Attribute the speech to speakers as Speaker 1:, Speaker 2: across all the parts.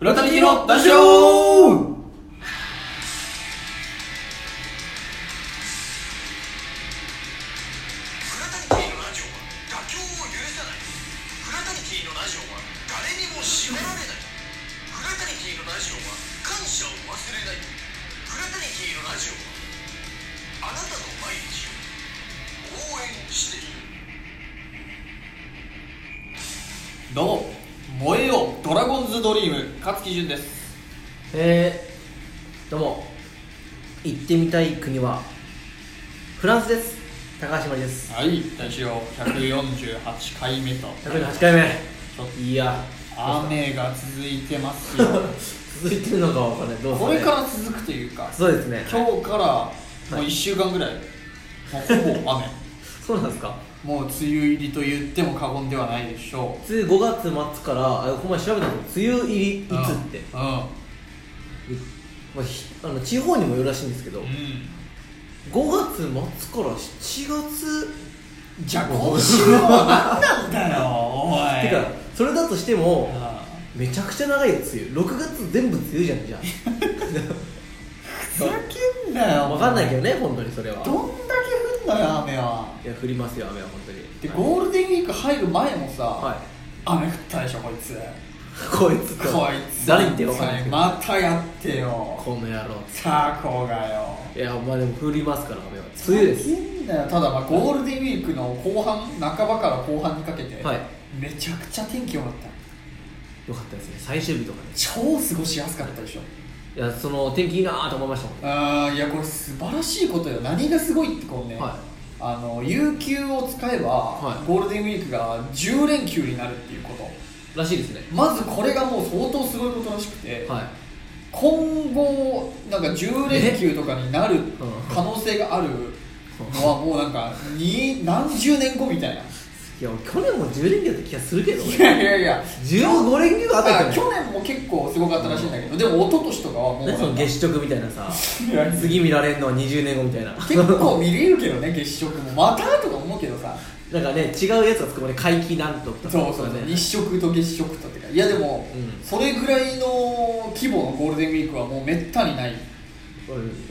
Speaker 1: 浦田美の談笑
Speaker 2: フラタニティのラジオは妥協を許さないフラタニティのラジオは誰にも縛られないフラタニティのラジオは感謝を忘れないフラタニティのラジオはあなたの毎日を応援している
Speaker 1: どうも燃えよドラゴンズドリーム勝木潤です
Speaker 3: えー、どうも行ってみたい国はフランスです高橋真理です
Speaker 1: はい談笑148回目と
Speaker 3: 108回
Speaker 1: ちょっ
Speaker 3: 目 いや
Speaker 1: 雨が続いてますよ
Speaker 3: 続いてるのかわかんないどうす
Speaker 1: これから続くというか
Speaker 3: そうですね
Speaker 1: 今日からもう1週間ぐらい、もうほぼ雨
Speaker 3: そうなんですか
Speaker 1: もう梅雨入りと言っても過言ではないでしょう
Speaker 3: 普通5月末からあこの前調べたの梅雨入りいつ
Speaker 1: うん
Speaker 3: って、
Speaker 1: うん、
Speaker 3: まあ、ひあの地方にもよるらしいんですけど
Speaker 1: う
Speaker 3: 5
Speaker 1: ん、
Speaker 3: 月末から7月
Speaker 1: じゃあ今週は何なんだよおい
Speaker 3: てかそれだとしても
Speaker 1: ああ
Speaker 3: めちゃくちゃ長いよ梅雨6月全部梅雨じゃんじゃあ
Speaker 1: ふざけんなよ
Speaker 3: 分かんないけどね本当にそれは
Speaker 1: どんだけ降んだよ雨はい
Speaker 3: や降りますよ雨は本当に
Speaker 1: でゴールデンウィーク入る前もさ、
Speaker 3: は
Speaker 1: 雨降ったでしょこいつこ
Speaker 3: いこいつと
Speaker 1: いつ
Speaker 3: 誰言ってるか分かんないですけど、
Speaker 1: またやってよ
Speaker 3: この野郎
Speaker 1: タコがよ
Speaker 3: いやまあでも降りますから雨は梅雨で
Speaker 1: ふ
Speaker 3: す
Speaker 1: ざけんなよただまあゴールデンウィークの後半半ばから後半にかけて、
Speaker 3: はい
Speaker 1: めちゃくちゃ天気良かった
Speaker 3: よかったですね最終日とかね
Speaker 1: 超過ごしやすかったでしょ
Speaker 3: いやその天気いいなーと思いましたもん
Speaker 1: あーいやこれ素晴らしいことよ何がすごいってこうね、
Speaker 3: はい
Speaker 1: あの有給を使えば、
Speaker 3: はい
Speaker 1: ゴールデンウィークが10連休になるっていうこと
Speaker 3: らしいですね
Speaker 1: まずこれがもう相当すごいことらしくて、
Speaker 3: はい
Speaker 1: 今後なんか10連休とかになる可能性があるのはもうなんかに何十年後みたいない
Speaker 3: いや去年も10連休って気がするけ どね
Speaker 1: やいやいや
Speaker 3: 15連休があった
Speaker 1: あ
Speaker 3: けど
Speaker 1: 去年も結構すごかったらしいんだけど、でも一昨年とかはもうなん
Speaker 3: ね
Speaker 1: か
Speaker 3: その月食みたいなさ
Speaker 1: いや
Speaker 3: 次見られるのは20年後みたい な
Speaker 1: 結構見れるけどね月食もまたとか思うけど さ
Speaker 3: なんかね違うやつがつくまで怪奇なんとか
Speaker 1: そうそうそう
Speaker 3: ね
Speaker 1: 日食と月食とってかいやでも、
Speaker 3: うん
Speaker 1: それぐらいの規模のゴールデンウィークはもうめったにない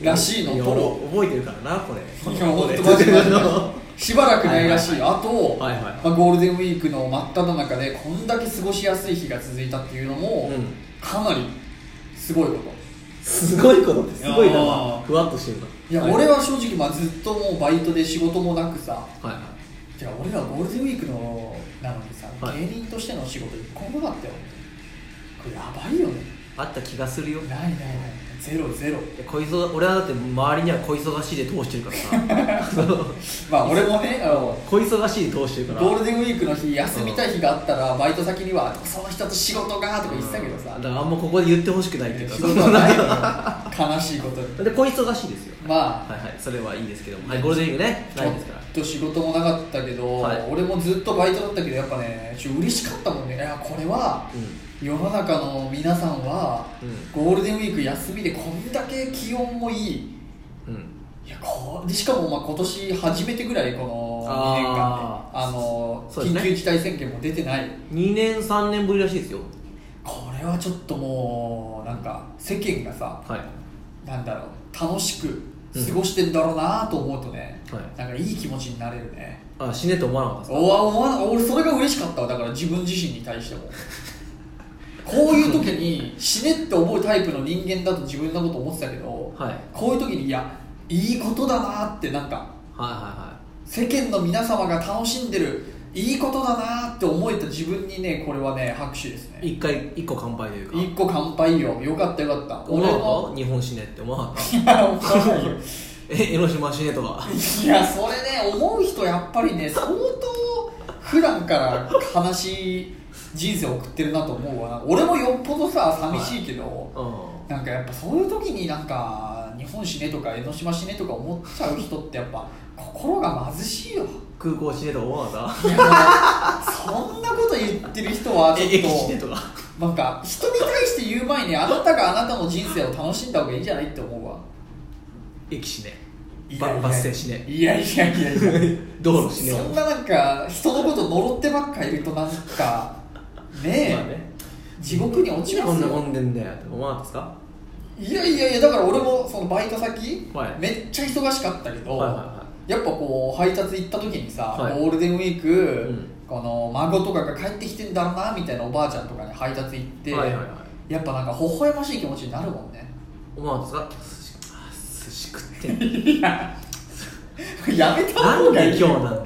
Speaker 3: うん
Speaker 1: らしいのと
Speaker 3: や俺覚えてるからなこれ
Speaker 1: いや本当マジでマジで しばらくないらしいよあと、
Speaker 3: はいはいはい
Speaker 1: まあ、ゴールデンウィークの真っ只中でこんだけ過ごしやすい日が続いたっていうのも、
Speaker 3: うん
Speaker 1: かなりすごいこと
Speaker 3: すごいことってすごい
Speaker 1: いや
Speaker 3: な
Speaker 1: ー
Speaker 3: ふわっとしてるない
Speaker 1: や、俺は正直、まあ、ずっともうバイトで仕事もなくさ
Speaker 3: はいは
Speaker 1: てか俺らゴールデンウィークのなのにさ、
Speaker 3: はい
Speaker 1: 芸人としての仕事一個もなかったよこれやばいよね
Speaker 3: あった気がするよ
Speaker 1: ないないないゼロゼロ
Speaker 3: 小忙俺はだって周りには小忙しいで通してるからさ
Speaker 1: まあ俺もねあの
Speaker 3: 小忙しいで通してるから
Speaker 1: ゴールデンウィークの日休みたい日があったらバイト先にはその人と仕事がとか言ってたけどさ
Speaker 3: うんだからあんまここで言ってほしくないっていうか
Speaker 1: 仕事はないよ悲しいことに
Speaker 3: だって小忙しいですよ
Speaker 1: まあ
Speaker 3: はいはいそれはいいですけどもはいゴールデンウィークね
Speaker 1: ち
Speaker 3: な
Speaker 1: ょ
Speaker 3: い
Speaker 1: っ
Speaker 3: ですから
Speaker 1: と仕事もなかったけど、
Speaker 3: はい
Speaker 1: 俺もずっとバイトだったけどやっぱねちょ嬉しかったもんねいやこれは
Speaker 3: う
Speaker 1: 世の中の皆さんは、
Speaker 3: うん
Speaker 1: ゴールデンウィーク休みでこんだけ気温もいい
Speaker 3: んうん
Speaker 1: いやこうでしかもまあ今年初めてぐらいこの2
Speaker 3: あー
Speaker 1: 年間であの
Speaker 3: そうですね
Speaker 1: 緊急事態宣言も出てない、
Speaker 3: 2年3年ぶりらしいですよ
Speaker 1: これはちょっともうなんか世間がさ
Speaker 3: はい
Speaker 1: なんだろう楽しく過ごしてんだろうなと思うとね、
Speaker 3: うんはい
Speaker 1: なんかいい気持ちになれるね
Speaker 3: あ死ねと思わなかったです
Speaker 1: おわおわ俺それが嬉しかったわだから自分自身に対して もこういう時に死ねって思うタイプの人間だと自分のこと思ってたけど、
Speaker 3: はいはい
Speaker 1: こういう時にいやいいことだなってなんか
Speaker 3: はいは
Speaker 1: 世間の皆様が楽しんでるいいことだなって思えた自分にねこれはね拍手ですね
Speaker 3: い一回一個乾杯というか
Speaker 1: 一個乾杯よよかったよかった
Speaker 3: 思わな
Speaker 1: も
Speaker 3: かった日本死ねって思わなかっ
Speaker 1: いや思わないよ
Speaker 3: たえ江ノ島死ねとか
Speaker 1: いやそれね思う人やっぱりね相当普段から悲しい人生を送ってるなと思うわ俺もよっぽどさ寂しいけど、
Speaker 3: うん
Speaker 1: なんかやっぱそういう時になんか日本死ねとか江ノ島死ねとか思っちゃう人ってやっぱ心が貧しいよ
Speaker 3: 空港死ねとか思わなかっ
Speaker 1: いやそんなこと言ってる人は
Speaker 3: た
Speaker 1: ちょっ
Speaker 3: え駅死ね
Speaker 1: と
Speaker 3: とか
Speaker 1: なんか人に対して言う前にあなたがあなたの人生を楽しんだ方がいいんじゃないって思うわ
Speaker 3: 駅死ねババス停死ね
Speaker 1: いやいやいやいやいや
Speaker 3: 道路死ね
Speaker 1: そ んななんか人のこと呪ってばっかいるとなんかねえ、
Speaker 3: まあね
Speaker 1: 地獄に落ち
Speaker 3: ち
Speaker 1: ま
Speaker 3: こん
Speaker 1: す
Speaker 3: な
Speaker 1: よ
Speaker 3: 混んでんだよって思わなかったで
Speaker 1: いやいやいやだから俺もそのバイト先、
Speaker 3: はい
Speaker 1: めっちゃ忙しかったけど、
Speaker 3: はいはいは
Speaker 1: やっぱこう配達行った時にさ、
Speaker 3: はい
Speaker 1: ゴールデンウィーク、
Speaker 3: ん
Speaker 1: この孫とかが帰ってきてんだろうなみたいなおばあちゃんとかに配達行って、
Speaker 3: はいはいは
Speaker 1: やっぱなんか微笑ましい気持ちになるもんね
Speaker 3: すか思わなかったですかあー寿司食って んの
Speaker 1: やめた
Speaker 3: な
Speaker 1: 方
Speaker 3: ん
Speaker 1: がい
Speaker 3: で
Speaker 1: い
Speaker 3: 今日なんだよ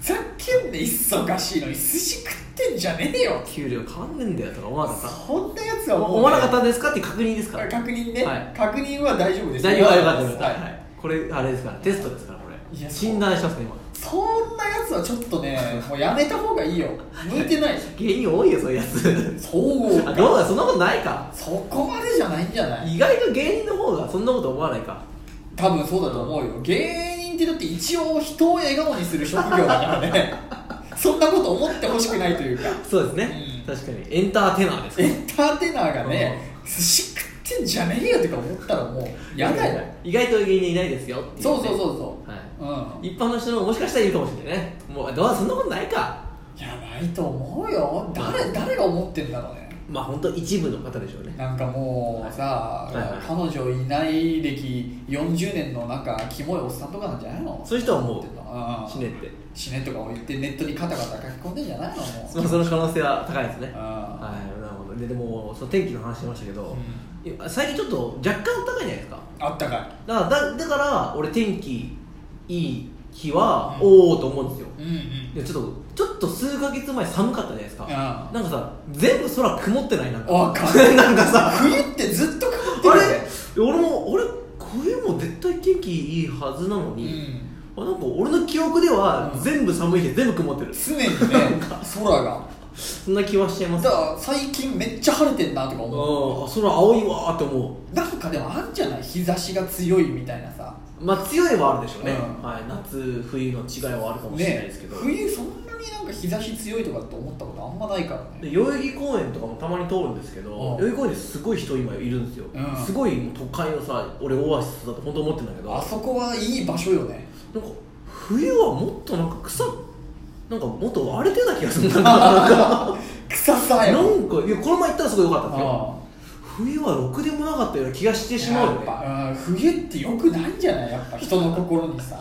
Speaker 1: ふざけんねいっそおかしいのに寿司食ってんじゃねえよ
Speaker 3: 給料変わんねえんだよとか思わなかった
Speaker 1: そんなやつはもう、ね、
Speaker 3: 思わなかったんですかって確認ですから
Speaker 1: 確認ね、
Speaker 3: はい
Speaker 1: 確認は大丈夫です
Speaker 3: 大丈夫あよかったよか
Speaker 1: は
Speaker 3: っ
Speaker 1: い
Speaker 3: たはいこれあれですからテストですからこ
Speaker 1: いや
Speaker 3: れ診断してますね今
Speaker 1: そんなやつはちょっとね もうやめた方がいいよ向いてない
Speaker 3: 原因多いよそういうや つ
Speaker 1: そう
Speaker 3: あ
Speaker 1: か
Speaker 3: どうだそんなことないか
Speaker 1: そこまでじゃないんじゃない
Speaker 3: 意外と芸人の方がそんなこと思わないか
Speaker 1: 多分そうだと思うよ芸人ってだって一応人を笑顔にする職業だからね そんなこと思ってほしくないというか
Speaker 3: そうですね、
Speaker 1: うん
Speaker 3: 確かにエンターテイナーです
Speaker 1: エ
Speaker 3: ね
Speaker 1: ンターテイナーがね寿司食ってんじゃねえよってか思ったらもうやだよ
Speaker 3: 意外と芸人いないですよってい
Speaker 1: そうそうそうそう、
Speaker 3: はい
Speaker 1: うん
Speaker 3: 一般の人のもしかしたらいるかもしれないねもうどうだそんなことないか
Speaker 1: いやないと思うよ誰誰が思ってんだろうね
Speaker 3: まあ本当一部の方でしょうね
Speaker 1: なんかもうさ、
Speaker 3: いはい
Speaker 1: 彼女いない歴40年のなんかキモいおっさんとかなんじゃないの
Speaker 3: そういう人はもう
Speaker 1: う
Speaker 3: 死ねって
Speaker 1: 死ねとかを言ってネットにカタカタ書き込んでんじゃないのもう
Speaker 3: まあその可能性は高いですね
Speaker 1: あ
Speaker 3: はいなるほどででもその天気の話してましたけど、いや最近ちょっと若干高いじゃないですか
Speaker 1: あったか
Speaker 3: だからだだから俺天気いい日は、
Speaker 1: うん
Speaker 3: おおと思うんですよ
Speaker 1: いうんうん
Speaker 3: いやちょっとちょっと数ヶ月前寒かったじゃないですか
Speaker 1: あ
Speaker 3: なんかさ全部空曇ってないなんか
Speaker 1: わかる
Speaker 3: なんかさ
Speaker 1: 冬ってずっと曇って
Speaker 3: あ
Speaker 1: る
Speaker 3: れ
Speaker 1: よね
Speaker 3: 俺も俺冬も絶対天気いいはずなのに、あなんか俺の記憶では
Speaker 1: うん
Speaker 3: 全部寒い日で全部曇ってる
Speaker 1: 常にね空が
Speaker 3: そんな気はしちゃいま
Speaker 1: だ
Speaker 3: す
Speaker 1: から最近めっちゃ晴れてんなとか
Speaker 3: うん
Speaker 1: 思う
Speaker 3: あ空青いわーって思
Speaker 1: なんかでもあるんじゃない日差しが強いみたいなさ
Speaker 3: うまあ強いはあるでしょうね、
Speaker 1: うん
Speaker 3: はい、夏冬の違いはあるかもしれない
Speaker 1: ね
Speaker 3: ですけど、
Speaker 1: 冬そんなになんか日差し強いとかって思ったことあんまないからね
Speaker 3: で代々木公園とかもたまに通るんですけど、
Speaker 1: うん
Speaker 3: 代々木公園ですごい人今いるんですよ、
Speaker 1: うん
Speaker 3: すごいもう都会のさ俺オアシスだと本当思ってんだけど
Speaker 1: あそこはいい場所よね
Speaker 3: なんか冬はもっとなんか草なんかもっと荒れてた気がするんだなんか
Speaker 1: 草さえ
Speaker 3: な
Speaker 1: も
Speaker 3: んかいやこの前行ったらすごい良かったんです
Speaker 1: あ
Speaker 3: よ冬はろくでもなかったような気がしてしまうよ
Speaker 1: やっ
Speaker 3: ね
Speaker 1: ぱうん冬ってよくないんじゃないやっぱ人の心にさ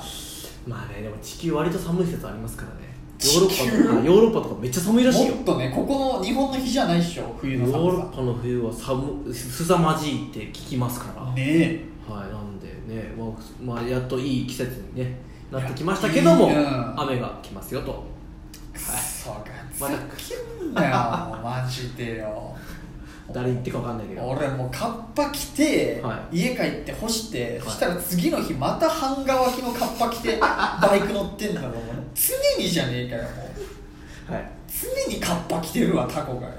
Speaker 3: まあねでも地球割と寒い説ありますからね
Speaker 1: 地球
Speaker 3: ヨーロッパとかヨーロッパとかめっちゃ寒いらしいよ
Speaker 1: もっとねここの日本の日じゃないっしょ冬の
Speaker 3: ヨーロ
Speaker 1: 寒
Speaker 3: ッパの冬は寒すさまじいって聞きますから、
Speaker 1: さね
Speaker 3: はいなんでね、まあ、まあやっといい季節にねなってきましたけども
Speaker 1: いやいいな
Speaker 3: 雨が来ますよと
Speaker 1: えそうか
Speaker 3: まだ
Speaker 1: つけんなよもうマジでよ
Speaker 3: 誰言ってか分かんないけど
Speaker 1: 俺もうカッパ着て、
Speaker 3: は
Speaker 1: 家帰って干して、
Speaker 3: い
Speaker 1: そしたら次の日また半乾きのカッパ着てバイク乗ってんだろう常にじゃねえかよもう
Speaker 3: はい
Speaker 1: 常にカッパ着てるわタコがよ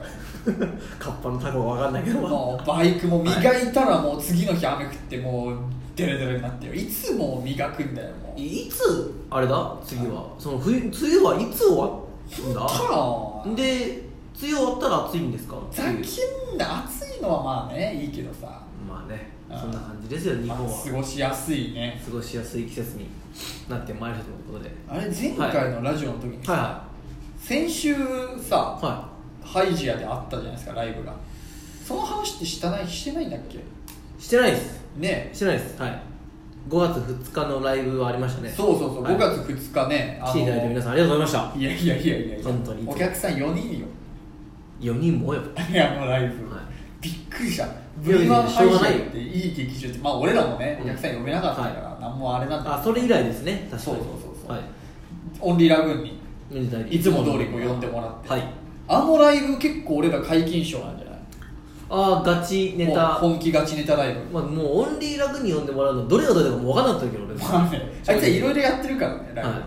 Speaker 3: カッパのタコは分かんないけども
Speaker 1: もうバイクも磨いたらもう次の日雨降ってもうデレデレになってよいつもう磨くんだよもう
Speaker 3: いつあれだ次はその冬梅雨はいつ終わるんだ
Speaker 1: たら
Speaker 3: で梅雨終わったら暑いんですか
Speaker 1: ざけんな暑いのはまあねいいけどさ
Speaker 3: まあね
Speaker 1: うん
Speaker 3: そんな感じですよ日
Speaker 1: まあ
Speaker 3: 本は
Speaker 1: 過ごしやすいね
Speaker 3: 過ごしやすい季節になってまいりましたということで
Speaker 1: あれ前回のラジオの時にさ、
Speaker 3: はいは
Speaker 1: 先週さ
Speaker 3: いは
Speaker 1: ハイジアであったじゃないですかライブがその話ってしたないしてないんだっけ
Speaker 3: いしてないです
Speaker 1: ね
Speaker 3: してないですはい5月2日のライブはありましたね
Speaker 1: そうそうそう、
Speaker 3: はい
Speaker 1: 5月2日ね
Speaker 3: 来ていただいた皆
Speaker 1: さ
Speaker 3: さんありがとうございまし
Speaker 1: んいやいやいやいやいや
Speaker 3: 本当に
Speaker 1: お客さん4人よ
Speaker 3: た4人もよ
Speaker 1: いやもうライブ、
Speaker 3: はい
Speaker 1: びっくりした
Speaker 3: いやい
Speaker 1: V1
Speaker 3: やし
Speaker 1: ハ
Speaker 3: ょ
Speaker 1: イ
Speaker 3: う
Speaker 1: ジ
Speaker 3: が
Speaker 1: ア
Speaker 3: ないよ
Speaker 1: っていい劇場ってまあ俺らもね
Speaker 3: う
Speaker 1: お
Speaker 3: ん
Speaker 1: 客さん呼べなかったから、なんもあれなんだ
Speaker 3: あそれ以来ですね確かに
Speaker 1: そうそうそうそう
Speaker 3: はい
Speaker 1: オンリーラグーンに
Speaker 3: めでた
Speaker 1: いつも通りこう呼んでもらって
Speaker 3: はい
Speaker 1: あのライブ結構俺ら解禁賞なんじゃない
Speaker 3: ああガチネタ
Speaker 1: もう本気ガチネタライブ
Speaker 3: まあ、もうオンリーラグに呼んでもらうのどれがどれだかも分かんなかったけど俺
Speaker 1: まあね あいつはいろいろやってるからねライブ、
Speaker 3: は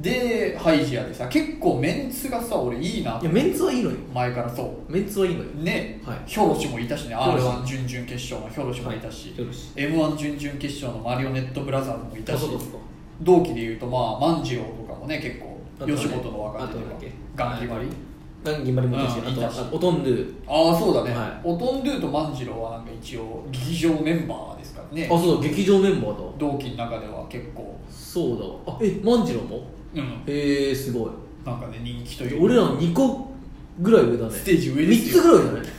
Speaker 1: でハイジアでさ結構メンツがさ俺いいなと
Speaker 3: いやメンツはいいのよ
Speaker 1: 前からそ
Speaker 3: メンツはいいのよ
Speaker 1: うね、
Speaker 3: はい
Speaker 1: ヒョロシもいたしね
Speaker 3: ヒョ
Speaker 1: r
Speaker 3: ロシ
Speaker 1: 1準々決勝のヒョロシもいたし、
Speaker 3: はいヒョロシ
Speaker 1: m 1準々決勝のマリオネットブラザーズもいたし
Speaker 3: そうそうそう
Speaker 1: 同期でいうとまあ万次郎とかもね結構
Speaker 3: あとね
Speaker 1: 吉本の若手とか
Speaker 3: あとなんだっけ
Speaker 1: ガンギマリ
Speaker 3: ガンギマリもいたし、
Speaker 1: うん
Speaker 3: あと
Speaker 1: いたし
Speaker 3: はオトンドゥ
Speaker 1: ああそうだね、
Speaker 3: はい
Speaker 1: オトンドゥと万次郎はなんか一応劇場メンバーですからね
Speaker 3: あそうだ劇場メンバーだ
Speaker 1: 同期の中では結構
Speaker 3: そうだわあえ万次郎も
Speaker 1: うん
Speaker 3: へえすごい
Speaker 1: なんかね人気というか
Speaker 3: 俺らの2個ぐらい上だね
Speaker 1: ステージ上です
Speaker 3: 3
Speaker 1: よ
Speaker 3: つぐらい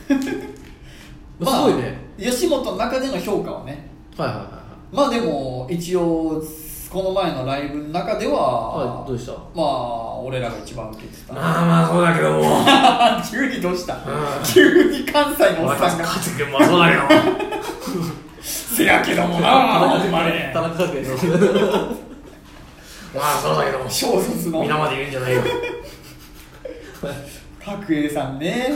Speaker 3: 上だねす
Speaker 1: まあ
Speaker 3: ごいね、
Speaker 1: 吉本の中での評価はね
Speaker 3: はいはいはいはい
Speaker 1: まあでも一応この前のライブの中では、
Speaker 3: はいどうでした
Speaker 1: まあ俺らが一番受けてた、
Speaker 3: まあまあそうだ けども
Speaker 1: 急にどうした、
Speaker 3: ん
Speaker 1: 急に関西のおっさんが
Speaker 3: 勝君もそうだけども
Speaker 1: せやけどもな
Speaker 3: あ
Speaker 1: ほんまに
Speaker 3: 田中角栄のまあそうだけども
Speaker 1: 小卒の
Speaker 3: まで言うんじゃないよ
Speaker 1: 角栄さんね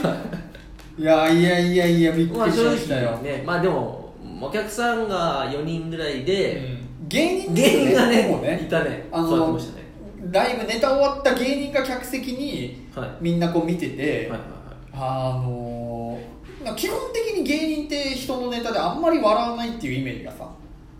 Speaker 1: いやいやいやいやびっ
Speaker 3: ま
Speaker 1: く
Speaker 3: あ
Speaker 1: りし
Speaker 3: 正
Speaker 1: ましたよ、
Speaker 3: 直ねまあでもお客さんが4人ぐらいで、
Speaker 1: うん芸人です
Speaker 3: 芸人がね
Speaker 1: ほぼ
Speaker 3: いたね
Speaker 1: あ
Speaker 3: 座って
Speaker 1: の
Speaker 3: ましたね
Speaker 1: ライブネタ終わった芸人が客席に
Speaker 3: はい
Speaker 1: みんなこう見てて、
Speaker 3: はいはい
Speaker 1: あのー基本的に芸人って人のネタであんまり笑わないっていうイメージがさ
Speaker 3: は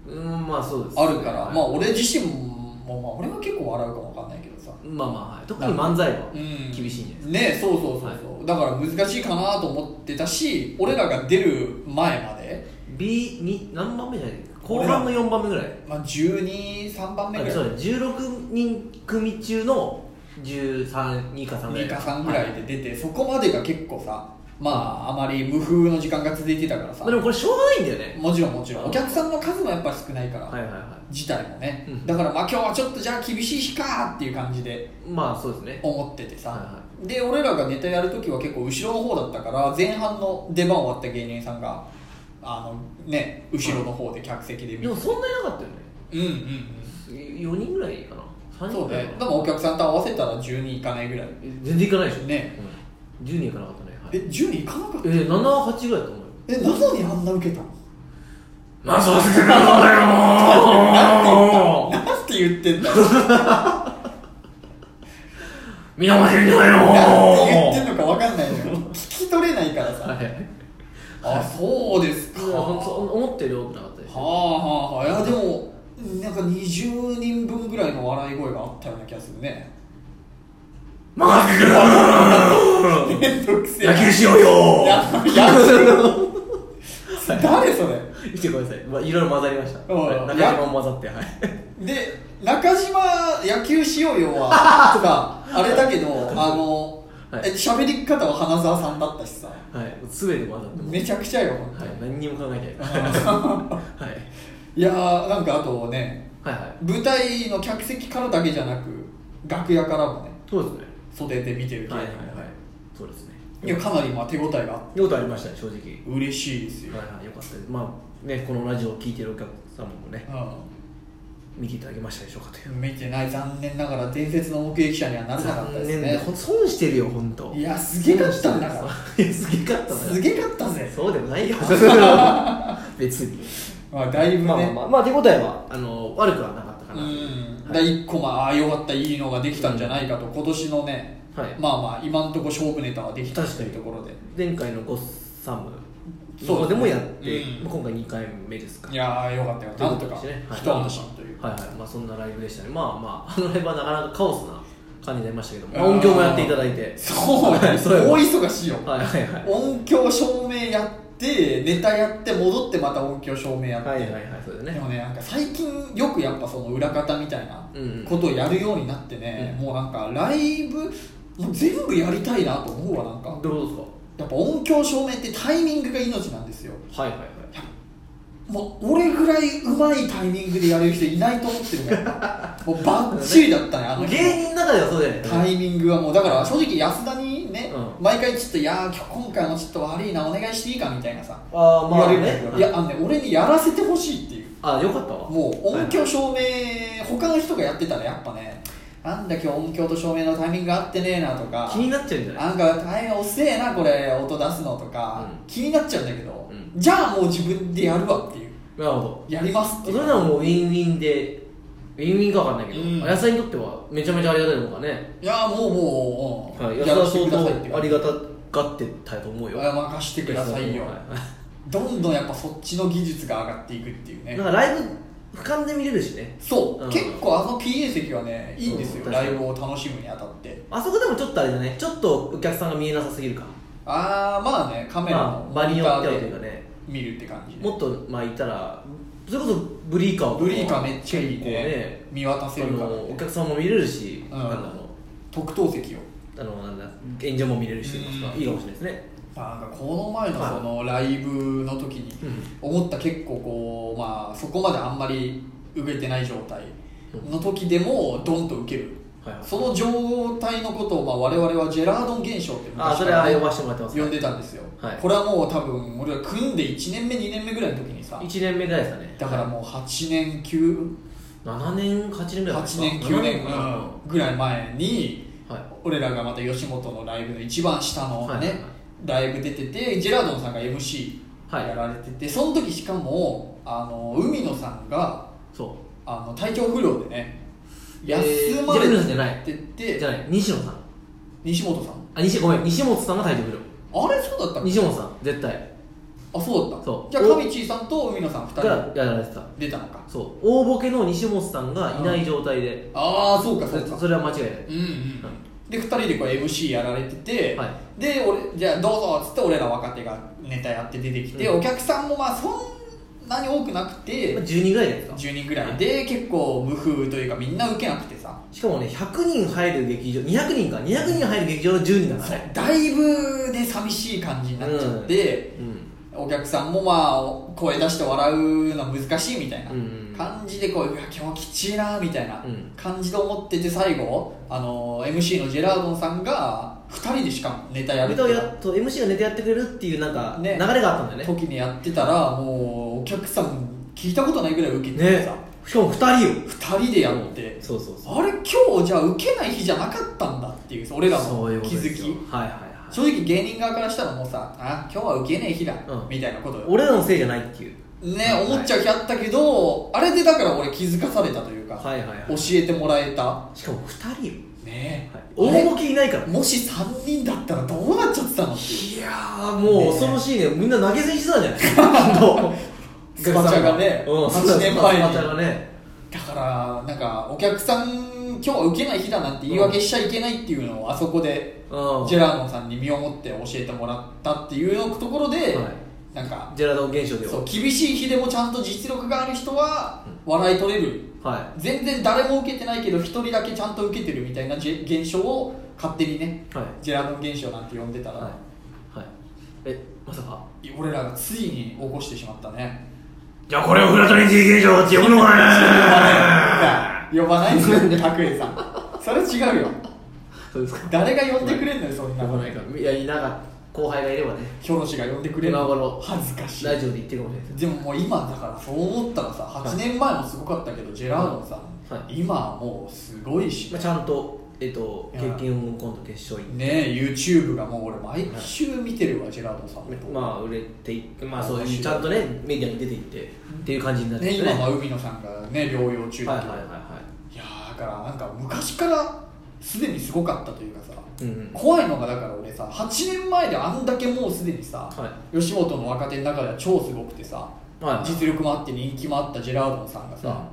Speaker 3: いうんまあそうですね、
Speaker 1: あるから、
Speaker 3: はい
Speaker 1: まあ俺自身も、まあ、俺は結構笑うかもわかんないけどさ
Speaker 3: まあまあ、はい、特に漫才は
Speaker 1: うん
Speaker 3: 厳しいんじゃないですか、
Speaker 1: ねそうそうそうそう、だから難しいかなと思ってたし俺らが出る前まで、
Speaker 3: B に何番目じゃない後半の4番目ぐらい
Speaker 1: まあ、123番目ぐ
Speaker 3: あ
Speaker 1: らい
Speaker 3: そうだね16人組中の132か3ぐらい
Speaker 1: 2か3ぐらいで出て、そこまでが結構さまああまり無風の時間が続いてたからさ
Speaker 3: まあ、でもこれしょうがないんだよね
Speaker 1: もちろんもちろんお客さんの数もやっぱり少ないから、
Speaker 3: はいはいは
Speaker 1: 自体もね、
Speaker 3: うん
Speaker 1: だからまあ今日はちょっとじゃあ厳しい日かっていう感じで
Speaker 3: いまあそうですね
Speaker 1: 思っててさ、
Speaker 3: はいは
Speaker 1: で俺らがネタやる時は結構後ろの方だったから前半の出番終わった芸人さんがあのね後ろの方で客席で見て、
Speaker 3: でもそんなになかったよね
Speaker 1: うんうんうん
Speaker 3: 4人ぐらいかな
Speaker 1: そ
Speaker 3: 3人
Speaker 1: う
Speaker 3: ぐらい
Speaker 1: ね
Speaker 3: か
Speaker 1: で
Speaker 3: な
Speaker 1: もお客さんと合わせたら10人いかないぐらい
Speaker 3: 全然いかないでしょ
Speaker 1: ね、
Speaker 3: うん、10人いかなかったね、はい、
Speaker 1: え10人いかなかった
Speaker 3: えー、78ぐらいだと思うよ
Speaker 1: えなのにあんな受けたの
Speaker 3: まあそうですけ どだよ
Speaker 1: なんて言ってんだよ
Speaker 3: 見逃せんじゃないの
Speaker 1: なんて言ってんのかわかんないのよ聞き取れないからさ、
Speaker 3: はい
Speaker 1: あそうですか
Speaker 3: いやほんと思ったより多くなかったです
Speaker 1: はあはあはあいやでもなんか20人分ぐらいの笑い声があったような気がするね
Speaker 3: 任せてくれ
Speaker 1: めんどくせえ
Speaker 3: しよう
Speaker 1: いや野球誰それ
Speaker 3: 見てください、まあ、いろいろ混ざりました、
Speaker 1: うん
Speaker 3: はい、中島も混ざってはい
Speaker 1: で中島野球しようよ はとかあれだけどあの
Speaker 3: はい
Speaker 1: え喋、り方は花澤さんだったしさ
Speaker 3: はい全て混ざってます
Speaker 1: めちゃくちゃよ、本
Speaker 3: はい、何にも考えてない、はい
Speaker 1: 当いやーなんかあとね
Speaker 3: はいはい
Speaker 1: 舞台の客席からだけじゃなく楽屋からもね
Speaker 3: そうですね
Speaker 1: 袖で見てる芸人
Speaker 3: は
Speaker 1: が
Speaker 3: いはい
Speaker 1: ね
Speaker 3: はいそうですね
Speaker 1: いやかなりまあ手応えがあって
Speaker 3: よくありましたね正直
Speaker 1: 嬉しいですよ、
Speaker 3: はいはいよかったですまあねこのラジオを聞いてるお客様もね見ていただけましたでしょうかという
Speaker 1: うん、見てない残念ながら伝説の目撃者にはなれなかったですね
Speaker 3: でほん損してるよ本当
Speaker 1: いやすげかったんだから
Speaker 3: いやすげかった
Speaker 1: す
Speaker 3: げ
Speaker 1: げかったぜ、
Speaker 3: そうでもないよ 別に
Speaker 1: まあ、だいぶね、
Speaker 3: まあまあまあまあ手応えはあの悪くはなかったかな
Speaker 1: うん、
Speaker 3: はい
Speaker 1: だ1個まあああよかったいいのができたんじゃないかと今年のね、
Speaker 3: はい
Speaker 1: まあまあ今のところ勝負ネタはできたというところで
Speaker 3: 前回のゴッサム
Speaker 1: そう
Speaker 3: こでもやって、
Speaker 1: うん
Speaker 3: まあ今回2回目ですか
Speaker 1: いやーよかったよなんとか一安心という
Speaker 3: はいはいまあそんなライブでしたねまあまあ あのライブはなかなかカオスな感じになりましたけども、まあ
Speaker 1: うん
Speaker 3: 音響もやっていただいて
Speaker 1: そうね
Speaker 3: はいそうよ
Speaker 1: 大忙しいよ
Speaker 3: はいはいはい
Speaker 1: 音響照明やってネタやって戻ってまた音響照明やって、
Speaker 3: はいはいはいそうだ
Speaker 1: で
Speaker 3: ね
Speaker 1: もねなんか最近よくやっぱその裏方みたいな
Speaker 3: うんうん
Speaker 1: ことをやるようになってね、
Speaker 3: う
Speaker 1: もうなんかライブもう全部やりたいなと思うわなんか
Speaker 3: どういうこ
Speaker 1: やっぱ音響照明ってタイミングが命なんですよ
Speaker 3: とですかはいはいはい
Speaker 1: もう俺ぐらいうまいタイミングでやれる人いないと思ってるからもうバッチリだったねあの人
Speaker 3: 芸人の中ではそうじゃない
Speaker 1: タイミングはもうだから正直安田にね、
Speaker 3: う
Speaker 1: 毎回ちょっと「いやー今回もちょっと悪いなお願いしていいか」みたいなさ
Speaker 3: あ
Speaker 1: 言
Speaker 3: あまあ
Speaker 1: われるんだ
Speaker 3: ね
Speaker 1: けどいやあのね俺にやらせてほしいっていう
Speaker 3: あよかったわ
Speaker 1: もう音響照明、他の人がやってたらやっぱねなんだ今日音響と照明のタイミング合ってねえなとか
Speaker 3: 気になっちゃうんじゃない
Speaker 1: なんか大変遅えなこれ音出すのとか、
Speaker 3: うん
Speaker 1: 気になっちゃうんだけど、
Speaker 3: う
Speaker 1: じゃあもう自分でやるわっていう
Speaker 3: なるほ
Speaker 1: やりますって
Speaker 3: ど
Speaker 1: い
Speaker 3: そうれならもうウィンウィンでウィンウィンかわかんないけど、
Speaker 1: うん
Speaker 3: 野菜にとってはめちゃめちゃありがたいのかね
Speaker 1: いやもうもう、うん
Speaker 3: はい、
Speaker 1: や
Speaker 3: 安田は
Speaker 1: らせ
Speaker 3: 相
Speaker 1: てくださいっていう
Speaker 3: 当ありがたがってたと思うよ
Speaker 1: あ任してくださいよ
Speaker 3: は
Speaker 1: どんどんやっぱそっちの技術が上がっていくっていうね
Speaker 3: なんかライブ俯瞰で見れるしね
Speaker 1: そう、
Speaker 3: うん
Speaker 1: 結構あの PA 席はねいいんですよ、
Speaker 3: うん確か
Speaker 1: ラ
Speaker 3: に
Speaker 1: イブを楽しむにあたって
Speaker 3: あそこでもちょっとあれだねちょっとお客さんが見えなさすぎるか
Speaker 1: ああまあねカメラの
Speaker 3: まあ
Speaker 1: モ
Speaker 3: 場に
Speaker 1: ニ
Speaker 3: よ
Speaker 1: タ
Speaker 3: ってはと
Speaker 1: ー
Speaker 3: いうか
Speaker 1: で
Speaker 3: ね
Speaker 1: 見るって感じで
Speaker 3: もっとまあいたらそれこそブリーカーを
Speaker 1: ブリーカめっちゃいいね
Speaker 3: 結構ね
Speaker 1: 見渡せるか
Speaker 3: あ
Speaker 1: ら
Speaker 3: のお客さんも見れるし、
Speaker 1: うん
Speaker 3: なんだろう
Speaker 1: 特等席を
Speaker 3: あのなんだ現状も見れるしとか
Speaker 1: うん
Speaker 3: いいかもしれないですね
Speaker 1: なんかこの前のそのライブの時に
Speaker 3: うん
Speaker 1: 思った結構こうまあそこまであんまり受けてない状態の時でもドンと受ける
Speaker 3: はいはい
Speaker 1: その状態のことをまあ我々はジェラードン現象って昔から
Speaker 3: あそれは呼ばせてもらってます
Speaker 1: 呼んでたんですよ、
Speaker 3: はい
Speaker 1: これはもう多分俺は組んで1年目2年目ぐらいの時にさ
Speaker 3: 1年目ぐらいですかね
Speaker 1: だからもう8年9
Speaker 3: 7年8年ぐらいです
Speaker 1: 8年
Speaker 3: か
Speaker 1: 9年
Speaker 3: うんは
Speaker 1: ぐらい前に
Speaker 3: い
Speaker 1: 俺らがまた吉本のライブの一番下のね、
Speaker 3: はいはいはい
Speaker 1: ライブ出ててジェラードンさんが MC
Speaker 3: はい
Speaker 1: やられてて、その時しかもあの海野さんが
Speaker 3: そ
Speaker 1: あの体調不良でね
Speaker 3: えー
Speaker 1: 休まれ
Speaker 3: ジェラードンさんじゃない
Speaker 1: て
Speaker 3: う
Speaker 1: て
Speaker 3: じゃない西野さん
Speaker 1: 西本さん
Speaker 3: あ西ごめん西本さんが体調不
Speaker 1: あれそうだったっ
Speaker 3: 良
Speaker 1: け
Speaker 3: 西本さん絶対
Speaker 1: あそうだった
Speaker 3: そう
Speaker 1: じゃあ上地さんと海野さん2
Speaker 3: が
Speaker 1: 人
Speaker 3: やられてた
Speaker 1: 出たのか
Speaker 3: そう大ボケの西本さんがいない状態で、
Speaker 1: ああそうかそう
Speaker 3: そ
Speaker 1: か
Speaker 3: それは間違いない、
Speaker 1: うんうんで2人でこう MC やられてて、
Speaker 3: は
Speaker 1: で俺じゃあどうぞっつって俺ら若手がネタやって出てきて、
Speaker 3: うん
Speaker 1: お客さんもまあそんなに多くなくて
Speaker 3: まあ12ぐらいじゃないですか
Speaker 1: 10人ぐらいで結構無風というかみんな受けなくてさ
Speaker 3: しかもね100人入る劇場200人か200人入る劇場の10人だからね
Speaker 1: だいぶね寂しい感じになっちゃって、
Speaker 3: うん
Speaker 1: お客さんもまあ声出して笑うのは難しいみたいな
Speaker 3: うんうんうん
Speaker 1: 感じでこういや今日きちいなみたいな
Speaker 3: うん
Speaker 1: 感じで思ってて最後あの MC のジェラードンさんが2人でしかもネタやるっ
Speaker 3: ネ
Speaker 1: て
Speaker 3: タをやっと MC がネタやってくれるっていうなんか流
Speaker 1: ね
Speaker 3: れがあったんだよね
Speaker 1: 時にやってたらもうお客さん聞いたことないぐらい受けてて
Speaker 3: ね
Speaker 1: さ、
Speaker 3: しかも2人よ
Speaker 1: 2人でやって
Speaker 3: そうそうそう
Speaker 1: あれ今日じゃあ受けない日じゃなかったんだっていう俺ら
Speaker 3: そ
Speaker 1: の
Speaker 3: ういうこ
Speaker 1: 気
Speaker 3: とで
Speaker 1: づ
Speaker 3: す
Speaker 1: き
Speaker 3: よはいはいはい
Speaker 1: 正直芸人側からしたらもうさあ今日は受けねえ日だ、
Speaker 3: うん
Speaker 1: みたいなこと
Speaker 3: 俺らのせいじゃないっていう
Speaker 1: ね、
Speaker 3: はい
Speaker 1: 思っちゃう日あったけどあれでだから俺気づかされたというか、
Speaker 3: はいはいはい
Speaker 1: 教えてもらえた
Speaker 3: しかも2人よ、
Speaker 1: ね
Speaker 3: はい、
Speaker 1: え、あれ
Speaker 3: 大ボケいないから
Speaker 1: もし3人だったらどうなっちゃってたのっていう
Speaker 3: いやーもう恐ろしいねみんな投げ銭してたんじゃない 本当
Speaker 1: スパチャがね
Speaker 3: うん
Speaker 1: 8年前に
Speaker 3: スパチャがね
Speaker 1: だからなんかお客さん今日は受けない日だなんて言い訳しちゃいけないっていうのをあそこで
Speaker 3: うん
Speaker 1: ジェラーノさんに身をもって教えてもらったっていうところで、
Speaker 3: はい
Speaker 1: なんか
Speaker 3: ジェラドン現象では
Speaker 1: そう厳しい日でもちゃんと実力がある人は笑い取れる、
Speaker 3: は
Speaker 1: 全然誰も受けてないけど一人だけちゃんと受けてるみたいなじ現象を勝手にね
Speaker 3: いはい
Speaker 1: ジェラードン現象なんて呼んでたら、
Speaker 3: はいはいえまさか
Speaker 1: 俺らがついに起こしてしまったね
Speaker 3: じゃあこれをフラトリティ現象って呼ぶのかね
Speaker 1: 呼ばないですよ拓哉さんそれ違うよ
Speaker 3: そうですか
Speaker 1: 誰が呼んでくれんのよそんな
Speaker 3: 呼ばないからいやなんか後輩がいればね
Speaker 1: ヒョロシが呼んでくれる
Speaker 3: 今頃
Speaker 1: 恥ずかしい
Speaker 3: ラジオで言ってるかもしれないです
Speaker 1: でももう今だからそう思ったらさ
Speaker 3: い
Speaker 1: 8年前もすごかったけど、ジェラードンさん、
Speaker 3: は
Speaker 1: 今はもうすごいし
Speaker 3: まあちゃんとえっと
Speaker 1: いや
Speaker 3: 経験を今度決勝行って
Speaker 1: ねえ YouTube がもう俺毎週見てるわ、ジェラードンさんのこと
Speaker 3: まあ売れていってまあそういうちゃんとねメディアに出ていってっていう感じになって
Speaker 1: ね、
Speaker 3: ます
Speaker 1: 今は海野さんがね療養中
Speaker 3: はい
Speaker 1: だ
Speaker 3: は
Speaker 1: け
Speaker 3: い
Speaker 1: ど、
Speaker 3: はい
Speaker 1: いや
Speaker 3: は
Speaker 1: ーだからなんか昔からすでにすごかったというかさ、
Speaker 3: いうんうん
Speaker 1: 怖いのがだから俺さ8年前であんだけもうすでにさ、
Speaker 3: は
Speaker 1: 吉本の若手の中では超すごくてさ、
Speaker 3: はいはい
Speaker 1: 実力もあって人気もあったジェラードンさんがさ、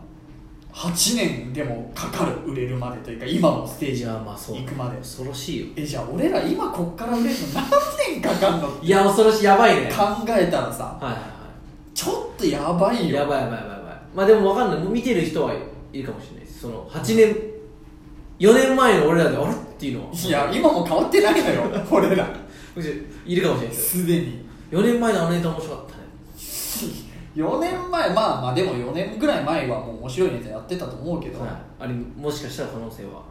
Speaker 1: 8年でもかかる売れるまでというか今のステージ
Speaker 3: い
Speaker 1: に
Speaker 3: やまあそう
Speaker 1: 行くまで
Speaker 3: 恐ろしいよ
Speaker 1: えじゃあ俺ら今こっから売れるの何年かかんのって
Speaker 3: いや恐ろしいやばいねは
Speaker 1: 考
Speaker 3: い
Speaker 1: えたらさ
Speaker 3: はいは
Speaker 1: ちょっとやばい
Speaker 3: い
Speaker 1: よ
Speaker 3: やばいやばいやばいやばいまあでもわかんない見てる人はいるかもしれないですその8年4年前の俺らであれっていうのはい
Speaker 1: や今も変わってないのよ俺ら
Speaker 3: むしろいるかもしれないですよ
Speaker 1: すでに
Speaker 3: 4年前のあのネタ面白かったね
Speaker 1: 4年前まあまあでも4年ぐらい前はもう面白いネタやってたと思うけど、
Speaker 3: はいあれもしかしたら可能性は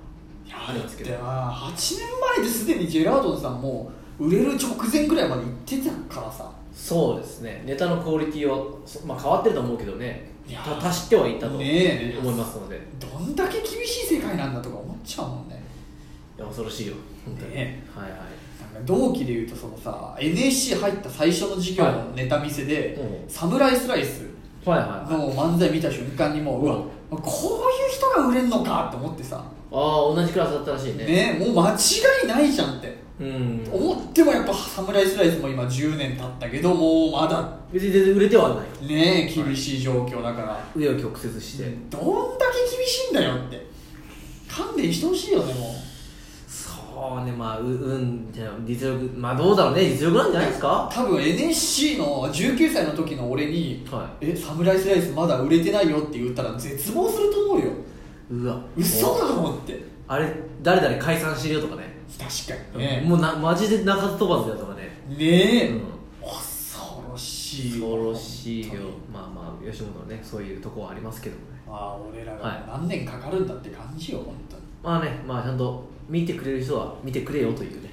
Speaker 3: ありますけど
Speaker 1: だってな8年前ですでにジェラードンさんもう売れる直前ぐらいまで行ってたからさ
Speaker 3: そうですねネタのクオリティはそまあ変わってると思うけどね
Speaker 1: いや
Speaker 3: た足してはいたと思
Speaker 1: ねえ
Speaker 3: いますので、
Speaker 1: どんだけ厳しい世界なんだとか思っちゃうもんね
Speaker 3: いや恐ろしいよ本当に、
Speaker 1: ね
Speaker 3: はいはい
Speaker 1: なんか同期でいうとそのさ NSC 入った最初の授業のネタ見せで、
Speaker 3: うん
Speaker 1: サムライスライス
Speaker 3: はいはいはい
Speaker 1: の漫才見た瞬間にもう、うわこういう人が売れんのかと思ってさ
Speaker 3: ああ同じクラスだったらしいね
Speaker 1: ねもう間違いないじゃんって
Speaker 3: うん
Speaker 1: 思ってもやっぱサムライスライスも今10年経ったけどもうまだ
Speaker 3: 別に全然売れてはない
Speaker 1: ね厳しい状況だから、
Speaker 3: 上を曲折して、
Speaker 1: どんだけ厳しいんだよって勘弁してほしいよねもう
Speaker 3: そうねまあううんじゃあ実力まあどうだろうね実力なんじゃないですか
Speaker 1: 多分 NSC の19歳の時の俺に
Speaker 3: は
Speaker 1: えサムライスライスまだ売れてないよって言ったら絶望すると思うよ
Speaker 3: いうわ
Speaker 1: 嘘だと思って
Speaker 3: あれ誰々解散してるよとかね
Speaker 1: 確かに
Speaker 3: うん
Speaker 1: ね
Speaker 3: もうなマジで鳴かず飛ばずだとかね
Speaker 1: ねえ、
Speaker 3: うん
Speaker 1: 恐ろしい
Speaker 3: 恐ろしいよ
Speaker 1: 本
Speaker 3: まあまあ吉本のねそういうとこはありますけどもね
Speaker 1: 当にまあ俺ら
Speaker 3: はい
Speaker 1: が何年かかるんだって感じよ本当に
Speaker 3: まあねまあちゃんと見てくれる人は見てくれよというね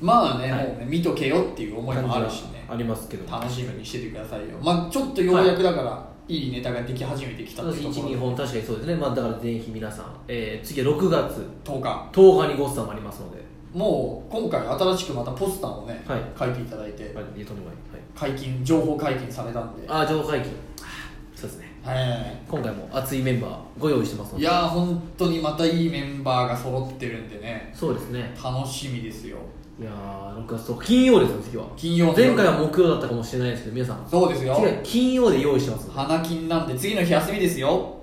Speaker 1: まあね、
Speaker 3: はい
Speaker 1: もうね見とけよっていう思いもあるしね
Speaker 3: 感じはありますけども
Speaker 1: 楽しみにしててくださいよまあちょっとようやくだから、い、いネタができ始めてきた
Speaker 3: そう
Speaker 1: っ
Speaker 3: で
Speaker 1: て
Speaker 3: す
Speaker 1: いうと
Speaker 3: 1、
Speaker 1: ころ
Speaker 3: 2本確かにそうですね、まあ、だからぜひ皆さん、えー次は6月
Speaker 1: 10日
Speaker 3: 10日にゴッサンもありますので、
Speaker 1: もう今回新しくまたポスターをね、
Speaker 3: はい
Speaker 1: 書いていただいて
Speaker 3: はい、ゆとりまいはい、
Speaker 1: 解禁情報解禁されたんで
Speaker 3: ああ、情報解禁、あーそうですね、
Speaker 1: はい
Speaker 3: 今回も熱いメンバーご用意してますの
Speaker 1: い
Speaker 3: で、
Speaker 1: やー本当にまたいいメンバーが揃ってるんでね
Speaker 3: そうですね、
Speaker 1: 楽しみですよ
Speaker 3: いやー、6月10日、金曜ですよ、次は。
Speaker 1: 金曜の夜
Speaker 3: 前回は木曜だったかもしれないですけど、皆さん、
Speaker 1: そうですよ
Speaker 3: 次は金曜で用意してますので、
Speaker 1: 花金なんで次の日休みですよ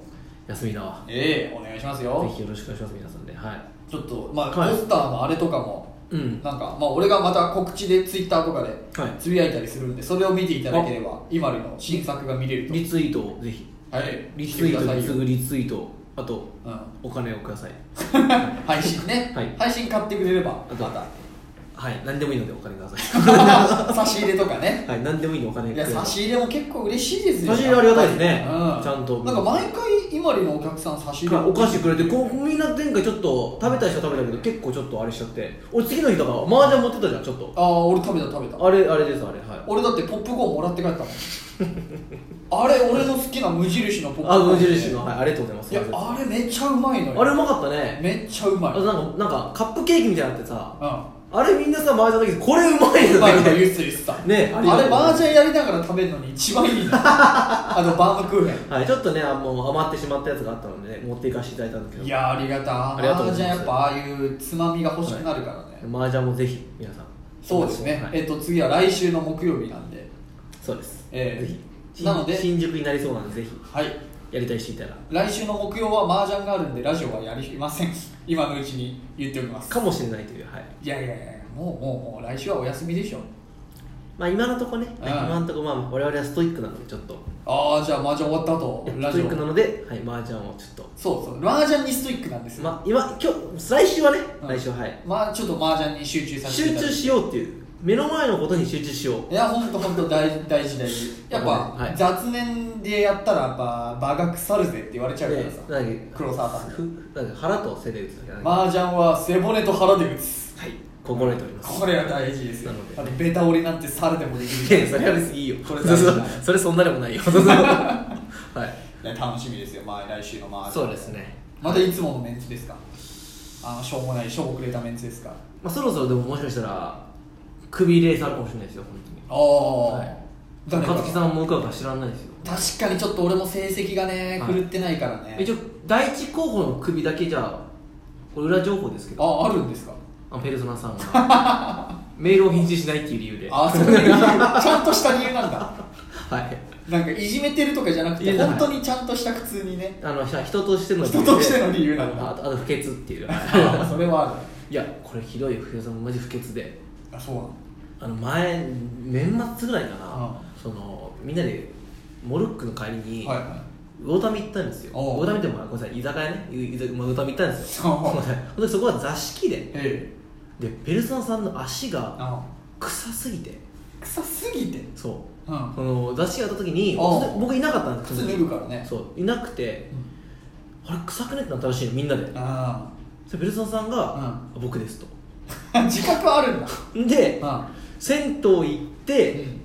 Speaker 3: 休みな、
Speaker 1: ええお願いします
Speaker 3: ぜ
Speaker 1: よ
Speaker 3: ひよろしくお願いします、皆さんで、はい。
Speaker 1: ちょっとまあ
Speaker 3: はい
Speaker 1: ポスターのあれとかも、
Speaker 3: うん、
Speaker 1: なんかまあ俺がまた告知でツイッターとかで
Speaker 3: はい
Speaker 1: つぶやいたりするんでそれを見ていただければ今の新作が見れると
Speaker 3: リツイートをぜひ、
Speaker 1: はい
Speaker 3: リツイートに
Speaker 1: よ
Speaker 3: すぐリツイート、あと、
Speaker 1: うん
Speaker 3: お金をください。
Speaker 1: 配信ね、
Speaker 3: はい
Speaker 1: 配信買ってくれれば
Speaker 3: あと
Speaker 1: また
Speaker 3: はい、何でもいいのでお金ください。
Speaker 1: 差し入れとかね
Speaker 3: はい、何でもいいのお金
Speaker 1: い
Speaker 3: くだ
Speaker 1: や
Speaker 3: さい
Speaker 1: 差し入れも結構嬉しいですよ
Speaker 3: 差し入れありがたいですね
Speaker 1: うん、
Speaker 3: ちゃんと
Speaker 1: なんか毎回今里のお客さん差し入れ
Speaker 3: お菓子くれてこうみんな前回ちょっと食べた人は食べたけど結構ちょっとあれしちゃって俺次の日だから麻雀持ってたじゃんちょっと
Speaker 1: ああ俺食べた食べた
Speaker 3: あれあれですあれはい
Speaker 1: 俺だってポップコーンもらって帰 ったもんあれ俺の好きな無印のポップコー
Speaker 3: あ
Speaker 1: ン
Speaker 3: 無印のはいありがとうございます
Speaker 1: いやあれめちゃうまいのよ
Speaker 3: あれうまかったね
Speaker 1: めっちゃうま
Speaker 3: あ
Speaker 1: い
Speaker 3: となんかなんかカップケーキみたいになってさ
Speaker 1: う
Speaker 3: あれみんなさ麻雀だけどこれうまい
Speaker 1: んうまい
Speaker 3: よ
Speaker 1: こと
Speaker 3: ね
Speaker 1: 言って言ってた
Speaker 3: ね
Speaker 1: あれ麻雀やりながら食べるのに一番 いいのあのバームクーヘン
Speaker 3: はいちょっとねあもう余ってしまったやつがあったのでね持っていかせていただいたんですけど
Speaker 1: いやーありがたい
Speaker 3: ありがとう
Speaker 1: 麻
Speaker 3: ござ
Speaker 1: 雀
Speaker 3: い
Speaker 1: や
Speaker 3: ます
Speaker 1: っぱああいうつまみが欲しくなるからね、
Speaker 3: 麻雀もぜひ皆さん
Speaker 1: そうですね、
Speaker 3: はい
Speaker 1: えっと次は来週の木曜日なんで
Speaker 3: そうです
Speaker 1: ええ
Speaker 3: ぜひ
Speaker 1: なので
Speaker 3: 新宿になりそうなんでぜひ
Speaker 1: はい
Speaker 3: やりたい人いたら
Speaker 1: 来週の木曜は麻雀があるんでラジオはやりません 今のうちに言っておきます
Speaker 3: かもしれないというはい
Speaker 1: いやいやいやもうもうもう来週はお休みでしょ
Speaker 3: まあ今のとこね、
Speaker 1: うん
Speaker 3: 今のとこまあ我々はストイックなのでちょっと
Speaker 1: ああじゃあ麻雀終わった後ラ
Speaker 3: スト
Speaker 1: ジ
Speaker 3: イ
Speaker 1: オ
Speaker 3: ックなので、はい、麻雀をちょっ
Speaker 1: そうそう麻雀にストイックなんです
Speaker 3: と、
Speaker 1: よ、
Speaker 3: まあ今今日来週はね、
Speaker 1: うん
Speaker 3: 来週ははい、
Speaker 1: まあちょっと麻雀に集中させて
Speaker 3: 集
Speaker 1: いただ
Speaker 3: 中
Speaker 1: いて
Speaker 3: しようっていう目の前のことに集中しよう。
Speaker 1: いや本当本当大事大事大事やっぱ、
Speaker 3: はい
Speaker 1: 雑念でやったらやっぱ場が腐るぜって言われちゃうから
Speaker 3: で
Speaker 1: さ、
Speaker 3: なんか
Speaker 1: 黒沢さん
Speaker 3: ふなんか腹と背で打つだけなんか
Speaker 1: 麻雀は背骨と腹で打つ
Speaker 3: はい、心得ております。
Speaker 1: これは大事ですよ
Speaker 3: なので
Speaker 1: あとベタ折りなんて猿でもできる
Speaker 3: いやそれは別にいいよ。
Speaker 1: これ
Speaker 3: そう
Speaker 1: 大事だ
Speaker 3: そう それそんなでもな いよ。そうそうはい。
Speaker 1: いや楽しみですよ、まあ、来週のまあ
Speaker 3: そうですね。
Speaker 1: またいつものメンツですかあのしょうもないしょぼくれたメンツですか
Speaker 3: まあそろそろでももしかしたら首レースあるかもしれないですよ
Speaker 1: あ
Speaker 3: 本
Speaker 1: あ、
Speaker 3: はい当
Speaker 1: 誰
Speaker 3: に。
Speaker 1: か
Speaker 3: 勝木さんもうかうか知らないですよ。
Speaker 1: 確かにちょっと俺も成績がね
Speaker 3: はい
Speaker 1: 狂ってないからね、
Speaker 3: 一応第一候補の首だけじゃあこれ裏情報ですけど
Speaker 1: ああるんですか
Speaker 3: あのペルソナさんが メールを返事しないっていう理由では
Speaker 1: あ そういう理由ちゃんとした理由なんだ
Speaker 3: い
Speaker 1: なんかいじめてるとかじゃなく
Speaker 3: い
Speaker 1: て
Speaker 3: や
Speaker 1: 本当にちゃんとした苦痛にね
Speaker 3: あのひ人としての理由で
Speaker 1: 人としての理由なん
Speaker 3: あ
Speaker 1: だ
Speaker 3: とあと不潔っていう
Speaker 1: あそれはある
Speaker 3: いやこれひどいよ藤田さんマジ不潔で
Speaker 1: あそうなの
Speaker 3: あの前年末ぐらいかな、
Speaker 1: う
Speaker 3: そのみんなでモルックの帰りに、
Speaker 1: はいはい
Speaker 3: 魚民行ったんですよ
Speaker 1: おう
Speaker 3: 魚民ってもうごめんなさい居酒屋ね居酒屋まあ魚民行ったんですよ
Speaker 1: おう
Speaker 3: ごめんなさいほんでそこは座敷で
Speaker 1: ええ
Speaker 3: でペルソナさんの足が
Speaker 1: あ
Speaker 3: 臭すぎて
Speaker 1: 臭すぎて
Speaker 3: そう
Speaker 1: うん
Speaker 3: その雑誌やった時に
Speaker 1: ああ
Speaker 3: 僕いなかったんです
Speaker 1: 靴脱ぐからね
Speaker 3: そういなくてあれ臭くねってなったらしいのみんなで
Speaker 1: あ
Speaker 3: それベルソンさんが「僕です」と
Speaker 1: あ 自覚あるんだ
Speaker 3: で
Speaker 1: あ
Speaker 3: 銭湯行って
Speaker 1: ん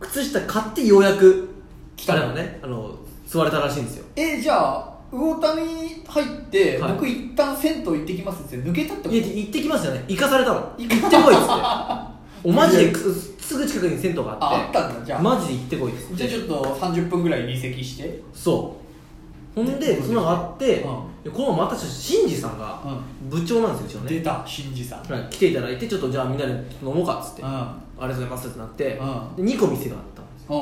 Speaker 3: 靴下買ってようやく
Speaker 1: 来た
Speaker 3: あ
Speaker 1: の
Speaker 3: れはねあの座れたらしいんですよ
Speaker 1: えじゃあ魚民入って、
Speaker 3: はい
Speaker 1: 僕一旦銭湯行ってきますって抜けたってこ
Speaker 3: いや行ってきますよね行かされたの行
Speaker 1: 行か
Speaker 3: って こいっつっておマジでくすぐ近くに銭湯が
Speaker 1: と
Speaker 3: あ
Speaker 1: ああ
Speaker 3: っ
Speaker 1: ってたんだじゃあ、
Speaker 3: マジで行ってこいっつっ
Speaker 1: じゃあち
Speaker 3: て
Speaker 1: ょっと30分ぐらい離席して
Speaker 3: そうほんでそんなのがあって
Speaker 1: う
Speaker 3: でこのまま私新次さんが部長なんですようちのね
Speaker 1: 出た新次さん、
Speaker 3: はい来ていただいてちょっとじゃあみんなで飲もうかっつって、
Speaker 1: うん
Speaker 3: ありがとうございますってなって、
Speaker 1: う
Speaker 3: で2個店があったんです
Speaker 1: う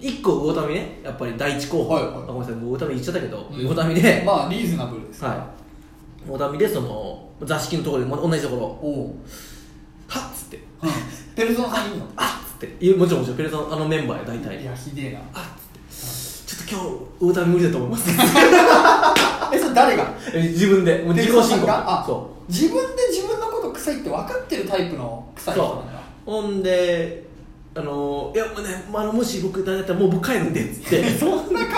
Speaker 3: 1個魚民ねやっぱり第一候補、
Speaker 1: はいはい
Speaker 3: あごめんなさい魚民言っちゃったけど、
Speaker 1: ん
Speaker 3: 魚民で、
Speaker 1: まあリーズナブルですね
Speaker 3: はい魚民でその座敷のところで同じところ
Speaker 1: おおう、うん、
Speaker 3: はっつって
Speaker 1: ペルソナさんいいの
Speaker 3: あっつっていやもちろんもちろんペルソンあのメンバーや大体
Speaker 1: いやひでえな
Speaker 3: あっつってちょっと今日魚民無理だと思います
Speaker 1: えそれ誰が
Speaker 3: え自分でもう自己
Speaker 1: ペルソ
Speaker 3: 申
Speaker 1: ナさんがあ
Speaker 3: 告そ
Speaker 1: 自分で自分のこと臭臭いって分かってるタイプの臭い人
Speaker 3: そ
Speaker 1: なんだ
Speaker 3: うほんであのいやもうね、まああの、もし僕だったらもう僕帰るんでっつ って
Speaker 1: そんな悲しいこ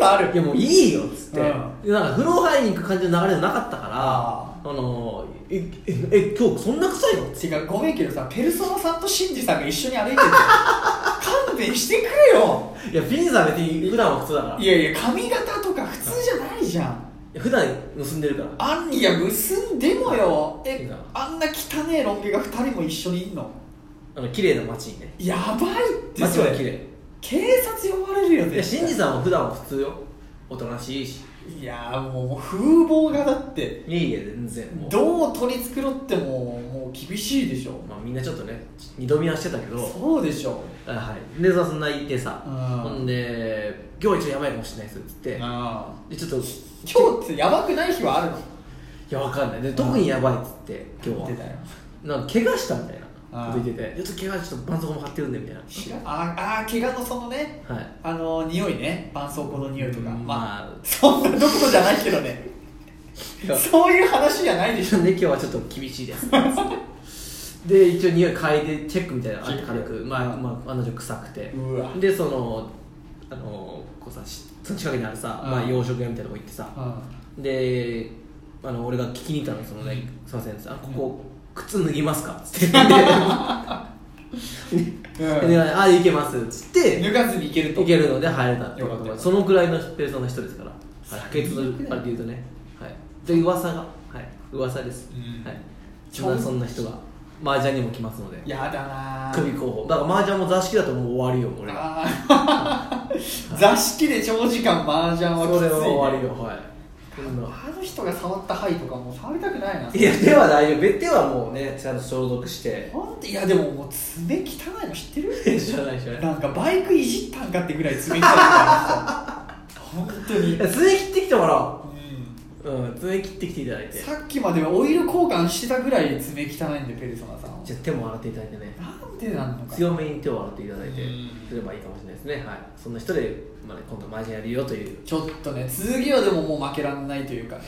Speaker 1: とある
Speaker 3: いやもういいよっつって、
Speaker 1: うん
Speaker 3: でなんか風呂入りに行く感じの流れがなかったから
Speaker 1: あ
Speaker 3: あのえええ今日そんな臭いの
Speaker 1: 違うごめんけどさペルソナさんとシンジさんが一緒に歩いてる勘弁してくれよ
Speaker 3: いやフィンさんは別に普段は普通だからい
Speaker 1: いやいや髪型とか普通じゃないじゃん
Speaker 3: や普段結んでるから
Speaker 1: あんいや結んでもよ
Speaker 3: いい
Speaker 1: え
Speaker 3: な
Speaker 1: あんな汚えロン毛が2人も一緒にいんの
Speaker 3: あの綺麗な街にね
Speaker 1: やばいって
Speaker 3: 街
Speaker 1: そ
Speaker 3: は
Speaker 1: れ
Speaker 3: 綺麗
Speaker 1: 警察呼ばれるよ
Speaker 3: いやシンジ
Speaker 1: 絶
Speaker 3: さんは普段は普通よおとなしいし
Speaker 1: 対いやもう風貌がだって
Speaker 3: いやいや全然もう
Speaker 1: どう取り繕ってももう厳しいでしょ
Speaker 3: まあみんなちょっとね二度見はしてたけど
Speaker 1: そうでしょ
Speaker 3: あはいでさそんな言ってさ
Speaker 1: うん
Speaker 3: ほんで今日一応やばいかもしれないですっつって
Speaker 1: あ
Speaker 3: でちょっと
Speaker 1: 今日ってやばくない日はあるの
Speaker 3: いやわかんないで特にやばいっつって今
Speaker 1: 言
Speaker 3: 日
Speaker 1: ってた
Speaker 3: は
Speaker 1: よ
Speaker 3: なんか怪我したみたいな
Speaker 1: あー
Speaker 3: こと言っててちょっと怪我ちょっと絆創膏も貼ってるんでみたいな
Speaker 1: 知らああー怪我のそのね
Speaker 3: はい
Speaker 1: あの匂いね絆創膏の匂いとか
Speaker 3: う
Speaker 1: ま
Speaker 3: ん
Speaker 1: あ
Speaker 3: ま
Speaker 1: そんなどころじゃないけどね
Speaker 3: いや
Speaker 1: そういう話じゃないでしょ
Speaker 3: あ で今日はちょっと厳しいですっ つってで一応匂い嗅いでチェックみたいなのあって軽くまあまあ彼女臭くて
Speaker 1: うわ
Speaker 3: でそのあのこうさしその近くにあるさ、
Speaker 1: うん
Speaker 3: まあ、洋食屋みたいなとこ行ってさ、であの俺が聞きに行ったのそのね「すいません」あここ、靴脱ぎますか?」っつって
Speaker 1: うん
Speaker 3: ででああいけます」っつって
Speaker 1: 脱がずにいけると
Speaker 3: いけるので入れたって
Speaker 1: よかったよ
Speaker 3: そのくらいのペルソナの人ですからはい派遣する
Speaker 1: 最悪だよ
Speaker 3: あれで言うとねはいで噂がはい噂です、
Speaker 1: うん
Speaker 3: はい
Speaker 1: ち
Speaker 3: そ
Speaker 1: ょ
Speaker 3: んなそんな人が麻雀にも来ますので
Speaker 1: やだな
Speaker 3: 首
Speaker 1: ー
Speaker 3: 候補だから麻雀も座敷だともう終わりよ俺が
Speaker 1: あー座敷で長時間麻雀はきつい、
Speaker 3: そ
Speaker 1: ね、
Speaker 3: れは終わりよはいこんな
Speaker 1: あの人が触った灰とかもう触りたくないない
Speaker 3: や手は大丈夫別手はもうねちゃんと消 毒して
Speaker 1: なんでいやでももう爪汚いの知ってる
Speaker 3: 知らない知らない
Speaker 1: なんかバイクいじったんかってぐらい爪汚いからさ本当に、、
Speaker 3: いうや爪切ってきてもらおうんうん、爪切ってきていただいて
Speaker 1: さっきまではオイル交換してたぐらい爪汚いんでペルソナさんは
Speaker 3: じゃあ手も洗っていただいてね
Speaker 1: なんでなんのか
Speaker 3: 強めに手を洗っていただいて
Speaker 1: うん
Speaker 3: すればいいかもしれないですねはいそんな人で、まあね、今度マージャンやるよという
Speaker 1: ちょっとね次はでももう負けられないというかね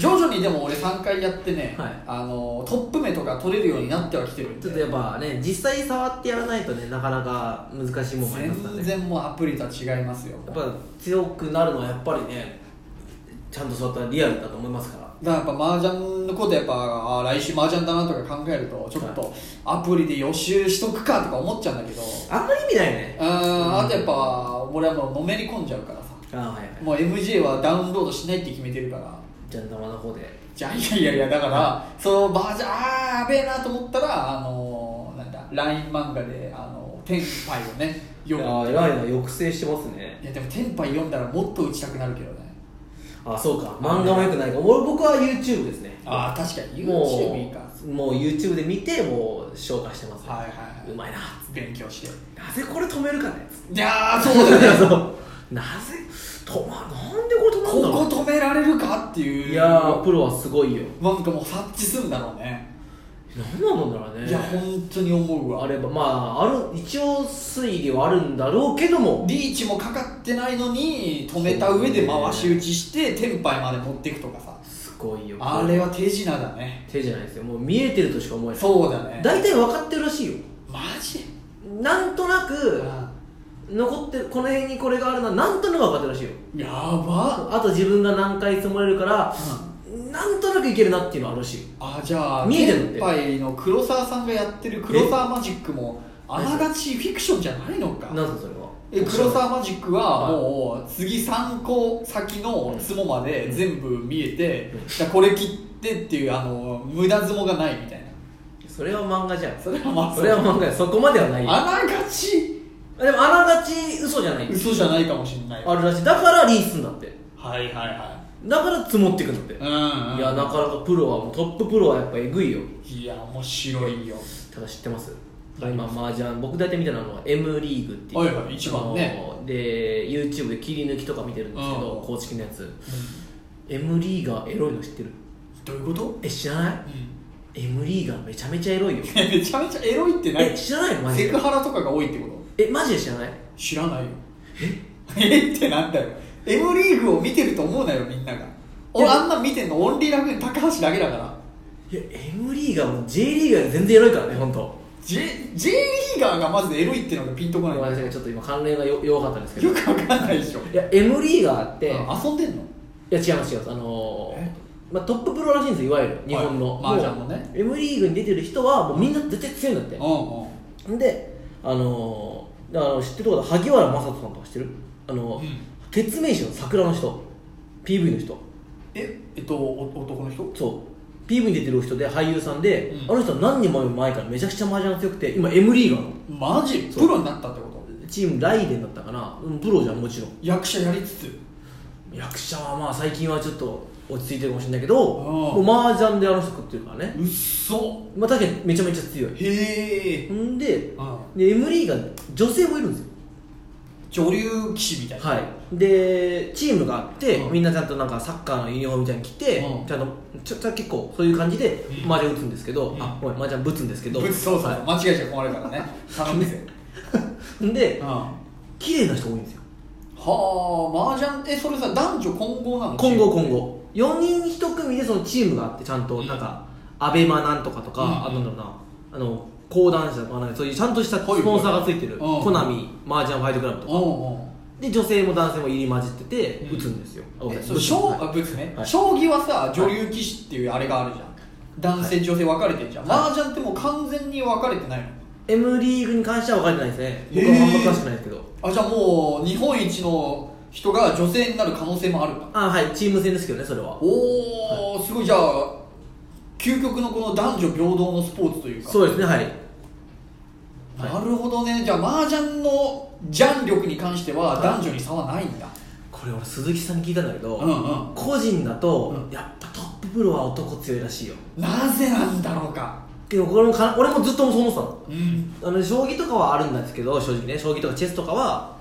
Speaker 1: 徐々にでも俺3回やってね、
Speaker 3: はい
Speaker 1: あのトップ目とか取れるようになってはきてるんで
Speaker 3: ちょっとやっぱね実際触ってやらないとねなかなか難しいもんがありますから
Speaker 1: 全
Speaker 3: ねや
Speaker 1: 然もうアプリとは違いますよ
Speaker 3: っぱ強くなるのはやっぱりねちゃんとそういったリアルだと思いますから
Speaker 1: だからやっぱ麻雀のことやっぱあー来週麻雀だなとか考えるとちょっとアプリで予習しとくかとか思っちゃうんだけど
Speaker 3: あんま意味ないね
Speaker 1: あーあとやっぱ俺はもうのめり込んじゃうからさ
Speaker 3: ああはいはい
Speaker 1: もう MJ はダウンロードしないって決めてるから
Speaker 3: じゃあ玉の方で
Speaker 1: じゃあいやいやいやだからそのバージョンあーやべえなと思ったらあのー、なんだ LINE 漫画であの天杯をね読む
Speaker 3: あ偉いな抑制してますね
Speaker 1: いやでも天杯読んだらもっと打ちたくなるけどね
Speaker 3: あそうか漫画もよくないか俺僕は YouTube ですね
Speaker 1: ああ確かに
Speaker 3: もう
Speaker 1: YouTube いいか
Speaker 3: もう YouTube で見てもう消化してます、
Speaker 1: はいはいはいう
Speaker 3: まいな
Speaker 1: 勉強して
Speaker 3: なぜこれ止めるかね
Speaker 1: いやーそうだよね
Speaker 3: そうなぜ止まなんでこれ止まるんだろ
Speaker 1: こ
Speaker 3: う
Speaker 1: こ止められるかっていう
Speaker 3: いやープロはすごいよ
Speaker 1: なんかもう察知するんだろうね、
Speaker 3: 何なんだろうね
Speaker 1: いや本当に思うわ
Speaker 3: あればまあある一応推理はあるんだろうけども
Speaker 1: リーチもかかってないのに止めた上で回し打ちして天杯まで持っていくとかさ
Speaker 3: すごいよ
Speaker 1: あれは手品だね
Speaker 3: 手じゃないですよもう見えてるとしか思えない
Speaker 1: そうだね
Speaker 3: 大体分かってるらしいよ
Speaker 1: マジ
Speaker 3: なんとなく残ってるこの辺にこれがあるななんとなく分かってるらしいよ
Speaker 1: やば
Speaker 3: あと自分が何回積もれるから、なんとなくいけるなっていうのはあるらしいよ
Speaker 1: あじゃあ
Speaker 3: 見えてるっ
Speaker 1: 天
Speaker 3: て
Speaker 1: 杯の黒沢さんがやってる黒沢マジックもあながちフィクションじゃないのか
Speaker 3: なんすかそれは
Speaker 1: え黒沢マジックは
Speaker 3: はい
Speaker 1: もう次3個先の相撲まで全部見えて、
Speaker 3: うん
Speaker 1: じゃあこれ切ってっていうあの無駄相撲がないみたいな
Speaker 3: それは漫画じゃん
Speaker 1: それはまあ
Speaker 3: それは漫画やそこまではないよあ
Speaker 1: あながち
Speaker 3: でもあながち嘘じゃない
Speaker 1: 嘘じゃないかもしれない
Speaker 3: あるらしいだからリースすんだって
Speaker 1: はいはいは
Speaker 3: だから積もっていくんだって、
Speaker 1: いうん、うん、
Speaker 3: いやなかなかプロはもうトッププロはやっぱえぐいよ
Speaker 1: いや面白いよ
Speaker 3: ただ知ってます今麻雀僕大体見たのはあの M リーグっていう、
Speaker 1: はいはい一番ね
Speaker 3: あので YouTube で切り抜きとか見てるんですけど、
Speaker 1: うん
Speaker 3: 公式のやつ M リーガーエロいの知ってる
Speaker 1: どういうこと、
Speaker 3: え知らない M リーガーめちゃめちゃエ ロいよ
Speaker 1: めちゃめちゃエロいって
Speaker 3: え
Speaker 1: 何
Speaker 3: 知らないのマジ
Speaker 1: セ
Speaker 3: で
Speaker 1: クハラとかが多いってこと
Speaker 3: えマジで知らない
Speaker 1: 知らないよえ えってなんだよ M リーグを見てると思うなよみんなが俺あんな見てんのオンリーラグーン高橋だけだから
Speaker 3: いいや M リーガーも J リーガーより全然エロいからね本当。
Speaker 1: J, J リーガーがまずエロいっていうのがピンとこな
Speaker 3: ごめ
Speaker 1: い
Speaker 3: んなさいちょっと今関連がよ弱かったんですけど
Speaker 1: よくわかんないでしょ
Speaker 3: いや M リーガーって、い
Speaker 1: 遊んでんの
Speaker 3: や違います違いますあのー
Speaker 1: え
Speaker 3: まあ、トッププロらしいんですよいわゆる日本の、
Speaker 1: はい麻雀のね
Speaker 3: もう M リーグに出てる人はもうみんな絶対強いんだって、
Speaker 1: うんうん
Speaker 3: んであのーだから知ってるところで萩原正人さんとか知ってるあのー、
Speaker 1: うん
Speaker 3: 鉄名手の桜の人 PV の人
Speaker 1: ええっとお男の人
Speaker 3: そう PV に出てる人で俳優さんで、
Speaker 1: うん
Speaker 3: あの人は何年も前からめちゃくちゃ麻雀強くて今 M リーガーの
Speaker 1: マジ
Speaker 3: そう
Speaker 1: プロになったってこと
Speaker 3: チームライデンだったかなうんプロじゃんもちろん
Speaker 1: 役者やりつつ
Speaker 3: 役者はまあ最近はちょっと落ち着いてるかもしれないけど
Speaker 1: うん
Speaker 3: もう麻雀であの人食ってるからね、
Speaker 1: うっそ
Speaker 3: まあ、確かにめちゃめちゃ強い
Speaker 1: へえ
Speaker 3: んで
Speaker 1: うん
Speaker 3: で M リーガー女性もいるんですよ
Speaker 1: 女流棋士みたいな
Speaker 3: はい、でチームがあって、
Speaker 1: うん
Speaker 3: みんなちゃんとなんかサッカーのユニフォームみたいに着て、
Speaker 1: うん
Speaker 3: ちゃんとちょちょ結構そういう感じで
Speaker 1: うん
Speaker 3: 麻雀打つんですけど、
Speaker 1: うん
Speaker 3: あごめん麻雀ぶつんですけど
Speaker 1: ぶつそうそうそう間違えちゃ困るからね頼む ぜ
Speaker 3: んで
Speaker 1: うんは
Speaker 3: 綺麗な人多いんですよ
Speaker 1: あ麻雀えそれさ男女混合なの
Speaker 3: 今後今後4人1組でそのチームがあってちゃんと
Speaker 1: うん
Speaker 3: なんか、アベマなんとかとか、
Speaker 1: うん
Speaker 3: あとなんだろうなあの講談社とかなんかそういうちゃんとしたスポ
Speaker 1: はい
Speaker 3: ンサーがついてる、
Speaker 1: うん
Speaker 3: コナミ麻雀ファイトクラブとか
Speaker 1: うんうん
Speaker 3: で女性も男性も入り混じってて
Speaker 1: うん
Speaker 3: 打つんですよ、あごめん
Speaker 1: え
Speaker 3: 打つ
Speaker 1: そう将あぶつね、
Speaker 3: はい
Speaker 1: 将棋はさ女流棋士っていうあれがあるじゃん、男性女性分かれてるじゃん、
Speaker 3: はい
Speaker 1: 麻雀ってもう完全に分かれてないの
Speaker 3: M リーグに関しては分かれてないですね僕はあんま詳しくないですけど、
Speaker 1: あじゃあもう日本一の人が女性になる可能性もあるんだ
Speaker 3: あはいチーム戦ですけどねそれは
Speaker 1: おお、すごいじゃあ究極のこの男女平等のスポーツというか
Speaker 3: そうですねはいはい
Speaker 1: なるほどねじゃあ麻雀のジャン力に関しては男女に差はないんだ、
Speaker 3: これ俺鈴木さんに聞いたんだけど、
Speaker 1: うんうん
Speaker 3: 個人だと、
Speaker 1: うん
Speaker 3: やっぱトッププロは男強いらしいよ
Speaker 1: なぜなんだろうか
Speaker 3: でもこれもか俺もずっとそう思ってたの
Speaker 1: うん
Speaker 3: あの将棋とかはあるんですけど正直ね将棋とかチェスとかは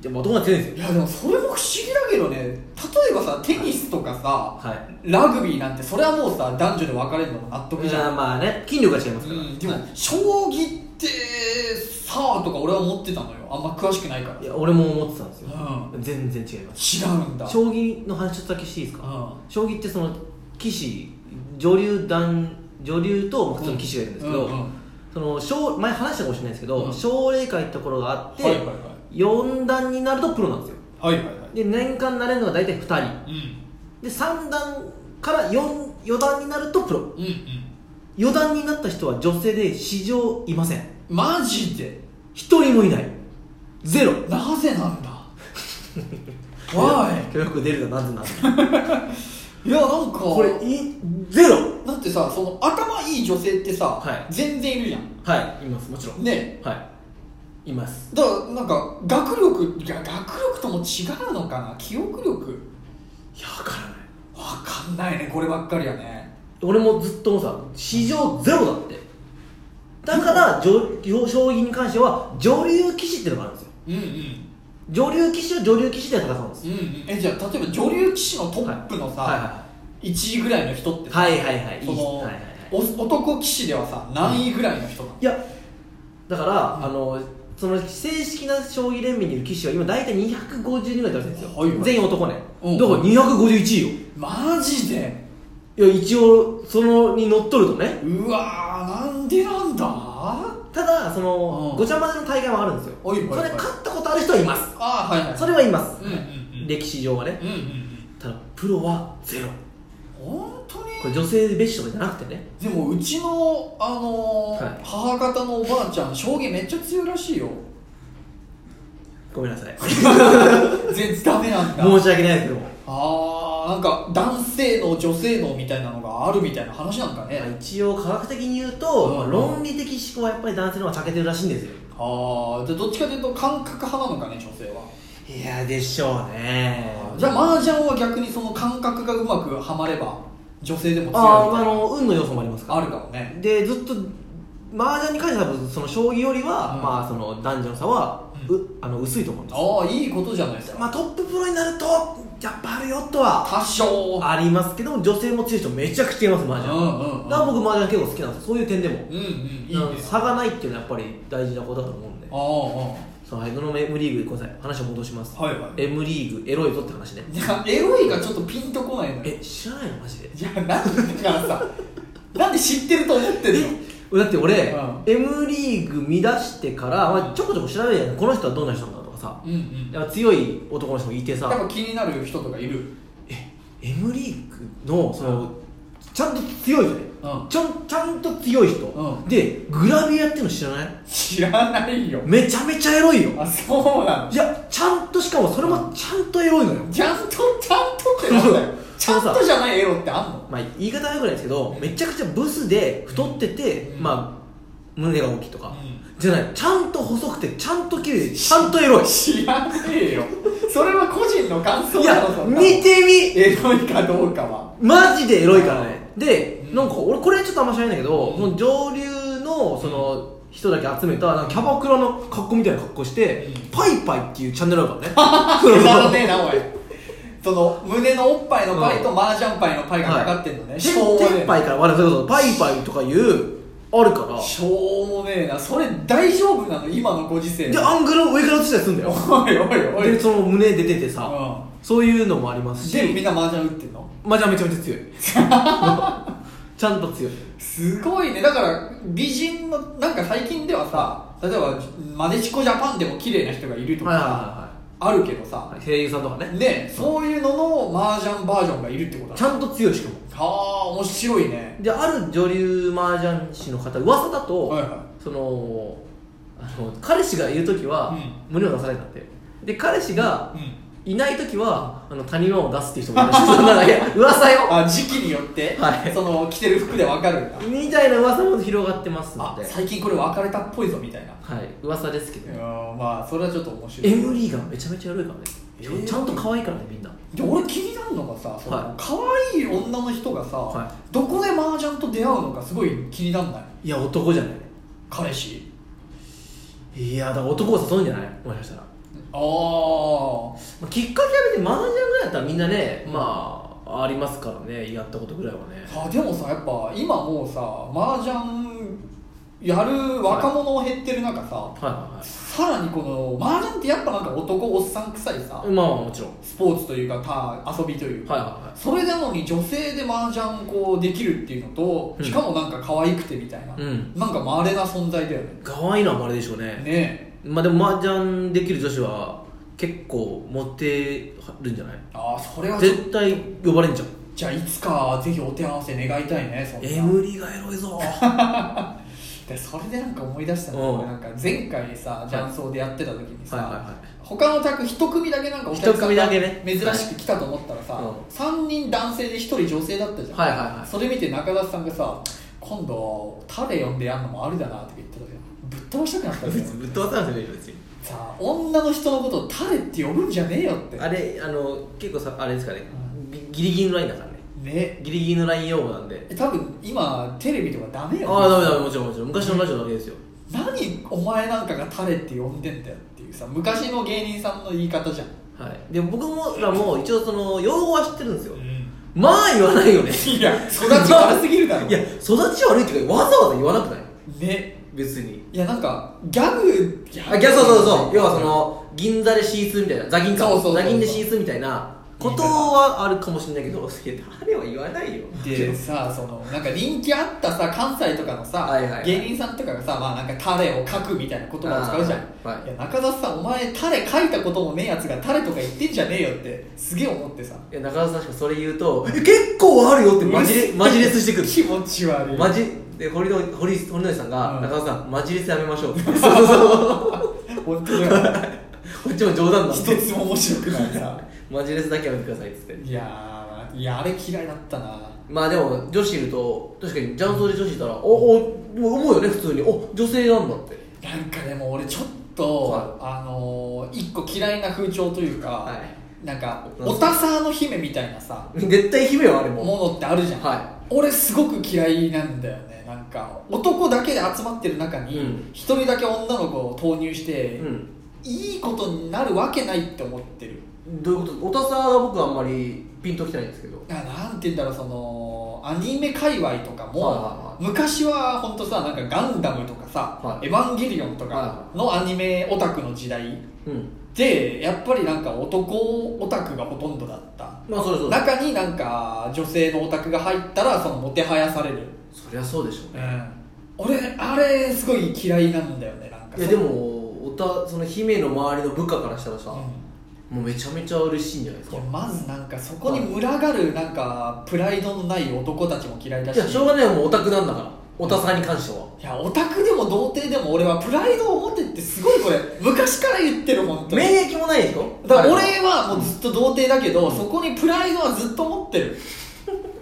Speaker 3: でも男が強いんです
Speaker 1: い
Speaker 3: よ
Speaker 1: やでもそれも不思議だけどね例えばさテニスとかさ、
Speaker 3: はい
Speaker 1: ラグビーなんてそれはもうさ男女で分かれるのも納得じ
Speaker 3: じ
Speaker 1: ゃ
Speaker 3: ゃ
Speaker 1: ん、
Speaker 3: あまあね筋力が違います
Speaker 1: う
Speaker 3: から、
Speaker 1: ん、でも
Speaker 3: はい
Speaker 1: 将棋ってさあとか俺は思ってたのよあんま詳しくないから
Speaker 3: いや俺も思ってたんですよ、
Speaker 1: う
Speaker 3: 全然違いま
Speaker 1: 違
Speaker 3: す
Speaker 1: うんだ
Speaker 3: 将棋の話ちょっとだけしていいですか、
Speaker 1: うん
Speaker 3: 将棋ってその棋士女流男女流と普通の棋士がいるんですけど、
Speaker 1: うんうんうん
Speaker 3: その奨前話したかもしれないですけど、
Speaker 1: うん
Speaker 3: 奨励会ってところがあって、
Speaker 1: はいはいはい
Speaker 3: 4段になるとプロなんですよ
Speaker 1: はいはいはい
Speaker 3: で年間なれるのが大体2人
Speaker 1: うん
Speaker 3: で3段から4四段になるとプロ
Speaker 1: うん
Speaker 3: 4段になった人は女性で史上いません
Speaker 1: うんマジで
Speaker 3: 一人もいないゼロ
Speaker 1: なぜなん だ Why?
Speaker 3: よく出るななぜなぜ
Speaker 1: いやなんか
Speaker 3: これいゼロ
Speaker 1: だってさその頭いい女性ってさ、
Speaker 3: はい
Speaker 1: 全然いるじゃん
Speaker 3: はいいますもちろん
Speaker 1: ね
Speaker 3: はいいます
Speaker 1: だからなんか学力いや学力とも違うのかな記憶力
Speaker 3: いや分からない
Speaker 1: わかんないねこればっかりやね
Speaker 3: 俺もずっとさ史上ゼロだってだから女将棋に関しては女流棋士ってのがあるんですよ
Speaker 1: うんうん
Speaker 3: 女流棋士は女流棋士で戦うんです
Speaker 1: うんうん、えじゃあ例えば女流棋士のトップのさ、
Speaker 3: はい
Speaker 1: 1位ぐらいの人ってさ
Speaker 3: はいはいはいはい
Speaker 1: その
Speaker 3: はいはいはい
Speaker 1: お男棋士ではさ何位ぐらいの人なの、
Speaker 3: いやだから、あのその正式な将棋連盟にいる棋士は今大体250人ぐらい出るんですよ、
Speaker 1: はいはい
Speaker 3: 全員男ね、
Speaker 1: うん
Speaker 3: だから251位
Speaker 1: マジで
Speaker 3: よいや一応そのにのっとるとね
Speaker 1: うわーなんでなんだあ
Speaker 3: ただその、
Speaker 1: うん
Speaker 3: ごちゃ混ぜの大会はあるんですよ、
Speaker 1: はいはいはい
Speaker 3: それ勝ったことある人はいます
Speaker 1: あはいはい
Speaker 3: それはいます、
Speaker 1: うんうんうん
Speaker 3: 歴史上はね
Speaker 1: うんうん
Speaker 3: ただプロはゼロ
Speaker 1: うん本当に
Speaker 3: これ女性蔑視とかじゃなくてね
Speaker 1: でもうちの、あのー
Speaker 3: はい
Speaker 1: 母方のおばあちゃん将棋めっちゃ強いらしいよ
Speaker 3: ごめんなさい 申し
Speaker 1: 全然ダメなんだ
Speaker 3: 訳ないですけども、
Speaker 1: あーなんか男性の女性のみたいなのがあるみたいな話なんかね、
Speaker 3: まあ一応科学的に言うと、
Speaker 1: うん
Speaker 3: まあ論理的思考はやっぱり男性の方が避けてるらしいんですよ
Speaker 1: ああじゃあどっちかというと感覚派なのかね女性はい
Speaker 3: やでしょうね
Speaker 1: じゃあ麻雀は逆にその感覚がうまくはまれば女性でも強いみたい
Speaker 3: あー、まあ、あ
Speaker 1: な
Speaker 3: の運の要素もありますか
Speaker 1: あ
Speaker 3: ら
Speaker 1: るかもね
Speaker 3: でずっと麻雀に関しては多分その将棋よりは、
Speaker 1: うん
Speaker 3: まあその男女の差は、
Speaker 1: う
Speaker 3: うあの薄いと思うんです
Speaker 1: ああいいことじゃないですか、
Speaker 3: まあトッププロになるとやっぱあるよとは
Speaker 1: 多少
Speaker 3: ありますけど女性も強い人めちゃくちゃいます麻雀、
Speaker 1: うんうんうん
Speaker 3: だから僕麻雀結構好きなんですよそういう点でも、
Speaker 1: うんうんいい
Speaker 3: なん
Speaker 1: ね
Speaker 3: か差がないっていうのはやっぱり大事なことだと思うんで
Speaker 1: あああ
Speaker 3: そのはいどの M リーグごめんなさい話を戻します、
Speaker 1: はいはい
Speaker 3: M リーグエロいぞって話ね
Speaker 1: あいやエロいがちょっとピンとこないのよ
Speaker 3: え知らないのマジで
Speaker 1: じゃあ何だからさなんで知ってると思ってんの
Speaker 3: えだって俺、
Speaker 1: うん
Speaker 3: M リーグ見出してから、まあ、ちょこちょこ調べるやんこの人はどんな人なんだとかさ、
Speaker 1: うんうん
Speaker 3: やっぱ強い男の人もいて
Speaker 1: や
Speaker 3: さ
Speaker 1: っぱ気になる人とかいる
Speaker 3: え M リーグのそのちゃんと強い人ね、
Speaker 1: うん
Speaker 3: ちゃんちゃんと強い人、
Speaker 1: うん
Speaker 3: でグラビアやってるの知らない
Speaker 1: 知らないよ
Speaker 3: めちゃめちゃエロいよ
Speaker 1: あそうなの
Speaker 3: いやちゃんとしかもそれもちゃんとエロいのよ、
Speaker 1: ちゃんとちゃんとってなんだよち
Speaker 3: そ
Speaker 1: ゃ
Speaker 3: うそうん
Speaker 1: とじゃないエロってあんの
Speaker 3: まあ、言い方はよくないですけどめちゃくちゃブスで太ってて、
Speaker 1: うん
Speaker 3: まあ胸が大きいとか、
Speaker 1: う
Speaker 3: じゃないちゃんと細くてちゃんと綺麗でちゃんとエロい
Speaker 1: 知らねえよそれは個人の感想
Speaker 3: い
Speaker 1: だ
Speaker 3: や
Speaker 1: ろそんなの
Speaker 3: 見て
Speaker 1: エロいかどうか は
Speaker 3: みマジでエロいからねで
Speaker 1: うん
Speaker 3: なんか俺これちょっとあんま知らないんだけど、
Speaker 1: うん
Speaker 3: その上流のその人だけ集めたなんかキャバクラの格好みたいな格好して、
Speaker 1: うん
Speaker 3: パイパイっていうチャンネルあるから ね
Speaker 1: くだらねえなおいその胸のおっぱいのパイと麻雀パイのパイがかかってんのね、
Speaker 3: はい
Speaker 1: しょうもね
Speaker 3: 天
Speaker 1: え
Speaker 3: パイから我々そうパイパイとかいうあるから
Speaker 1: しょうもねえなそれ大丈夫なの今のご時世
Speaker 3: でアングルを上から映したりするんだ よ
Speaker 1: おいおいおい
Speaker 3: でその胸出ててさ、
Speaker 1: う
Speaker 3: そういうのもあります
Speaker 1: ん
Speaker 3: し
Speaker 1: でみんな麻雀打ってんの
Speaker 3: マジはめちゃめ ちゃ強いちゃんと強い
Speaker 1: すごいねだから美人のなんか最近ではさ例えばマネチコジャパンでも綺麗な人がいるとか
Speaker 3: はいはい
Speaker 1: さあるけどさ
Speaker 3: はいはい声優さんとかね
Speaker 1: ねそういうのの麻雀バージョンがいるってこと
Speaker 3: ち
Speaker 1: だ
Speaker 3: ゃんと強いしかも
Speaker 1: はあ面白いね
Speaker 3: である女流麻雀師の方噂だと、
Speaker 1: はいは
Speaker 3: そのあの彼氏がいる時は、胸を出さないんだってで彼氏が
Speaker 1: うん
Speaker 3: いない時はあの他人のを出すっていう人もい るらしいそんなのいや噂よ
Speaker 1: あ時期によって、
Speaker 3: はい
Speaker 1: その着てる服で分かるんだ
Speaker 3: みたいな噂も広がってますの
Speaker 1: あ
Speaker 3: で
Speaker 1: 最近これ別れたっぽいぞみたいな
Speaker 3: はい噂ですけど、
Speaker 1: い
Speaker 3: ね
Speaker 1: やーまあそれはちょっと面白い
Speaker 3: M リーガーめちゃめちゃエロいからね、
Speaker 1: えー
Speaker 3: ちゃんと可愛いからねみんな
Speaker 1: で俺気になるのがさその、
Speaker 3: はい
Speaker 1: 可愛い女の人がさ、
Speaker 3: は
Speaker 1: どこで麻雀と出会うのかすごい気にならない
Speaker 3: いや男じゃない
Speaker 1: 彼氏
Speaker 3: いやだから男を誘うんじゃないもしかしたら、
Speaker 1: ああ
Speaker 3: まあ、きっかけは別にマージャンぐらいだったらみんなねまあありますからねやったことぐらいはね
Speaker 1: あでもさやっぱ今もうさ麻雀やる若者減ってる中さ、
Speaker 3: はいはいは
Speaker 1: さらにこの麻雀ってやっぱなんか男おっさん臭いさ、
Speaker 3: いまあまあもちろん
Speaker 1: スポーツというかた遊びというか、
Speaker 3: はいはいは
Speaker 1: それなのに女性で麻雀こうできるっていうのと、
Speaker 3: うん
Speaker 1: しかもなんか可愛くてみたいな、
Speaker 3: うん
Speaker 1: なんかまれな存在だよね
Speaker 3: 可愛いのはまれでしょうね
Speaker 1: ねえ
Speaker 3: まあでもマージャンできる女子は結構モテるんじゃない
Speaker 1: ああそれはちょっと
Speaker 3: 絶対呼ばれんじゃん
Speaker 1: じゃあいつかぜひお手合わせ願いたいねそんな
Speaker 3: M リーがエロいぞ
Speaker 1: でそれでなんか思い出した
Speaker 3: うん
Speaker 1: の俺なんか前回さ雀荘でやってた時にさ、
Speaker 3: はいはいはい
Speaker 1: 他の宅一組だけなんかお客
Speaker 3: 一
Speaker 1: さん
Speaker 3: 組だ
Speaker 1: が
Speaker 3: けね
Speaker 1: 珍しく来たと思ったらさ、
Speaker 3: うん
Speaker 1: 3人男性で1人女性だったじゃん、
Speaker 3: はいはいはい
Speaker 1: それ見て中田さんがさ今度タレ呼んでやんのもありだなって言ってたじゃんぶっ飛ばしたくなったじゃん
Speaker 3: ぶっ飛ばさなくてもいいよ別に
Speaker 1: さあ女の人のことをタレって呼ぶんじゃねえよって
Speaker 3: あれあの結構さあれですかね
Speaker 1: う
Speaker 3: ギギリギリのラインだからね
Speaker 1: ね
Speaker 3: ギリギリのライン用語なんで
Speaker 1: え多分今テレビとかダメよ
Speaker 3: ああダメダメもちろんもちろん昔のラジオだけですよ
Speaker 1: 何お前なんかがタレって呼んでんだよっていうさ昔の芸人さんの言い方じゃん
Speaker 3: はいで僕もらも一応その用語は知ってるんですよまあ言わないよね
Speaker 1: いや育ち悪すぎるだろ
Speaker 3: いや育ち悪いっていうかわざわざ言わなくない
Speaker 1: ね
Speaker 3: 別に
Speaker 1: いやなんかギャグギ
Speaker 3: あギャそうそうそう要はその銀座でシーツみたいなザギンか
Speaker 1: そうそうそうそう
Speaker 3: ザギンでシーツみたいなことはあるかもしれないけどいや誰は言わないよ
Speaker 1: でさそのなんか人気あったさ関西とかのさ、
Speaker 3: はいはいはい
Speaker 1: 芸人さんとかがさまあなんかタレを書くみたいな言葉を使うじゃん、
Speaker 3: あーはい
Speaker 1: いや中田さんお前タレ書いたこともねえやつがタレとか言ってんじゃねえよってすげえ思ってさ
Speaker 3: いや中田さんしかそれ言うとえ結構あるよってマジレマジレスしてくる
Speaker 1: 気持ち悪い
Speaker 3: マジで堀の堀堀之内さんが、
Speaker 1: うん
Speaker 3: 中田さんマジレスやめ ましょうってそうそうそう
Speaker 1: 本当だよ
Speaker 3: こっちも冗談だ
Speaker 1: 一つも面白くないさ
Speaker 3: マジレスだけやめてくださいっつって
Speaker 1: いやーいやあれ嫌いだったな
Speaker 3: まあでも女子いると確かに雀荘で女子いたらおお思うよね普通にお女性なんだって
Speaker 1: なんかでも俺ちょっと、あのー、一個嫌いな風潮というか、
Speaker 3: は
Speaker 1: なんか
Speaker 3: うん
Speaker 1: おたさの姫みたいなさ
Speaker 3: 絶対姫よあれも
Speaker 1: ものってあるじゃん、
Speaker 3: は
Speaker 1: 俺すごく嫌いなんだよねなんか男だけで集まってる中
Speaker 3: う
Speaker 1: に
Speaker 3: ん
Speaker 1: 一人だけ女の子を投入して、
Speaker 3: うん
Speaker 1: いいことになるわけないって思ってる
Speaker 3: どういうことおたさは僕はあんまりピンときてないんですけど
Speaker 1: ななんて言うんだろうそのアニメ界隈とかも、
Speaker 3: はいは
Speaker 1: 昔は本当さなんかガンダムとかさ、
Speaker 3: はい
Speaker 1: エヴァンゲリオンと
Speaker 3: はい
Speaker 1: か
Speaker 3: は
Speaker 1: のアニメオタクの時代
Speaker 3: うん
Speaker 1: でやっぱりなんか男オタクがほとんどだった
Speaker 3: まあそうそう
Speaker 1: 中になんか女性のオタクが入ったらそのもてはやされる
Speaker 3: そりゃそうでしょうね、
Speaker 1: 俺あれすごい嫌いなんだよねなんか
Speaker 3: いやでもおたその姫の周りの部下からしたらさ、
Speaker 1: うん
Speaker 3: もうめちゃめちゃ嬉しいんじゃないです
Speaker 1: い
Speaker 3: か
Speaker 1: やまずなんかそこに群がるなんかプライドのない男たちも嫌いだ
Speaker 3: い
Speaker 1: し
Speaker 3: やしょうがないよもうオタクなんだからオタさんに関しては、
Speaker 1: いやオタクでも童貞でも俺はプライドを持てってすごいこれ昔から言ってる本当に
Speaker 3: 免疫もないでしょ
Speaker 1: だから
Speaker 3: 彼
Speaker 1: 俺はもうずっと童貞だけど、そこにプライドはずっと持っ てる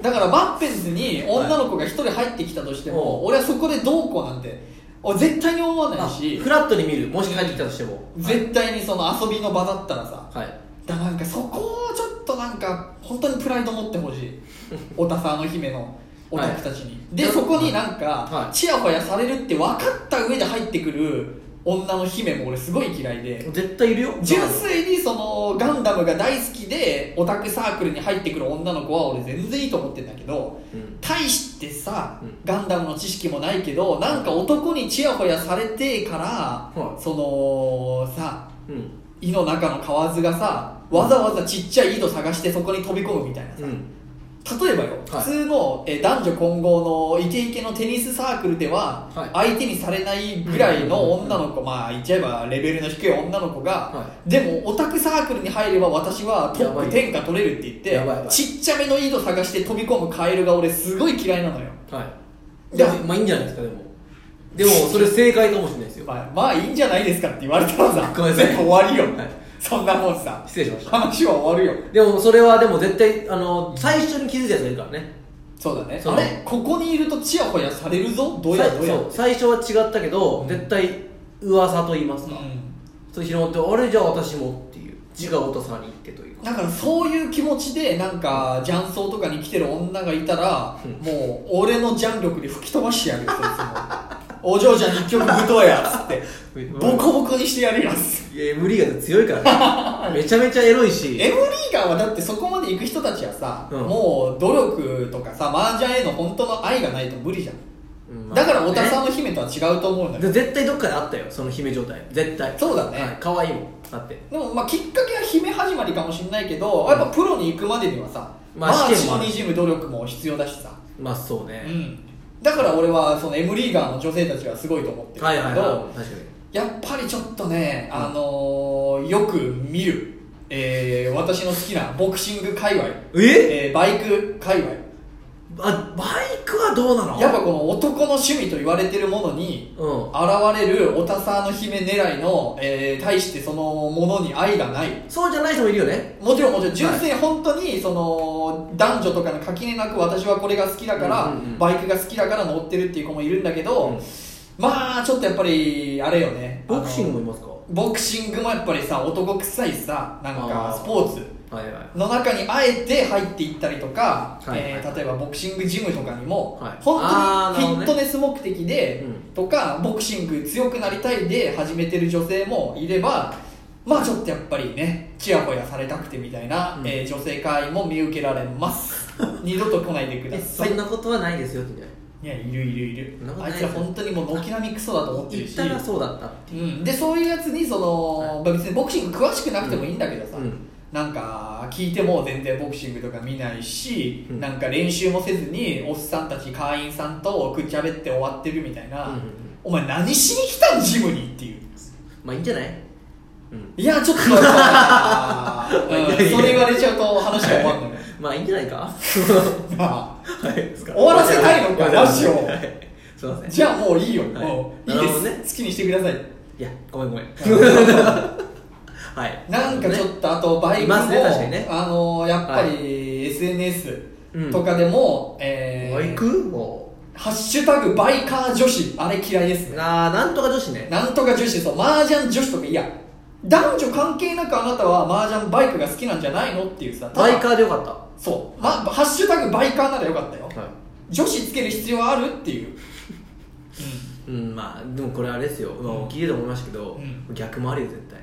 Speaker 1: だからバッペンズに女の子が一人入ってきたとしても、
Speaker 3: は
Speaker 1: 俺
Speaker 3: い
Speaker 1: はそこでどうこうなんて俺絶対に思わない
Speaker 3: あ
Speaker 1: し
Speaker 3: フラットに見るもし帰ってきたとしても
Speaker 1: 絶対にその遊びの場だったらさ
Speaker 3: はい、はい
Speaker 1: だからなんかそこをちょっとなんか本当にプライド持ってほし いおたさの姫のオタクたちに、で
Speaker 3: はい
Speaker 1: そこになんか
Speaker 3: はい
Speaker 1: チヤホヤされるって分かった上で入ってくる女の姫も俺すごい嫌いで
Speaker 3: 絶対いるよ
Speaker 1: 純粋にそのガンダムが大好きでオタクサークルに入ってくる女の子は俺全然いいと思ってんだけど
Speaker 3: うん
Speaker 1: 対してさ、
Speaker 3: うん
Speaker 1: ガンダムの知識もないけどなんか男にチヤホヤされてから、
Speaker 3: はい
Speaker 1: そのさ
Speaker 3: うん
Speaker 1: 井の中の蛙がさわざわざちっちゃい井戸探してそこに飛び込むみたいなさ、
Speaker 3: うん
Speaker 1: 例えばよ、
Speaker 3: はい
Speaker 1: 普通のえー男女混合のイケイケのテニスサークルでは、
Speaker 3: は
Speaker 1: 相手にされないぐらいの女の子、まあ言っちゃえばレベルの低い女の子が、
Speaker 3: は
Speaker 1: でもオタクサークルに入れば私はト
Speaker 3: やば
Speaker 1: ッ
Speaker 3: い
Speaker 1: プ天下取れるって言
Speaker 3: やばいや
Speaker 1: っ
Speaker 3: ば
Speaker 1: て
Speaker 3: い
Speaker 1: ちっちゃめの井戸探して飛び込むカエルが俺すごい嫌いなのよ
Speaker 3: はい
Speaker 1: いや
Speaker 3: まあいいんじゃないですかでもでもそれ正解かもしれないですよ
Speaker 1: まあ、まあいいんじゃないですかって言われたらさ
Speaker 3: ごめんなさい
Speaker 1: 全部終わりよ、
Speaker 3: はい
Speaker 1: そんなもんさ
Speaker 3: 失礼しました
Speaker 1: 話は終わるよ
Speaker 3: でもそれはでも絶対あの最初に気づいたやつがいるからね
Speaker 1: そうだね
Speaker 3: そう
Speaker 1: あれここにいるとチヤホヤされるぞどうや
Speaker 3: さい
Speaker 1: どうや
Speaker 3: そう最初は違ったけど、
Speaker 1: うん
Speaker 3: 絶対噂と言います
Speaker 1: う
Speaker 3: か、
Speaker 1: ん
Speaker 3: それ広まってあれじゃあ私もっていう自我を落とさに行ってというか
Speaker 1: だからそういう気持ちでなんか雀荘とかに来てる女がいたら、
Speaker 3: うん
Speaker 1: もう俺の雀力で吹き飛ばしてやるよそいつもお嬢ちゃん一曲ぶとうやっつってボコボコにしてやるやつ
Speaker 3: いや M リーガー強いから、 ね、めちゃめちゃエロいし
Speaker 1: M リーガーはだってそこまで行く人たちはさ、
Speaker 3: うん
Speaker 1: もう努力とかさ麻雀への本当の愛がないと無理じゃん、
Speaker 3: うんまあ
Speaker 1: だからおたさん
Speaker 3: ね
Speaker 1: の姫とは違うと思うのよ、
Speaker 3: で絶対どっかであったよその姫状態絶対
Speaker 1: そうだね
Speaker 3: はい、可愛いもんだって
Speaker 1: でもまあきっかけは姫始まりかもしれないけど、やっぱプロに行くまでにはさ、
Speaker 3: ま
Speaker 1: ま
Speaker 3: あ
Speaker 1: あ、
Speaker 3: 試
Speaker 1: 試
Speaker 3: 験
Speaker 1: 験
Speaker 3: もある
Speaker 1: もにじむ努力も必要だしさ、
Speaker 3: まあそうね、
Speaker 1: うん、だから俺はその M リーガーの女性たちがすごいと思ってるんだ
Speaker 3: は
Speaker 1: け
Speaker 3: い
Speaker 1: ど、
Speaker 3: はいはい確かに
Speaker 1: やっぱりちょっとね、あのーよく見る、えー私の好きなボクシング界隈、
Speaker 3: え
Speaker 1: えーバイク界隈
Speaker 3: あバイクはどうなの
Speaker 1: やっぱこの男の趣味と言われてるものに
Speaker 3: うん
Speaker 1: 現れるおたさの姫狙いの、えー対してそのものに愛がない
Speaker 3: そうじゃない人もいるよね
Speaker 1: もちろんもちろん純粋に本当にその男女とかの垣根なく私はこれが好きだから、
Speaker 3: うんうんうん
Speaker 1: バイクが好きだから乗ってるっていう子もいるんだけど、
Speaker 3: うん
Speaker 1: まあちょっとやっぱりあれよね
Speaker 3: ボクシング
Speaker 1: あの
Speaker 3: もいますか
Speaker 1: ボクシングもやっぱりさ男臭いさなん
Speaker 3: あ
Speaker 1: か
Speaker 3: ー
Speaker 1: スポーツ
Speaker 3: はいはい
Speaker 1: の中にあえて入っていったりとか、
Speaker 3: はい
Speaker 1: えー例えばボクシングジムとかにも、
Speaker 3: はいあ
Speaker 1: 本
Speaker 3: ー
Speaker 1: 当
Speaker 3: なる
Speaker 1: に
Speaker 3: ほ
Speaker 1: フ
Speaker 3: ど
Speaker 1: ィット
Speaker 3: ね
Speaker 1: ネス目的で
Speaker 3: うん
Speaker 1: とか、ボクシング強くなりたいで始めてる女性もいればまあちょっとやっぱりねちやほやされたくてみたいな、
Speaker 3: うん
Speaker 1: えー女性会員も見受けられます 二度と来ないでくだ
Speaker 3: え
Speaker 1: さ
Speaker 3: そ
Speaker 1: い
Speaker 3: んなことはないですよって
Speaker 1: いやいるいるいる
Speaker 3: そんなことな
Speaker 1: あ
Speaker 3: い
Speaker 1: いつら本当にもう軒並みクソだと思って
Speaker 3: 言
Speaker 1: る
Speaker 3: っ
Speaker 1: した
Speaker 3: らそうだったっ
Speaker 1: う
Speaker 3: て
Speaker 1: ん、でそういうやつにその、まあ別にボクシング詳しくなくてもいいんだけどさ、
Speaker 3: うん
Speaker 1: なんか聞いても全然ボクシングとか見ないし、
Speaker 3: うん
Speaker 1: なんか練習もせずにおっさんたち会員さんとくっちゃべって終わってるみたいな、
Speaker 3: うんうんうん
Speaker 1: お前何しに来たんジムにっていう
Speaker 3: まあいいんじゃないうん
Speaker 1: いやちょっ とやっぱ、うん、
Speaker 3: いやいや
Speaker 1: それ言われちゃうと話が終わんのよ
Speaker 3: まあいいんじゃないか
Speaker 1: ま
Speaker 3: はい終
Speaker 1: 終わらせたいのかラジオ
Speaker 3: すいませ
Speaker 1: あ
Speaker 3: ん
Speaker 1: じゃあもういいよ、
Speaker 3: はい
Speaker 1: もうい
Speaker 3: ないる
Speaker 1: で
Speaker 3: ほど
Speaker 1: す、
Speaker 3: ね
Speaker 1: 好きにしてください
Speaker 3: いやごめんごめん はい
Speaker 1: なんかちょっとあとバイク
Speaker 3: いま
Speaker 1: も、
Speaker 3: すね確かにね
Speaker 1: あのやっぱり SNS
Speaker 3: うん
Speaker 1: とかでも、えー
Speaker 3: バイクも
Speaker 1: ハッシュタグバイカー女子あれ嫌いです
Speaker 3: う
Speaker 1: ね
Speaker 3: なあなんとか女子ね
Speaker 1: なんとか女子そう麻雀女子とかいや男女関係なくあなたは麻雀バイクが好きなんじゃないのっていうさただ
Speaker 3: バイカーでよかった
Speaker 1: そう、ま、ハッシュタグバイカーならよかったよ、
Speaker 3: は
Speaker 1: 女子つける必要あるっていう、
Speaker 3: いうんまあでもこれあれですよまあ
Speaker 1: うん
Speaker 3: 聞いてて思いましたけど
Speaker 1: うん
Speaker 3: 逆もあるよ絶対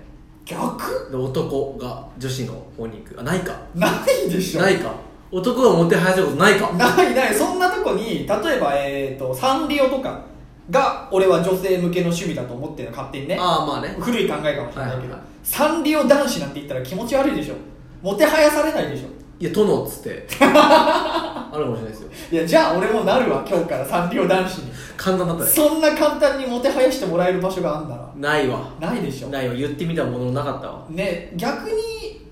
Speaker 1: 逆
Speaker 3: で男が女子の方に行くあないか
Speaker 1: ないでしょ
Speaker 3: ないか男がもてはやせることない か
Speaker 1: ないないそんなとこに例えば、えー、とサンリオとかが俺は女性向けの趣味だと思ってるの勝手にね
Speaker 3: ああまあね
Speaker 1: 古い考えかもしれないけど、
Speaker 3: はいはいはい
Speaker 1: サンリオ男子なんて言ったら気持ち悪いでしょもてはやされないでしょ
Speaker 3: いや殿っつってあるかもしれないですよ
Speaker 1: いやじゃあ俺もなるわ今日からサンリオ男子に
Speaker 3: 簡単だったね
Speaker 1: そんな簡単にもてはやしてもらえる場所があんだら
Speaker 3: ないわ
Speaker 1: ないでしょ
Speaker 3: ないわ言ってみたもののなかったわ
Speaker 1: ね逆に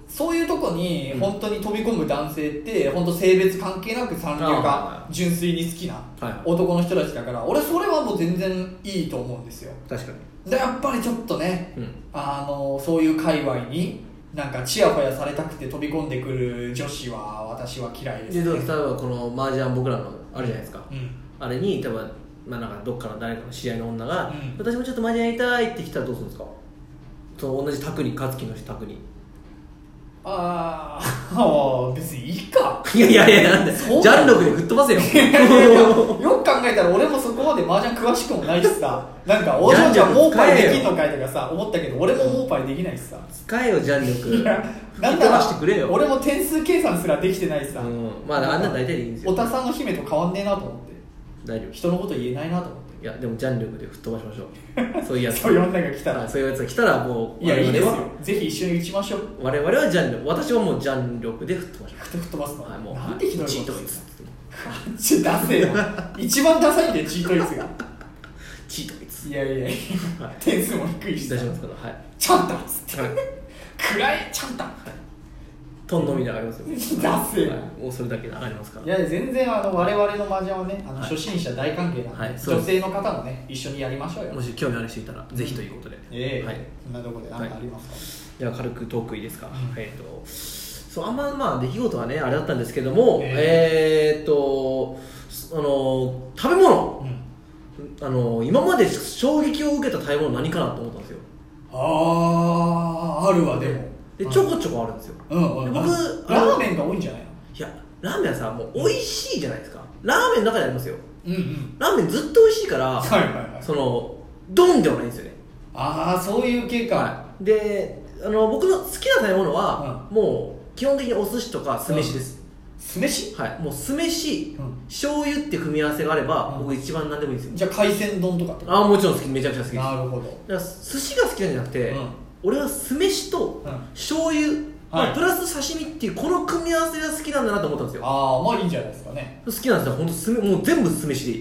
Speaker 1: そういうとこに
Speaker 3: うん
Speaker 1: 本当に飛び込む男性って本当性別関係なくサンリオが
Speaker 3: あ
Speaker 1: 純粋に好きな
Speaker 3: はい
Speaker 1: 男の人たちだから俺それはもう全然いいと思うんですよ
Speaker 3: 確かに
Speaker 1: でやっぱりちょっとね
Speaker 3: うん
Speaker 1: あのそういう界隈になんかチヤホヤされたくて飛び込んでくる女子は私は嫌いです、
Speaker 3: で
Speaker 1: ね、
Speaker 3: どう例えばこの麻雀僕らのあるじゃないですか
Speaker 1: うん
Speaker 3: あれに例えばまあなんかどっかの誰かの知り合いの女が、
Speaker 1: うん
Speaker 3: 私もちょっと麻雀やりたいって来たらどうするんですかその同じ卓に勝木の卓に
Speaker 1: あー あー別にいいか
Speaker 3: いやいやいやなんでジ
Speaker 1: そう
Speaker 3: ャンルで吹っ飛ばせよ
Speaker 1: よく考えたら俺もそこまで麻雀詳しくもないしさなんかお嬢ちゃんモーパイできんのかいとかさ思ったけど俺もモーパイできないしさ
Speaker 3: 使えよジャン力
Speaker 1: いや
Speaker 3: 吹き飛ばしてくれよ
Speaker 1: 俺も点数計算すらできてないしさ、
Speaker 3: うんまああんな大体でいいんです
Speaker 1: お
Speaker 3: よ
Speaker 1: たさんの姫と変わんねえなと思って
Speaker 3: 大丈夫
Speaker 1: 人のこと言えないなと思って
Speaker 3: いやでもジャン力で吹っ飛ばしましょうそういうやつ
Speaker 1: そういう女が来た
Speaker 3: は
Speaker 1: ら
Speaker 3: いそういうやつが来たらもう
Speaker 1: いやいいです
Speaker 3: 我
Speaker 1: よ
Speaker 3: 々は
Speaker 1: ぜひ一緒に打ちましょう
Speaker 3: 我々はジャン力私はもうジャン力で吹っ飛ばしま
Speaker 1: ふと吹っ飛ばすの、
Speaker 3: すはいもう
Speaker 1: なんてひどい
Speaker 3: チー
Speaker 1: こ
Speaker 3: ト
Speaker 1: と
Speaker 3: イ
Speaker 1: す
Speaker 3: ツ
Speaker 1: るちょダセえよ一番ダサいんだよチートイツが
Speaker 3: チートイツ
Speaker 1: いやいやいや
Speaker 3: はい
Speaker 1: 点数も低いし
Speaker 3: 出します
Speaker 1: か
Speaker 3: からはい
Speaker 1: ちゃんたっつって
Speaker 3: はい
Speaker 1: 暗いちゃんた
Speaker 3: トンのみで上がりますよ
Speaker 1: ダセえな
Speaker 3: はいもうそれだけで上がりますから
Speaker 1: いや全然あの我々の麻雀はねあの
Speaker 3: はい
Speaker 1: 初心者大歓迎なんで、
Speaker 3: はいそう
Speaker 1: 女
Speaker 3: です
Speaker 1: 性の方もね一緒にやりましょうよ
Speaker 3: もし興味ある人いたらぜひということで、
Speaker 1: ええ
Speaker 3: はい、
Speaker 1: そんなとこで何かあります
Speaker 3: では軽くトークいいですか、
Speaker 1: うん
Speaker 3: えっ、とそうあんままあ出来事はねあれだったんですけどもえ
Speaker 1: え
Speaker 3: っ、とそあの食べ物
Speaker 1: か、うん
Speaker 3: あの今まで衝撃を受けた食べ物何かなと思ったんですよ
Speaker 1: あーあるわでも
Speaker 3: でちょこちょこあるんですよ
Speaker 1: うんうん
Speaker 3: で
Speaker 1: うん
Speaker 3: 僕あ
Speaker 1: ラ
Speaker 3: の
Speaker 1: ーメンが多いんじゃないの
Speaker 3: いやラーメンはさもう美味しいじゃないですかラーメンの中でありますよ
Speaker 1: うんうん
Speaker 3: ラーメンずっと美味しいから、
Speaker 1: はいはいはい
Speaker 3: そのドンではないんですよね
Speaker 1: ああそういう系か、
Speaker 3: はい、であの僕の好きな食べ物は、もう基本的にお寿司とか酢飯です、
Speaker 1: 酢飯
Speaker 3: はいもう酢飯、
Speaker 1: うん
Speaker 3: 醤油って組み合わせがあれ
Speaker 1: う
Speaker 3: ば、
Speaker 1: ん
Speaker 3: 僕一番何でもいいですよ
Speaker 1: じゃあ海鮮丼とかってこ
Speaker 3: ああもちろん好きめちゃくちゃ好き
Speaker 1: と
Speaker 3: ですだか
Speaker 1: なるほど
Speaker 3: ら寿司が好きなんじゃなくて、
Speaker 1: うん
Speaker 3: 俺は酢飯と
Speaker 1: うん
Speaker 3: 醤油、
Speaker 1: はい
Speaker 3: まあプラス刺身っていうこの組み合わせが好きなんだなと思ったんですよ
Speaker 1: ああまあいいんじゃないですかね
Speaker 3: 好きなんですよ本当酢もう全部酢飯でい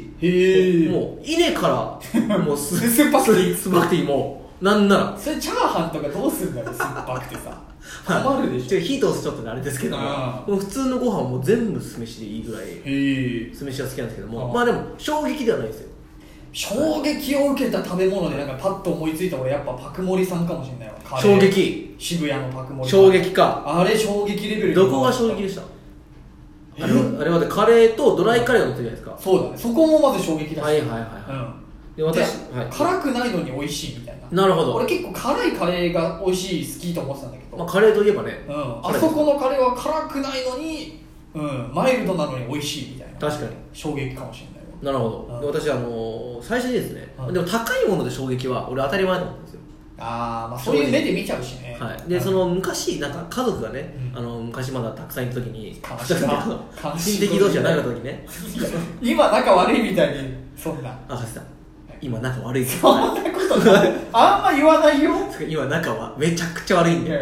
Speaker 1: へ
Speaker 3: い
Speaker 1: え
Speaker 3: もう稲から もうす
Speaker 1: 酸っぱくていい
Speaker 3: す酸っぱくていいもうなんなら
Speaker 1: それチャーハンとかどうすんだろう酸っぱくて さ
Speaker 3: は
Speaker 1: 困るで
Speaker 3: い
Speaker 1: し
Speaker 3: ち
Speaker 1: ょ
Speaker 3: ょ火通すちょっとあれですけども
Speaker 1: あ
Speaker 3: もう普通のご飯も全部酢飯でいいぐらい
Speaker 1: へえ
Speaker 3: 酢飯は好きなんですけど
Speaker 1: ああ
Speaker 3: もまあでも衝撃ではないですよ
Speaker 1: 衝撃を受けた食べ物でなんかパッと思いついた俺やっぱパクモリさんかもしれないわカレー
Speaker 3: 衝撃
Speaker 1: 渋谷のパクモリさん
Speaker 3: 衝撃か
Speaker 1: あれ衝撃レベル
Speaker 3: どこが衝撃でした
Speaker 1: え
Speaker 3: あれはあれはでカレーとドライカレーが乗ってるじゃないです
Speaker 1: そうだねそこもまず衝撃だ
Speaker 3: か
Speaker 1: し
Speaker 3: はいはいはいは
Speaker 1: うん
Speaker 3: いで私
Speaker 1: で
Speaker 3: はい
Speaker 1: 辛くないのに美味しいみたいな
Speaker 3: なるほど
Speaker 1: 俺結構辛いカレーが美味しい好きと思ってたんだけど、
Speaker 3: まあカレーといえばね
Speaker 1: うん、
Speaker 3: 辛
Speaker 1: あ
Speaker 3: い
Speaker 1: そこのカレーは辛くないのに、うん、マイルドなのに美味しいみたいな
Speaker 3: 確かに
Speaker 1: 衝撃かもしれないよ
Speaker 3: なるほどで
Speaker 1: うん
Speaker 3: 私あのー最初にですね
Speaker 1: うん
Speaker 3: でも高いもので衝撃は俺当たり前だと思うんですよ
Speaker 1: あー、まあそういう目で見ちゃうしね、
Speaker 3: はい、で
Speaker 1: うん
Speaker 3: そ の昔なんか家族がね、
Speaker 1: うん
Speaker 3: あの昔まだたくさんいた時に
Speaker 1: 悲しいな悲しい
Speaker 3: 親戚同士が仲良かった時ね
Speaker 1: いや今仲悪いみたいにそんな
Speaker 3: 赤瀬さん今仲悪いです
Speaker 1: そんなことないあんま言わないよ
Speaker 3: 今仲はめちゃくちゃ悪いん
Speaker 1: い
Speaker 3: で
Speaker 1: やい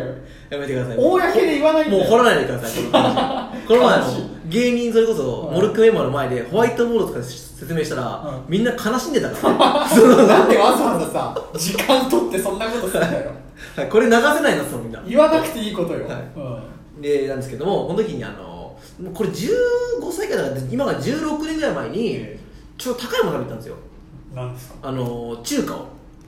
Speaker 3: やめてくださいも
Speaker 1: 公で言わないんだ
Speaker 3: う
Speaker 1: よ
Speaker 3: 掘らないでくださいこの話この前あ
Speaker 1: 悲しい
Speaker 3: の芸人それこそ
Speaker 1: うん
Speaker 3: モルックメモの前でホワイトボードとか説明したら
Speaker 1: うん
Speaker 3: みんな悲しんでたからね
Speaker 1: なんでわざわざさ時間取ってそんなことするんだよ
Speaker 3: はいこれ流せないなそのみんな
Speaker 1: 言わなくていいことよ、
Speaker 3: はい
Speaker 1: うん
Speaker 3: でなんですけどもこの時にあのもうこれ15歳からだから今が16年ぐらい前に
Speaker 1: え
Speaker 3: ちょっと高いもの食べてたんですよ
Speaker 1: なんですか
Speaker 3: あの中華を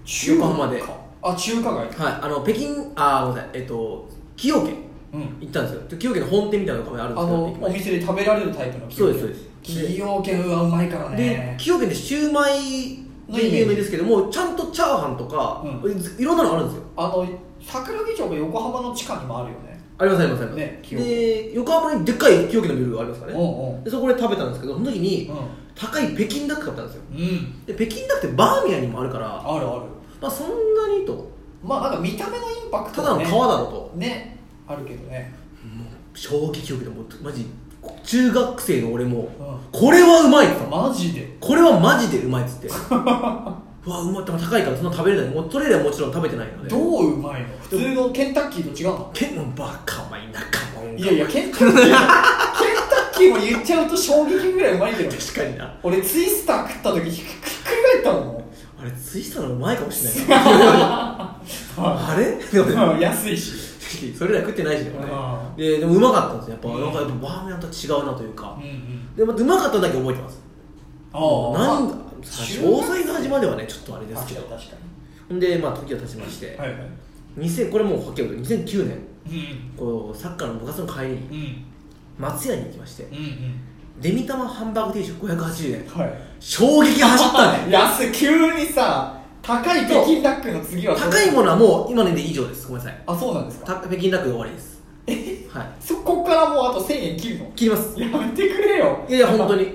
Speaker 1: 中
Speaker 3: 横浜ではい
Speaker 1: あ中華街
Speaker 3: あの北京あーごめんなさいえっと崎陽軒
Speaker 1: うん
Speaker 3: 行ったんですよで崎陽軒の本店みたいなのがあるん
Speaker 1: あ
Speaker 3: ですけど
Speaker 1: の
Speaker 3: 行きま
Speaker 1: お
Speaker 3: し
Speaker 1: 店で食べられるタイプの
Speaker 3: た
Speaker 1: 崎
Speaker 3: そ
Speaker 1: 陽軒
Speaker 3: うですそうですで
Speaker 1: 崎陽軒はうまいから
Speaker 3: で
Speaker 1: ね
Speaker 3: 崎陽軒ってシューマイで有名ですけどもちゃんとチャーハンとか、
Speaker 1: う
Speaker 3: いろんなのあるんですよ
Speaker 1: あの桜木町が横浜の地下にもあるよね
Speaker 3: ありますありますあります、
Speaker 1: ね崎陽軒
Speaker 3: で横浜にでっかい崎陽軒のビルがありますからね
Speaker 1: おうおう
Speaker 3: でそこで食べたんですけどその時に
Speaker 1: う
Speaker 3: 高い北京ダック買ったんですよ
Speaker 1: ん、うん、
Speaker 3: で北京ダックってバーミヤンにもあるから
Speaker 1: あるある
Speaker 3: まあそんなにと
Speaker 1: まあなんか見た目のインパクト
Speaker 3: た
Speaker 1: はね
Speaker 3: だの皮だろうと、
Speaker 1: ねあるけどね
Speaker 3: もう衝撃を受けたもうマジ中学生の俺も
Speaker 1: うん
Speaker 3: これはうまいっつった
Speaker 1: マジで
Speaker 3: これはマジでうまいっつって うわうまいでも高いからそんな食べれないもうトレーではもちろん食べてないので
Speaker 1: どううまいの普通のケンタッキーと違うの
Speaker 3: けんバカお前田舎者ん
Speaker 1: いやいやケンタッキーケンタッキーも言っちゃうと衝撃ぐらいうまいけど
Speaker 3: 確かにな
Speaker 1: 俺ツイスター食った時ひっくり返ったもん
Speaker 3: あれツイスターの方がうまいかもしれない なあれでも
Speaker 1: うん安いし
Speaker 3: それら食ってないしね
Speaker 1: あ
Speaker 3: 俺ででもうまかったんですよやっぱ、
Speaker 1: うん
Speaker 3: なんかやっぱバーミヤンと違うなというか
Speaker 1: うん、うん
Speaker 3: でまたうまかっただけ覚えてます
Speaker 1: あ
Speaker 3: なんだ
Speaker 1: まあ
Speaker 3: 詳細な味まではねちょっとあれですけど
Speaker 1: 確かに確か
Speaker 3: ほんでまあ時が経ちまして、
Speaker 1: にはいはい
Speaker 3: 2000これもうはっきり言うと2009年
Speaker 1: うん
Speaker 3: こうサッカーの部活の帰りに
Speaker 1: うん
Speaker 3: 松屋に行きまして
Speaker 1: うんうん
Speaker 3: デミ玉ハンバーグ定食580円
Speaker 1: はい
Speaker 3: 衝撃走ったね
Speaker 1: 安い急にさ高い北京ダックの次は
Speaker 3: 高いものはもう今ので以上ですごめんなさい
Speaker 1: あそうなんですか
Speaker 3: た北京ダックで終わりですは
Speaker 1: そこからもうあと1000円切るの
Speaker 3: い切ります
Speaker 1: やめてくれよ
Speaker 3: いやいや本当に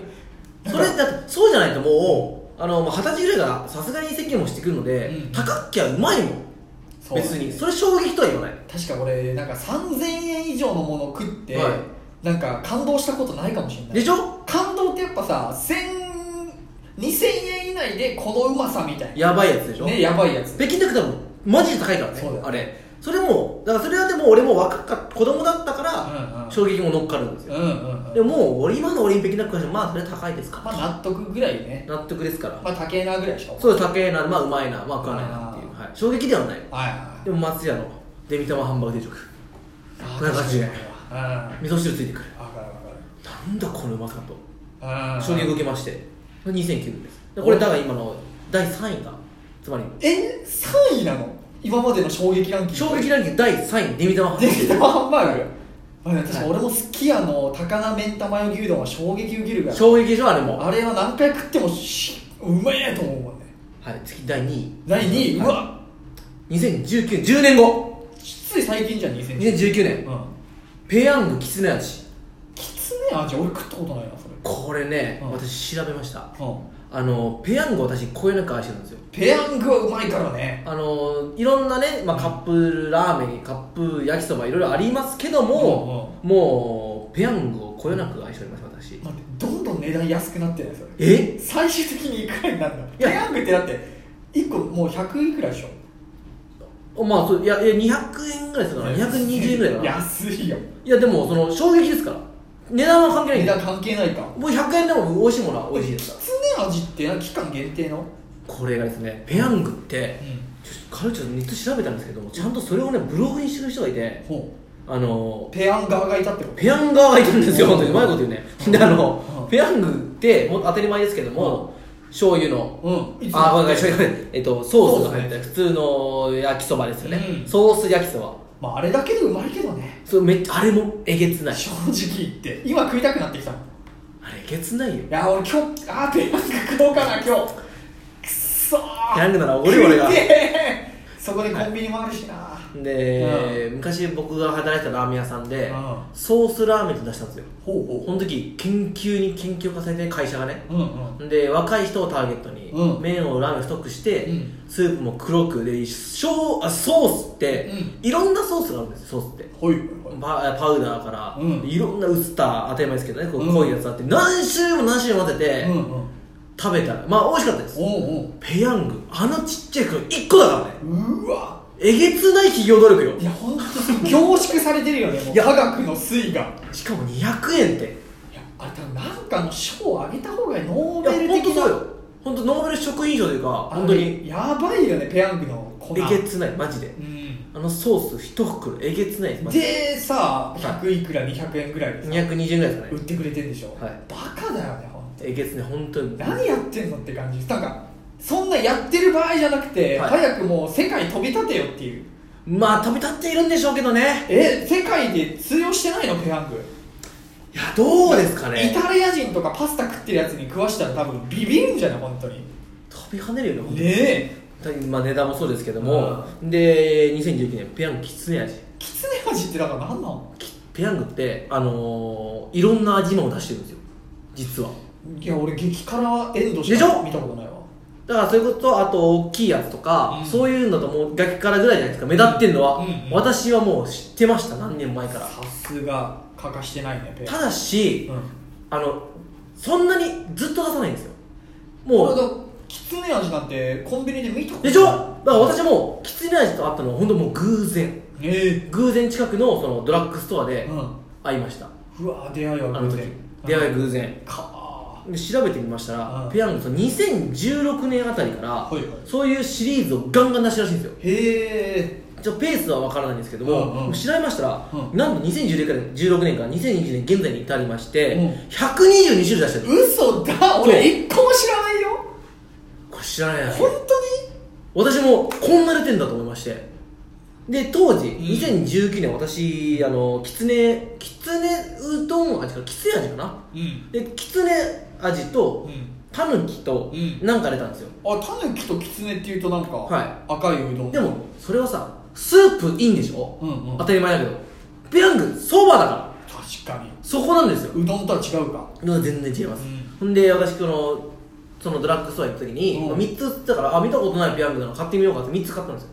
Speaker 3: それだってそうじゃないともうあのまあ二十歳ぐらいからさすがに席もしてくるので、
Speaker 1: うん
Speaker 3: 高っきゃうまいもん
Speaker 1: そう
Speaker 3: 別にそれ衝撃とは言わない
Speaker 1: 確か俺なんか3000円以上のもの食って、
Speaker 3: は
Speaker 1: なんか感動したことないかもしれない
Speaker 3: でしょ
Speaker 1: 感動ってやっぱさ1000 2000円以内でこのうまさみたい
Speaker 3: やばいやつでし
Speaker 1: な
Speaker 3: ょ、
Speaker 1: ねやばいやつ
Speaker 3: 北京ダック多分マジで高いからね
Speaker 1: そうだよ
Speaker 3: あれそれもだからそれはでも俺も若か子供だったから、
Speaker 1: うんうん
Speaker 3: 衝撃も乗っかるんですよ、
Speaker 1: うんうんうん
Speaker 3: でももう俺今のオリンピックダックからしてまあそれ高いですか
Speaker 1: ま
Speaker 3: ら、
Speaker 1: あ納得ぐらいね
Speaker 3: 納得ですから、
Speaker 1: まあ高えなぐらいしか思う
Speaker 3: そう高えなまあうまいなまあ食わないなっていう、はい、衝撃ではない
Speaker 1: はいはい
Speaker 3: でも松屋のデミ玉ハンバーグ定食
Speaker 1: あ
Speaker 3: こんな感じで
Speaker 1: 確かにうん
Speaker 3: 味噌汁ついてくる
Speaker 1: わかるわかる
Speaker 3: なんだこのうまさと
Speaker 1: あー
Speaker 3: 衝撃を受けまして2009年ですでこれだから今の第3位がつまり
Speaker 1: え3位なの今までの衝撃ランキング
Speaker 3: 衝撃ランキング第3位デミ玉ハンバー
Speaker 1: デ
Speaker 3: グ
Speaker 1: ビタマハンバーグあれ確か俺もすき家の高菜明太マヨ牛丼は衝撃受けるから
Speaker 3: 衝撃でしょあれも
Speaker 1: あれは何回食ってもしうめえと思うもんね
Speaker 3: はい次第2位
Speaker 1: 第2位う
Speaker 3: は
Speaker 1: わ
Speaker 3: い2019 10年後
Speaker 1: つい最近じゃん2000年
Speaker 3: 2019年
Speaker 1: うん
Speaker 3: ペヤングきつね味
Speaker 1: きつね味俺食ったことないなそれ
Speaker 3: これね
Speaker 1: うん
Speaker 3: 私調べました
Speaker 1: うん
Speaker 3: あのペヤング私こういうの愛してるんですよ
Speaker 1: ペヤングはうまいからね
Speaker 3: あのいろんなね、まあ、カップラーメンカップ焼きそばいろいろありますけども、もうペヤングをこよなく愛しております私
Speaker 1: 待ってどんどん値段安くなってるそれ
Speaker 3: え
Speaker 1: 最終的にいくらになるの
Speaker 3: い
Speaker 1: ペ
Speaker 3: や
Speaker 1: ヤングってだって1個もう100いくらでしょ
Speaker 3: まあそういやいや200円ぐらいするかな220円ぐらいかな
Speaker 1: 安いよ
Speaker 3: いやでもその衝撃ですから値段は関係ない
Speaker 1: 値
Speaker 3: んだ
Speaker 1: 段関係ないか
Speaker 3: もう100円でも美味しいものは美味しいですか
Speaker 1: きつね味って期間限定の
Speaker 3: らこれがですねペヤングってちょっと彼ちょっとネット調べたんですけどもちゃんとそれをねブログにしてる人がいて
Speaker 1: ほ
Speaker 3: あの
Speaker 1: うペヤン側がいたってこと
Speaker 3: ペヤン側がいたんですよ本当にうまいこと言うねであ
Speaker 1: う
Speaker 3: の
Speaker 1: ん
Speaker 3: ペヤングってもう当たり前ですけども醤油の
Speaker 1: うんいつ
Speaker 3: あごめんなさい醤油えっとソースが入った
Speaker 1: ソー
Speaker 3: 普通の焼きそばですよね
Speaker 1: うん
Speaker 3: ソース焼きそば
Speaker 1: まああれだけでうまいけどね
Speaker 3: それめっちゃあれもえげつない
Speaker 1: 正直言って今食いたくなってきたもんい
Speaker 3: あれえげつないよ
Speaker 1: や俺今日あーペヤング食おうかな今日くっそー
Speaker 3: ペヤングなら俺俺が
Speaker 1: 食いてえそこでコンビニもあるしな、
Speaker 3: で、昔僕が働いてたラーメン屋さんで、
Speaker 1: うん
Speaker 3: ソースラーメンって出したんですよ
Speaker 1: ほ
Speaker 3: この時研究に研究化されて会社がね
Speaker 1: うほううん
Speaker 3: で若い人をターゲットに、
Speaker 1: うん
Speaker 3: 麺をラーメン太くして、
Speaker 1: うん
Speaker 3: スープも黒くでしょうあソースって、
Speaker 1: う
Speaker 3: いろんなソースがあるんですよソースって
Speaker 1: ほいほい
Speaker 3: パパウダーから、
Speaker 1: うん
Speaker 3: いろんなウスター当たり前ですけどねこ
Speaker 1: う
Speaker 3: うん濃いやつあって、何種類も何種類も混ぜて、
Speaker 1: うんうん
Speaker 3: 食べたらまあ美味しかったです
Speaker 1: おう
Speaker 3: ペヤングあのちっちゃい袋1個だからね
Speaker 1: おううわ
Speaker 3: えげつない企業努力よ
Speaker 1: いや本当に凝縮されてるよねもう
Speaker 3: いや
Speaker 1: 科学の水が
Speaker 3: しかも200円って
Speaker 1: いやあれ多分なんかの賞をあげた方がノ
Speaker 3: い
Speaker 1: ー
Speaker 3: や
Speaker 1: ベル
Speaker 3: 本当
Speaker 1: 的
Speaker 3: そう
Speaker 1: な
Speaker 3: よ本当ノーベル食品賞というか
Speaker 1: あれ
Speaker 3: 本当に
Speaker 1: やばいよねペヤングの粉
Speaker 3: えげつないマジで
Speaker 1: うん
Speaker 3: あのソース一袋えげつないマジで
Speaker 1: でさ100いくら200円ぐらいでさ
Speaker 3: 220円ぐらいですか
Speaker 1: 売っ
Speaker 3: ね
Speaker 1: てくれてるでしょ、
Speaker 3: はい
Speaker 1: バカだよね本
Speaker 3: えげつない本当に
Speaker 1: 当何やってんのって感じなんかそんなやってる場合じゃなくて、
Speaker 3: はい
Speaker 1: 早くもう世界飛び立てよっていう
Speaker 3: まあ飛び立っているんでしょうけどね
Speaker 1: え世界で通用してないのペヤング
Speaker 3: いやどうですか
Speaker 1: イ
Speaker 3: ね
Speaker 1: タリア人とかパスタ食ってるやつに食わしたら多分ビビるんじゃない本当に
Speaker 3: 飛び跳ねるよね本
Speaker 1: ねえ
Speaker 3: 当にまあ値段もそうですけどもで2019年ペヤングきつね味
Speaker 1: きつね味ってだから何なの
Speaker 3: きペヤングってあのーいろんな味も出してるんですよ実はい
Speaker 1: や俺激辛エンド
Speaker 3: でしょ
Speaker 1: 見たことないわ
Speaker 3: だからそういうこととあと大きいやつとか、
Speaker 1: うん
Speaker 3: そういうのともうガキからぐらいじゃないですか目立ってんのは、
Speaker 1: うんうん
Speaker 3: 私はもう知ってました何年前から
Speaker 1: さすが欠かしてないねペヤン
Speaker 3: ただし
Speaker 1: グうん
Speaker 3: あのそんなにずっと出さないんですよ
Speaker 1: も
Speaker 3: も
Speaker 1: う
Speaker 3: う
Speaker 1: きつね味なんてコンビニで見たこと
Speaker 3: でしょだから私もきつね味と会ったのは本当もう偶然
Speaker 1: え
Speaker 3: 偶然近くのそのドラッグストアで、
Speaker 1: うん
Speaker 3: 会いました
Speaker 1: うわ出会い
Speaker 3: あ
Speaker 1: は
Speaker 3: の
Speaker 1: 偶
Speaker 3: 時
Speaker 1: 然
Speaker 3: 出会い偶然
Speaker 1: か
Speaker 3: で調べてみました
Speaker 1: う
Speaker 3: ら
Speaker 1: ん
Speaker 3: ペヤングその2016年あたりから、
Speaker 1: はいはい
Speaker 3: そういうシリーズをガンガン出してるらしいんですよ
Speaker 1: へえ
Speaker 3: ちょペースは分からないんですけど
Speaker 1: うん
Speaker 3: も、
Speaker 1: うん
Speaker 3: 調べましたら、
Speaker 1: うん
Speaker 3: なんと2016年から2020年現在に至りまして、
Speaker 1: うん
Speaker 3: 122種類出してる
Speaker 1: 嘘だ俺一個も知らないよ
Speaker 3: これ知らないな
Speaker 1: 本当
Speaker 3: 私もこんな出てんだと思いましてで当時2019年私あのきつねきつねうどん味かきつね味かな
Speaker 1: にうん
Speaker 3: できつね味と
Speaker 1: うん
Speaker 3: たぬきと
Speaker 1: うん
Speaker 3: なんか出たんですよ、
Speaker 1: あタヌキとキツネっていうとなんか、
Speaker 3: は
Speaker 1: 赤いうどん
Speaker 3: でもそれはさスープいいんでしょ、
Speaker 1: うんうん
Speaker 3: 当たり前だけどペヤングそばだから
Speaker 1: 確かに
Speaker 3: そこなんですよ
Speaker 1: うどんとは違うか
Speaker 3: 全然違います、
Speaker 1: うん
Speaker 3: ほんで私このそのドラッグストア行った時に、
Speaker 1: うん
Speaker 3: 3つだからあ見たことないペヤングなの買ってみようかって3つ買ったんですよ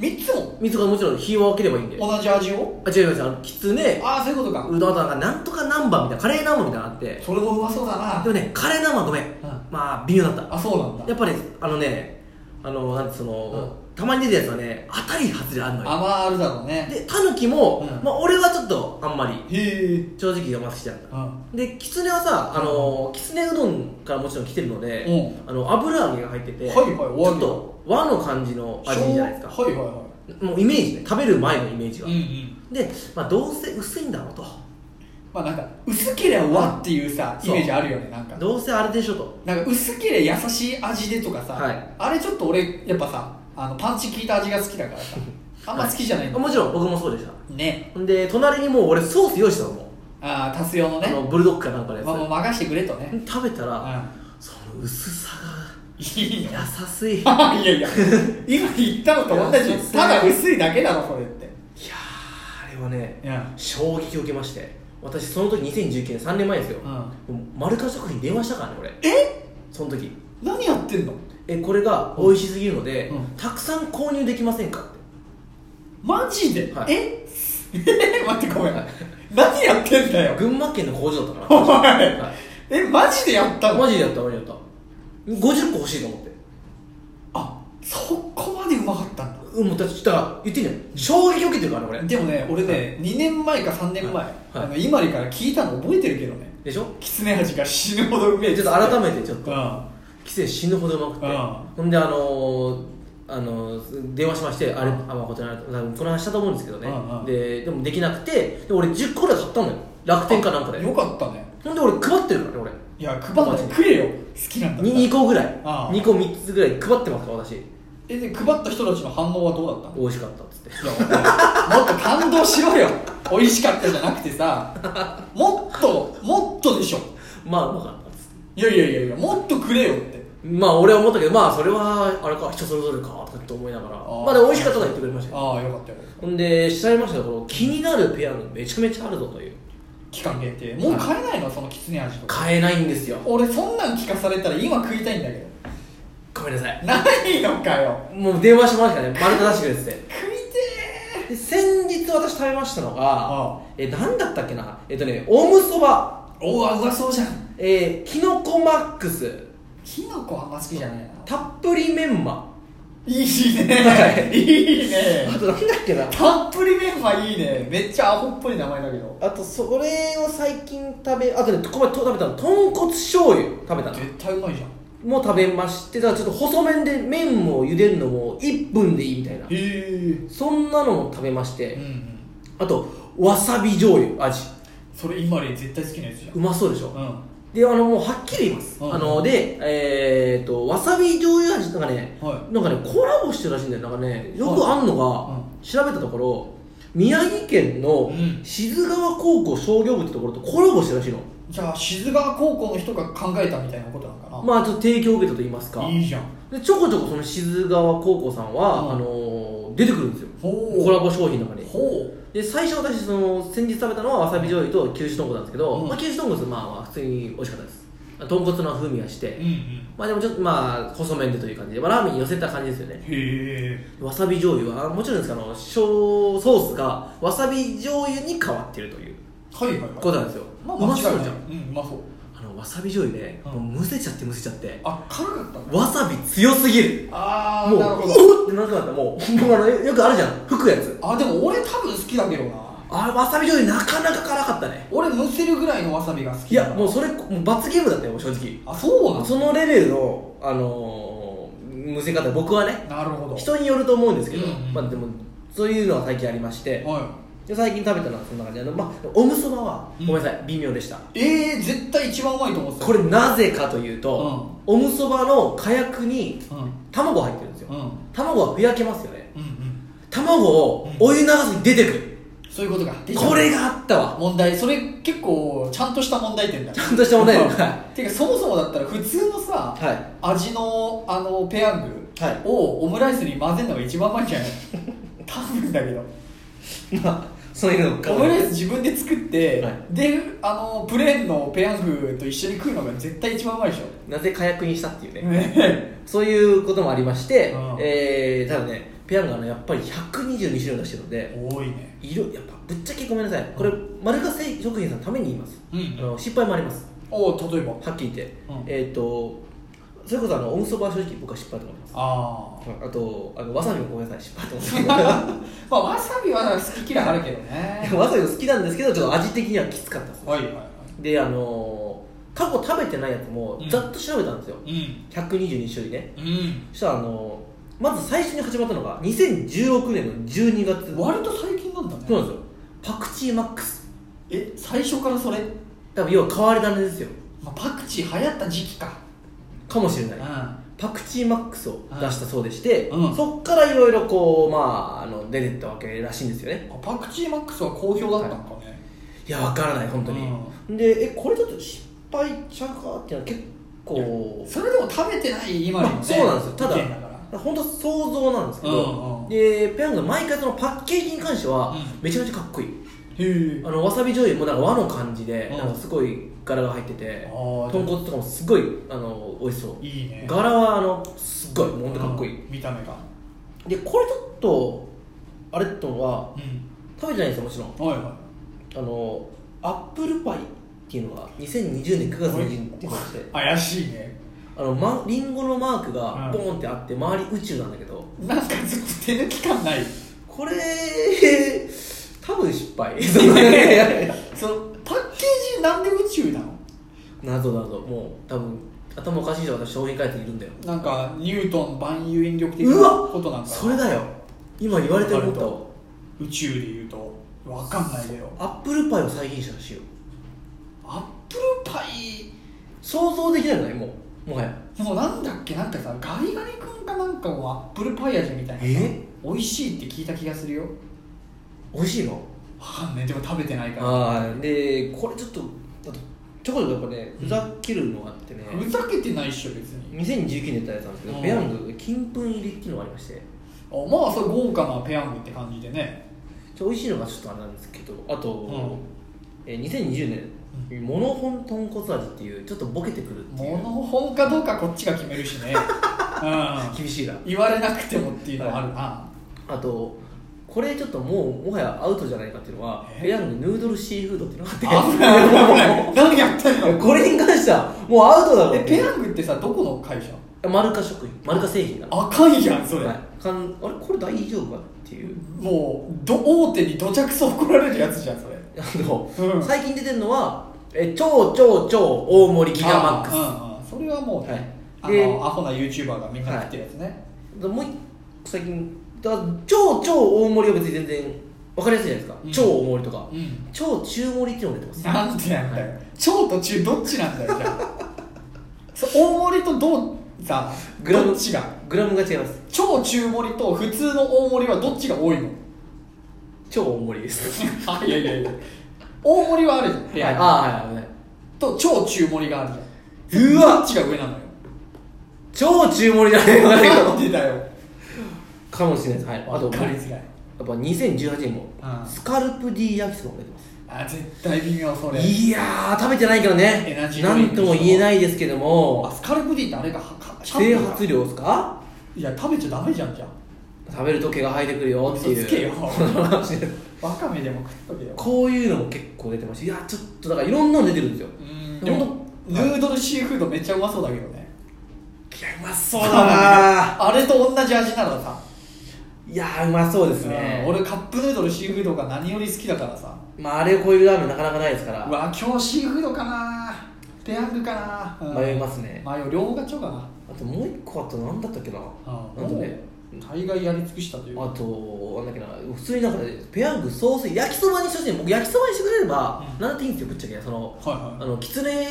Speaker 1: 3つも
Speaker 3: 3つがもちろん日を分ければいいんで
Speaker 1: 同じ味を
Speaker 3: あ違いますあのきつね
Speaker 1: ああそういうことか
Speaker 3: うどんとなんかなんとか南蛮みたいなカレー南蛮みたいなのあって
Speaker 1: それもうまそうだな
Speaker 3: でもねカレー南蛮ごめん、まあ微妙だった
Speaker 1: あそうなん
Speaker 3: や
Speaker 1: だ
Speaker 3: っぱりあのねあのなんてその、たまに出てるやつはね当たり外れあるのよ
Speaker 1: 甘あるだろうね
Speaker 3: でタヌキも、
Speaker 1: うん
Speaker 3: まあ、俺はちょっとあんまり
Speaker 1: へえ
Speaker 3: 正直読ませてた
Speaker 1: うん
Speaker 3: できつねはさあのきつねうどんからもちろん来てるので、
Speaker 1: う
Speaker 3: あの油揚げが入ってて、
Speaker 1: はいはい
Speaker 3: ちょっと和の感じの味じゃないですか、
Speaker 1: はいはいは
Speaker 3: もうイメージね食べる前のイメージ
Speaker 1: い
Speaker 3: が、
Speaker 1: ん
Speaker 3: で、まあ、どうせ薄いんだろうと
Speaker 1: まあなんか薄ければ和っていうさイメージあるよねなんか
Speaker 3: どうせあれでしょと
Speaker 1: なんか薄けれ優しい味でとかさ、
Speaker 3: はい
Speaker 1: あれちょっと俺やっぱさあのパンチ効いた味が好きだ からさあんま好きじゃないんだ、
Speaker 3: もちろん僕もそうでした
Speaker 1: ね
Speaker 3: ほんで隣にもう俺ソース用意したのもう
Speaker 1: ああ足す用の
Speaker 3: あ
Speaker 1: ね
Speaker 3: のブルドッグかなんかのやつ、
Speaker 1: まあもう任してくれとね、
Speaker 3: 食べた
Speaker 1: うん、
Speaker 3: ら、その薄さ
Speaker 1: いい
Speaker 3: が
Speaker 1: な
Speaker 3: 優 しいいや
Speaker 1: いやい や今言ったのと同
Speaker 3: い
Speaker 1: じ
Speaker 3: やそう
Speaker 1: ただ薄いだけだろそれって
Speaker 3: ーあれはね
Speaker 1: うん
Speaker 3: 衝撃を受けまして私その時2019年3年前ですよ、もう丸川食品電話したからね俺
Speaker 1: え
Speaker 3: その時
Speaker 1: 何やってんの
Speaker 3: えこれが美味しすぎるので、
Speaker 1: うん
Speaker 3: たくさん購入できませんかって
Speaker 1: マジで、
Speaker 3: はい
Speaker 1: え え待ってごめん何やってんだよ
Speaker 3: 群馬県の工場だったか
Speaker 1: お
Speaker 3: ら、
Speaker 1: 前
Speaker 3: はい
Speaker 1: えマジでやったの
Speaker 3: マジでやったマジでやった50個欲しいと思って
Speaker 1: あそこまでうまかったんだ
Speaker 3: うんもうだってだから言ってんじゃん衝撃を受けてるからね俺
Speaker 1: でもね俺ね、
Speaker 3: はい
Speaker 1: 2年前か3年前、
Speaker 3: はいはい
Speaker 1: あの今里から聞いたの覚えてるけどね
Speaker 3: でしょ
Speaker 1: きつね味が死ぬほどうめえ
Speaker 3: ちょっと改
Speaker 1: め
Speaker 3: めてちょっと規制死ぬほどうまくて、
Speaker 1: うん
Speaker 3: ほんであのーあのー電話しまして、あれ、あ、まあ、こちら、多分この話したと思うんですけどね、
Speaker 1: うんうん
Speaker 3: で、でもできなくて、で俺10個ぐらい買ったのよ、楽天かなんかで、
Speaker 1: よかったね
Speaker 3: ほんで俺、配ってるからね、
Speaker 1: いや配った食えよ好きなんだ
Speaker 3: 俺、に2個ぐらい、
Speaker 1: ああ
Speaker 3: 2個3つぐらい配ってますから、私、
Speaker 1: えで配った人たちの反応はどうだったの
Speaker 3: 美味しかったっつって、
Speaker 1: い やもっと感動しろよ美味しかったじゃなくてさもっともっとでしょ
Speaker 3: まあ、うまかったっつって、
Speaker 1: いやいやいやいやもっとくれよって
Speaker 3: まあ、俺は思ったけど、まあ、それは、あれか、人それぞれかとかって思いながら、
Speaker 1: ああ
Speaker 3: まあ、でも美味しかったとは言ってくれましたよ、
Speaker 1: ああよかったよ
Speaker 3: ほんで、調べましたところ、気になるペヤング、めちゃめちゃあるぞという、
Speaker 1: 期間限定もう買えないのそのきつね味とか
Speaker 3: 買えないんですよ、
Speaker 1: 俺そんなん聞かされたら今食いたいんだけど
Speaker 3: ごめんなさい。
Speaker 1: ないのかよ
Speaker 3: もう電話してもらうしかね、丸太出してくれってて。
Speaker 1: 食いて
Speaker 3: で先日私食べましたのが、
Speaker 1: ああ
Speaker 3: え、なんだったっけな、えっとね、オムそば、
Speaker 1: ーおわうまそうじゃん
Speaker 3: えー、きのこマックス、
Speaker 1: きのこあんま好きじゃないな
Speaker 3: たっぷりメンマ、
Speaker 1: いい
Speaker 3: は
Speaker 1: ねいいね
Speaker 3: あとなんだっけな、
Speaker 1: たっぷりメンマいいねめっちゃアホっぽい名前だけど
Speaker 3: あとそれを最近食べ、あとね、ここまでと食べたの、豚骨醤油食べたの。
Speaker 1: 絶対うまいじゃん
Speaker 3: もう食べまして、ただちょっと細麺で麺を茹でるのも1分でいいみたいな。
Speaker 1: へえ
Speaker 3: そんなのも食べまして、
Speaker 1: うんうん
Speaker 3: あと、わさび醤油味。
Speaker 1: それ今里絶対好きなやつじゃん
Speaker 3: うまそうでしょ。
Speaker 1: うん
Speaker 3: であのもうはっきり言います、
Speaker 1: うん
Speaker 3: あのでえー、とわさび醤油味なんかね、
Speaker 1: はい
Speaker 3: なんかねコラボしてるらしいんだよなんかねよくあんのが、
Speaker 1: は
Speaker 3: 調べたところ宮城県
Speaker 1: う
Speaker 3: の
Speaker 1: ん
Speaker 3: 静川高校商業部ってところとコラボしてるらしいの、
Speaker 1: じゃあ静川高校の人が考えたみたいなことなのか
Speaker 3: まあちょっと提供を受けたと言いますか
Speaker 1: な、いいじゃん
Speaker 3: でちょこちょこその静川高校さんは、
Speaker 1: うん
Speaker 3: あのー出てくるんですよ
Speaker 1: ほう
Speaker 3: コラボ商品の中に
Speaker 1: ほう
Speaker 3: で最初私その先日食べたのはわさび醤油と九州豚骨なんですけど、
Speaker 1: うん
Speaker 3: まあ、九州豚骨まあまあ普通に美味しかったです豚骨の風味がして、
Speaker 1: うんうん
Speaker 3: まあでもちょっとまあ細麺でという感じで、まあ、ラーメンに寄せた感じですよね
Speaker 1: へえ
Speaker 3: わさび醤油はもちろんですけどあの醤ソースがわさび醤油に変わってるという
Speaker 1: はいはいはい
Speaker 3: ことなんですよ、
Speaker 1: まあ
Speaker 3: うま
Speaker 1: 間
Speaker 3: そう
Speaker 1: 違いない
Speaker 3: じゃん
Speaker 1: うんうまそう
Speaker 3: あのわさび醤油ね、
Speaker 1: うん
Speaker 3: もうむせちゃってむせちゃって
Speaker 1: あ辛かったの
Speaker 3: わさび強すぎる
Speaker 1: あ
Speaker 3: も
Speaker 1: あな
Speaker 3: う
Speaker 1: るほど
Speaker 3: うおっってなくなったもうもうあのよよくあるじゃん吹くやつ
Speaker 1: あでも俺多分好きだけどな
Speaker 3: あわさび醤油なかなか辛かったね
Speaker 1: 俺むせるぐらいのわさびが好き
Speaker 3: いやもうそれもう罰ゲームだったよ正直
Speaker 1: あそうなの
Speaker 3: そのレベルのあのー、むせ方僕はね
Speaker 1: なるほど
Speaker 3: 人によると思うんですけど、
Speaker 1: うんうん
Speaker 3: まあでもそういうのは最近ありまして
Speaker 1: は
Speaker 3: で最近食べたのはそんな感じであの、まあ、おむそばは
Speaker 1: うん
Speaker 3: ごめんなさい、微妙でした
Speaker 1: いえー、絶対一番うまいと思ってた
Speaker 3: これなぜかというと、おむそばの火薬に
Speaker 1: うん
Speaker 3: 卵入ってるんですよ、
Speaker 1: うん
Speaker 3: 卵はふやけますよね
Speaker 1: うんうん
Speaker 3: 卵をお湯流すに出てくる、
Speaker 1: そういうことか
Speaker 3: これがあったわ
Speaker 1: 問題それ結構ちゃんとした問題点だ
Speaker 3: ちゃんとした問題点は
Speaker 1: てかそもそもだったら普通のさ、
Speaker 3: はい
Speaker 1: 味のあのペヤング
Speaker 3: はい
Speaker 1: をオムライスに混ぜるのが一番うまいんじゃない 多分だけど
Speaker 3: まあそういうのか
Speaker 1: オムライス自分で作って、
Speaker 3: はい
Speaker 1: であのプレーンのペヤングと一緒に食うのが絶対一番うまいでしょ
Speaker 3: なぜ火薬にしたっていうね、
Speaker 1: ね
Speaker 3: そういうこともありまして、
Speaker 1: うん
Speaker 3: えー、ただねペヤングはねやっぱり122種類出してるので
Speaker 1: 多いね
Speaker 3: 色やっぱぶっちゃけごめんなさいこれマルカ製食品さんのために言います、
Speaker 1: うん
Speaker 3: あの失敗もあります
Speaker 1: おお例えば
Speaker 3: はっきり言って、
Speaker 1: うん
Speaker 3: えっ、とそれこそあのおむそばは正直僕は失敗だと思います
Speaker 1: ああ
Speaker 3: あとあのわさびもごめんなさい失敗だと思います
Speaker 1: まあわさびは好き嫌いあるけどね
Speaker 3: でもわさびも好きなんですけどちょっと味的にはきつかったです
Speaker 1: はいはいは
Speaker 3: であのー過去食べてないやつも
Speaker 1: うん
Speaker 3: ざっと調べたんですよ、
Speaker 1: いうん
Speaker 3: 122種類ね
Speaker 1: うん
Speaker 3: そしたらあのーまず最初に始まったのが2016年の12月
Speaker 1: 割と最近なんだね
Speaker 3: そうなんですよパクチーマックス
Speaker 1: え最初からそれ、
Speaker 3: 多分要は変わり種ですよ
Speaker 1: まあ、パクチー流行った時期か
Speaker 3: かもしれ
Speaker 1: う
Speaker 3: ない
Speaker 1: ん
Speaker 3: パクチーマックスを出したそうでして、
Speaker 1: うん
Speaker 3: そっからいろいろこうまああの出てったわけらしいんですよね
Speaker 1: パクチーマックスは好評だったのかね、
Speaker 3: いやわからない本当に、でえこれちょっと失敗ちゃうかっていうのは結構
Speaker 1: それでも食べてない今にもね、
Speaker 3: まあそうなんですよただ
Speaker 1: 意見から
Speaker 3: 本当想像なんですけ
Speaker 1: うん
Speaker 3: ど、
Speaker 1: うん
Speaker 3: でペヤングの毎回そのパッケージに関しては
Speaker 1: うん
Speaker 3: めちゃめちゃかっこいい、
Speaker 1: へえ
Speaker 3: あのわさび醤油もなんか和の感じで、
Speaker 1: うん
Speaker 3: なんかすごい柄が入ってて
Speaker 1: あー
Speaker 3: 豚骨とかもすごいあの美味しそう
Speaker 1: いいね
Speaker 3: 柄はあのすっごい本当かっこいい、
Speaker 1: うん見た目が
Speaker 3: でこれちょっとあれとは
Speaker 1: うん
Speaker 3: 食べてないんですよもちろん
Speaker 1: はいは
Speaker 3: あのアップルパイっていうのが2020年9月に出てまして
Speaker 1: い怪しいね
Speaker 3: あの、ま、リンゴのマーク
Speaker 1: う
Speaker 3: が
Speaker 1: ん
Speaker 3: ボーンってあって周り宇宙なんだけど
Speaker 1: なんかずっと手抜き感ない
Speaker 3: これ多分失敗そ のね
Speaker 1: そのパッケージなんで宇宙なの
Speaker 3: 謎謎もう多分頭おかしい人は私商品開発にいるんだよ
Speaker 1: なんかニュートン万有引力的
Speaker 3: う
Speaker 1: な
Speaker 3: わ
Speaker 1: ことなんか
Speaker 3: それだよ今言われて思ったわ
Speaker 1: 宇宙で言うとわかんないよ
Speaker 3: アップルパイを再現したらしいよ
Speaker 1: アップルパイ
Speaker 3: 想像できないのねもうもはや
Speaker 1: もうなんだっけなんかさガリガリ君かなんかもアップルパイ味みたいなさ
Speaker 3: え
Speaker 1: 美味しいって聞いた気がするよ
Speaker 3: 美味しいの
Speaker 1: わかんないでも食べてないから
Speaker 3: ああでこれちょっとあとちょこちょこやっぱねふざけるのがあってね、
Speaker 1: ふざけてないっしょ別に
Speaker 3: 2019年だったやつなんですけ
Speaker 1: う
Speaker 3: ど
Speaker 1: ん
Speaker 3: ペヤング金粉入りっていうのがありまして
Speaker 1: あまあそれ豪華なペヤングって感じでね
Speaker 3: ちょ美味しいのがちょっとあれなんですけどあと、
Speaker 1: うん
Speaker 3: えー2020年モノホン豚骨味っていうちょっとボケてくるってい
Speaker 1: 物
Speaker 3: う
Speaker 1: 本かどうかこっちが決めるしね、うん、
Speaker 3: 厳しいな
Speaker 1: 言われなくてもっていうのはあるな、
Speaker 3: あとこれちょっともうもはやアウトじゃないかっていうのは
Speaker 1: え
Speaker 3: ペヤングヌードルシーフードっていうのがあって
Speaker 1: 危ない危ない何やってんの
Speaker 3: これに関してはもうアウトだろ
Speaker 1: えペヤングってさどこの会社
Speaker 3: マルカ食品マルカ製品なの
Speaker 1: あかんやんそれ、
Speaker 3: はい、かんあれこれ大丈夫かっていう
Speaker 1: もうど大手に土着層怒られるやつじゃんそれ
Speaker 3: あの、
Speaker 1: うん
Speaker 3: 最近出てるのはえ超超超大盛りギガマックス
Speaker 1: ス、うんうん、それはもうね、
Speaker 3: はいで
Speaker 1: あのアホな YouTuber がみんな食ってるやつね、
Speaker 3: だもう一個最近だから超超大盛りは別に全然わかりやすいじゃないですか、
Speaker 1: うん
Speaker 3: 超大盛りとか、
Speaker 1: うん
Speaker 3: 超中盛りっていうのも出てます
Speaker 1: なんてなんだよ超と中どっちなんだよじ ゃあそ大盛りとどうさ
Speaker 3: グラム
Speaker 1: どっちが
Speaker 3: グラムが違います
Speaker 1: 超中盛りと普通の大盛りはどっちが多 いの
Speaker 3: 超大盛り です
Speaker 1: あいやいやいや大盛りはあるじゃん部屋
Speaker 3: はい
Speaker 1: に、
Speaker 3: あーはいはいはい
Speaker 1: と超中盛りがあるじゃん
Speaker 3: うわ
Speaker 1: どっちが上なのよ
Speaker 3: 超中盛りじゃないのか
Speaker 1: な
Speaker 3: なん
Speaker 1: でだよ
Speaker 3: かもしれないですはいあと
Speaker 1: わかりづらい
Speaker 3: やっぱ2018年も
Speaker 1: うん
Speaker 3: スカルプ D 焼きそばも出てます
Speaker 1: あ絶対微妙それ
Speaker 3: いやー食べてないけど
Speaker 1: エ
Speaker 3: ね
Speaker 1: ナジード
Speaker 3: な
Speaker 1: リン
Speaker 3: ん
Speaker 1: ク
Speaker 3: とも言えないですけど
Speaker 1: あ
Speaker 3: も
Speaker 1: スカルプ D ってあれがはかシャンプ
Speaker 3: 整
Speaker 1: ーか
Speaker 3: 髪量ですか
Speaker 1: いや食べちゃダメじゃんじゃん
Speaker 3: 食べると毛が生えてくるよっていう
Speaker 1: 嘘つけよ
Speaker 3: 話です
Speaker 1: わかめでも食っとけよ
Speaker 3: こういうのも結構出てましたいやちょっとだからいろんなの出てるんですよ
Speaker 1: うん
Speaker 3: で
Speaker 1: でも
Speaker 3: も
Speaker 1: ヌードルシーフードめっちゃうまそうだけどね
Speaker 3: いやうまそう
Speaker 1: あれと同じ味ならさ
Speaker 3: いやーうまそうですね、
Speaker 1: うん俺カップヌードルシーフードが何より好きだからさ
Speaker 3: まああれを超えるラーメンなかなかないですから
Speaker 1: うわ今日シーフードかなペヤングかな、うん
Speaker 3: 迷いますね
Speaker 1: 迷う両方がちょうかな
Speaker 3: あともう一個あと何だったっけな
Speaker 1: あ
Speaker 3: なんとね
Speaker 1: 大概やり尽くしたという
Speaker 3: あとなんだっけな普通になんかねペヤングソース焼きそばにしてほしい僕焼きそばにしてくれれば
Speaker 1: うん
Speaker 3: 何だっていいんですよぶっちゃけその
Speaker 1: はい
Speaker 3: あ
Speaker 1: はい
Speaker 3: のきつね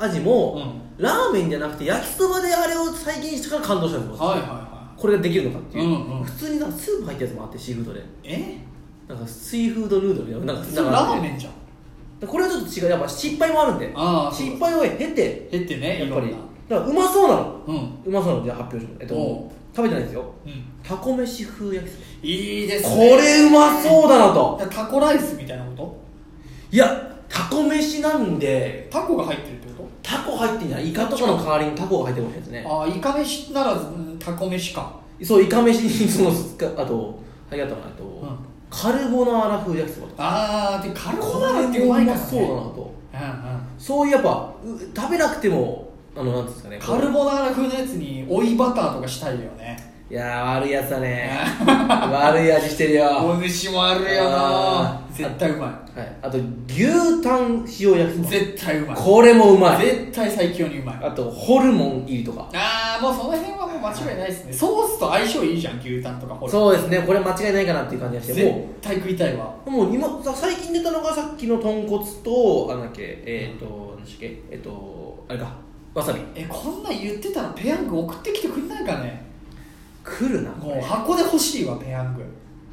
Speaker 3: 味も、ラーメンじゃなくて焼きそばであれを再現してから感動したんですよ、
Speaker 1: はいはいは
Speaker 3: これができるのかっていう、
Speaker 1: うんうん
Speaker 3: 普通になんかスープ入ったやつもあってシーフードで
Speaker 1: いえ
Speaker 3: なんかシーフードヌードルやなんか
Speaker 1: それ
Speaker 3: なんか
Speaker 1: ラーメンじゃん
Speaker 3: これはちょっと違うやっぱ失敗もあるんで
Speaker 1: あーそう
Speaker 3: 失敗を経て
Speaker 1: 減ってね
Speaker 3: や
Speaker 1: い
Speaker 3: っぱ
Speaker 1: ろん
Speaker 3: り
Speaker 1: な
Speaker 3: だからうまそうなの
Speaker 1: うん
Speaker 3: うまそうなのじゃあ発表しますえっ
Speaker 1: おう
Speaker 3: と食べてないですよ
Speaker 1: うん
Speaker 3: タコ飯風焼きそば
Speaker 1: いいですね
Speaker 3: これうまそうだなと
Speaker 1: タコライスみたいなこと
Speaker 3: いやタコ飯なんで
Speaker 1: タコが入ってるってこ
Speaker 3: タコ入ってんじゃないイカとかの代わりにタコが入ってるかもしれないですね
Speaker 1: とああイカ飯ならずうんタコ飯か
Speaker 3: そうイカ飯にそのあとありがとうなあと、
Speaker 1: ん
Speaker 3: カルボナーラ風焼きそばとか
Speaker 1: ああでカルボナーラってう
Speaker 3: こ
Speaker 1: ま
Speaker 3: れ
Speaker 1: いから
Speaker 3: もうま
Speaker 1: ね
Speaker 3: そうだなと
Speaker 1: うんうん
Speaker 3: そういうやっぱう食べなくてもあのなんていうんですかね
Speaker 1: カルボナーラ風のやつに追いバターとかしたいよ ね
Speaker 3: いやー悪いやつだね 悪い味してるよ
Speaker 1: お
Speaker 3: は
Speaker 1: 主もあるよな
Speaker 3: あー
Speaker 1: 絶対うま
Speaker 3: いあと牛タン塩焼
Speaker 1: い
Speaker 3: きそ
Speaker 1: 絶対うま
Speaker 3: ば
Speaker 1: い
Speaker 3: これもうまい
Speaker 1: 絶対最強にうまい
Speaker 3: あとホルモン入りとか
Speaker 1: ああもうその辺はもう間違いないですねソースと相性いいじゃん牛タンとかほら
Speaker 3: そうですねこれ間違いないかなっていう感じがして
Speaker 1: 絶
Speaker 3: も
Speaker 1: 対食いたいわ
Speaker 3: うもう今さ最近出たのがさっきの豚骨とあなんだっけえっ、ー、となんだっけえっ、とあれかわさび
Speaker 1: えこんなん言ってたらペヤング送ってきてくんないかね
Speaker 3: 来るなこ
Speaker 1: もう
Speaker 3: れ
Speaker 1: 箱で欲しいわペヤング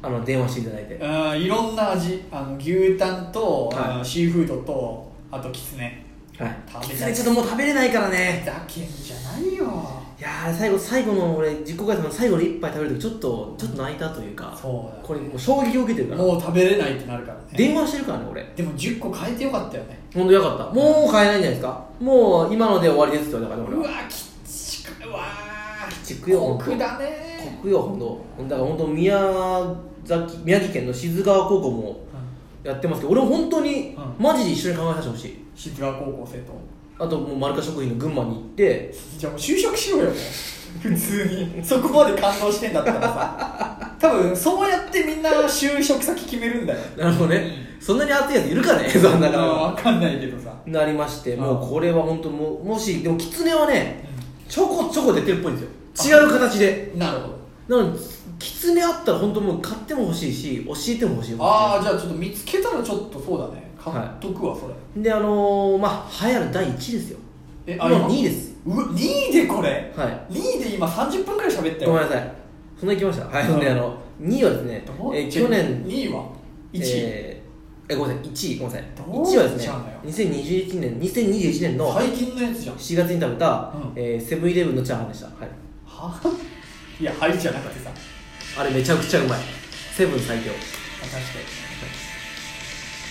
Speaker 3: あの電話していただいて
Speaker 1: あーいろんな味あの牛タンと、
Speaker 3: はい
Speaker 1: あーシーフードとあとキツネ
Speaker 3: はい
Speaker 1: 食べ
Speaker 3: きつ
Speaker 1: たい
Speaker 3: ねちょっともう食べれないからね
Speaker 1: だけんじゃないよ
Speaker 3: いやー最後最後の俺実行会社の最後の一杯食べるときちょっとちょっと泣いたというか
Speaker 1: そうだ
Speaker 3: これもう衝撃を受けてるから
Speaker 1: もう食べれないってなるからね
Speaker 3: 電話してるからね俺
Speaker 1: でも10個変えてよかったよね
Speaker 3: 本当よかったもう買えないんじゃないですかもう今ので終わりですって言われたから
Speaker 1: う
Speaker 3: 俺
Speaker 1: わ
Speaker 3: は
Speaker 1: きちかうわー
Speaker 3: ちくよほんと
Speaker 1: 酷だね
Speaker 3: 国よ本当だから本当宮崎宮城県の静川高校もやってますけど俺も本当に
Speaker 1: う
Speaker 3: マジで一緒に考えさせてほしい
Speaker 1: 静川高校生と
Speaker 3: あともう丸川食品の群馬に行って
Speaker 1: じゃあもう就職しろよもう普通にそこまで感動してんだったらさ多分そうやってみんな就職先決めるんだよ
Speaker 3: なるほどねそんなに熱いやついるかねそんなか
Speaker 1: 分かんないけどさ
Speaker 3: なりまして
Speaker 1: うん
Speaker 3: もうこれは本当もうもしでも狐はねちょこちょこ出てるっぽいんですよ違う形で
Speaker 1: なるほど
Speaker 3: なので狐あったら本当もう買っても欲しいし教えても欲しい
Speaker 1: ああじゃあちょっと見つけたらちょっとそうだね買っとくわそれ、
Speaker 3: であのー、まあ流行る第1位ですよ
Speaker 1: え
Speaker 3: 今
Speaker 1: 今
Speaker 3: 2位です
Speaker 1: うわ2位でこれ
Speaker 3: は
Speaker 1: 2位で今30分くらい喋ったよ
Speaker 3: いごめんなさいそんなに来ましたはい
Speaker 1: うん
Speaker 3: であの2位はですね
Speaker 1: どう
Speaker 3: えー去年
Speaker 1: 2位は1位、
Speaker 3: えーえごめんなさい1位ごめんなさい
Speaker 1: どう
Speaker 3: 1位はですね
Speaker 1: ちゃうのよ
Speaker 3: 2021年2021年の
Speaker 1: 最近のやつじゃん
Speaker 3: 4月に食べた、
Speaker 1: うん
Speaker 3: えーセブンイレブンのチャーハンでした、はい、
Speaker 1: はい やはいじゃなくてさ
Speaker 3: あれめちゃくちゃうまいセブン最強
Speaker 1: 確か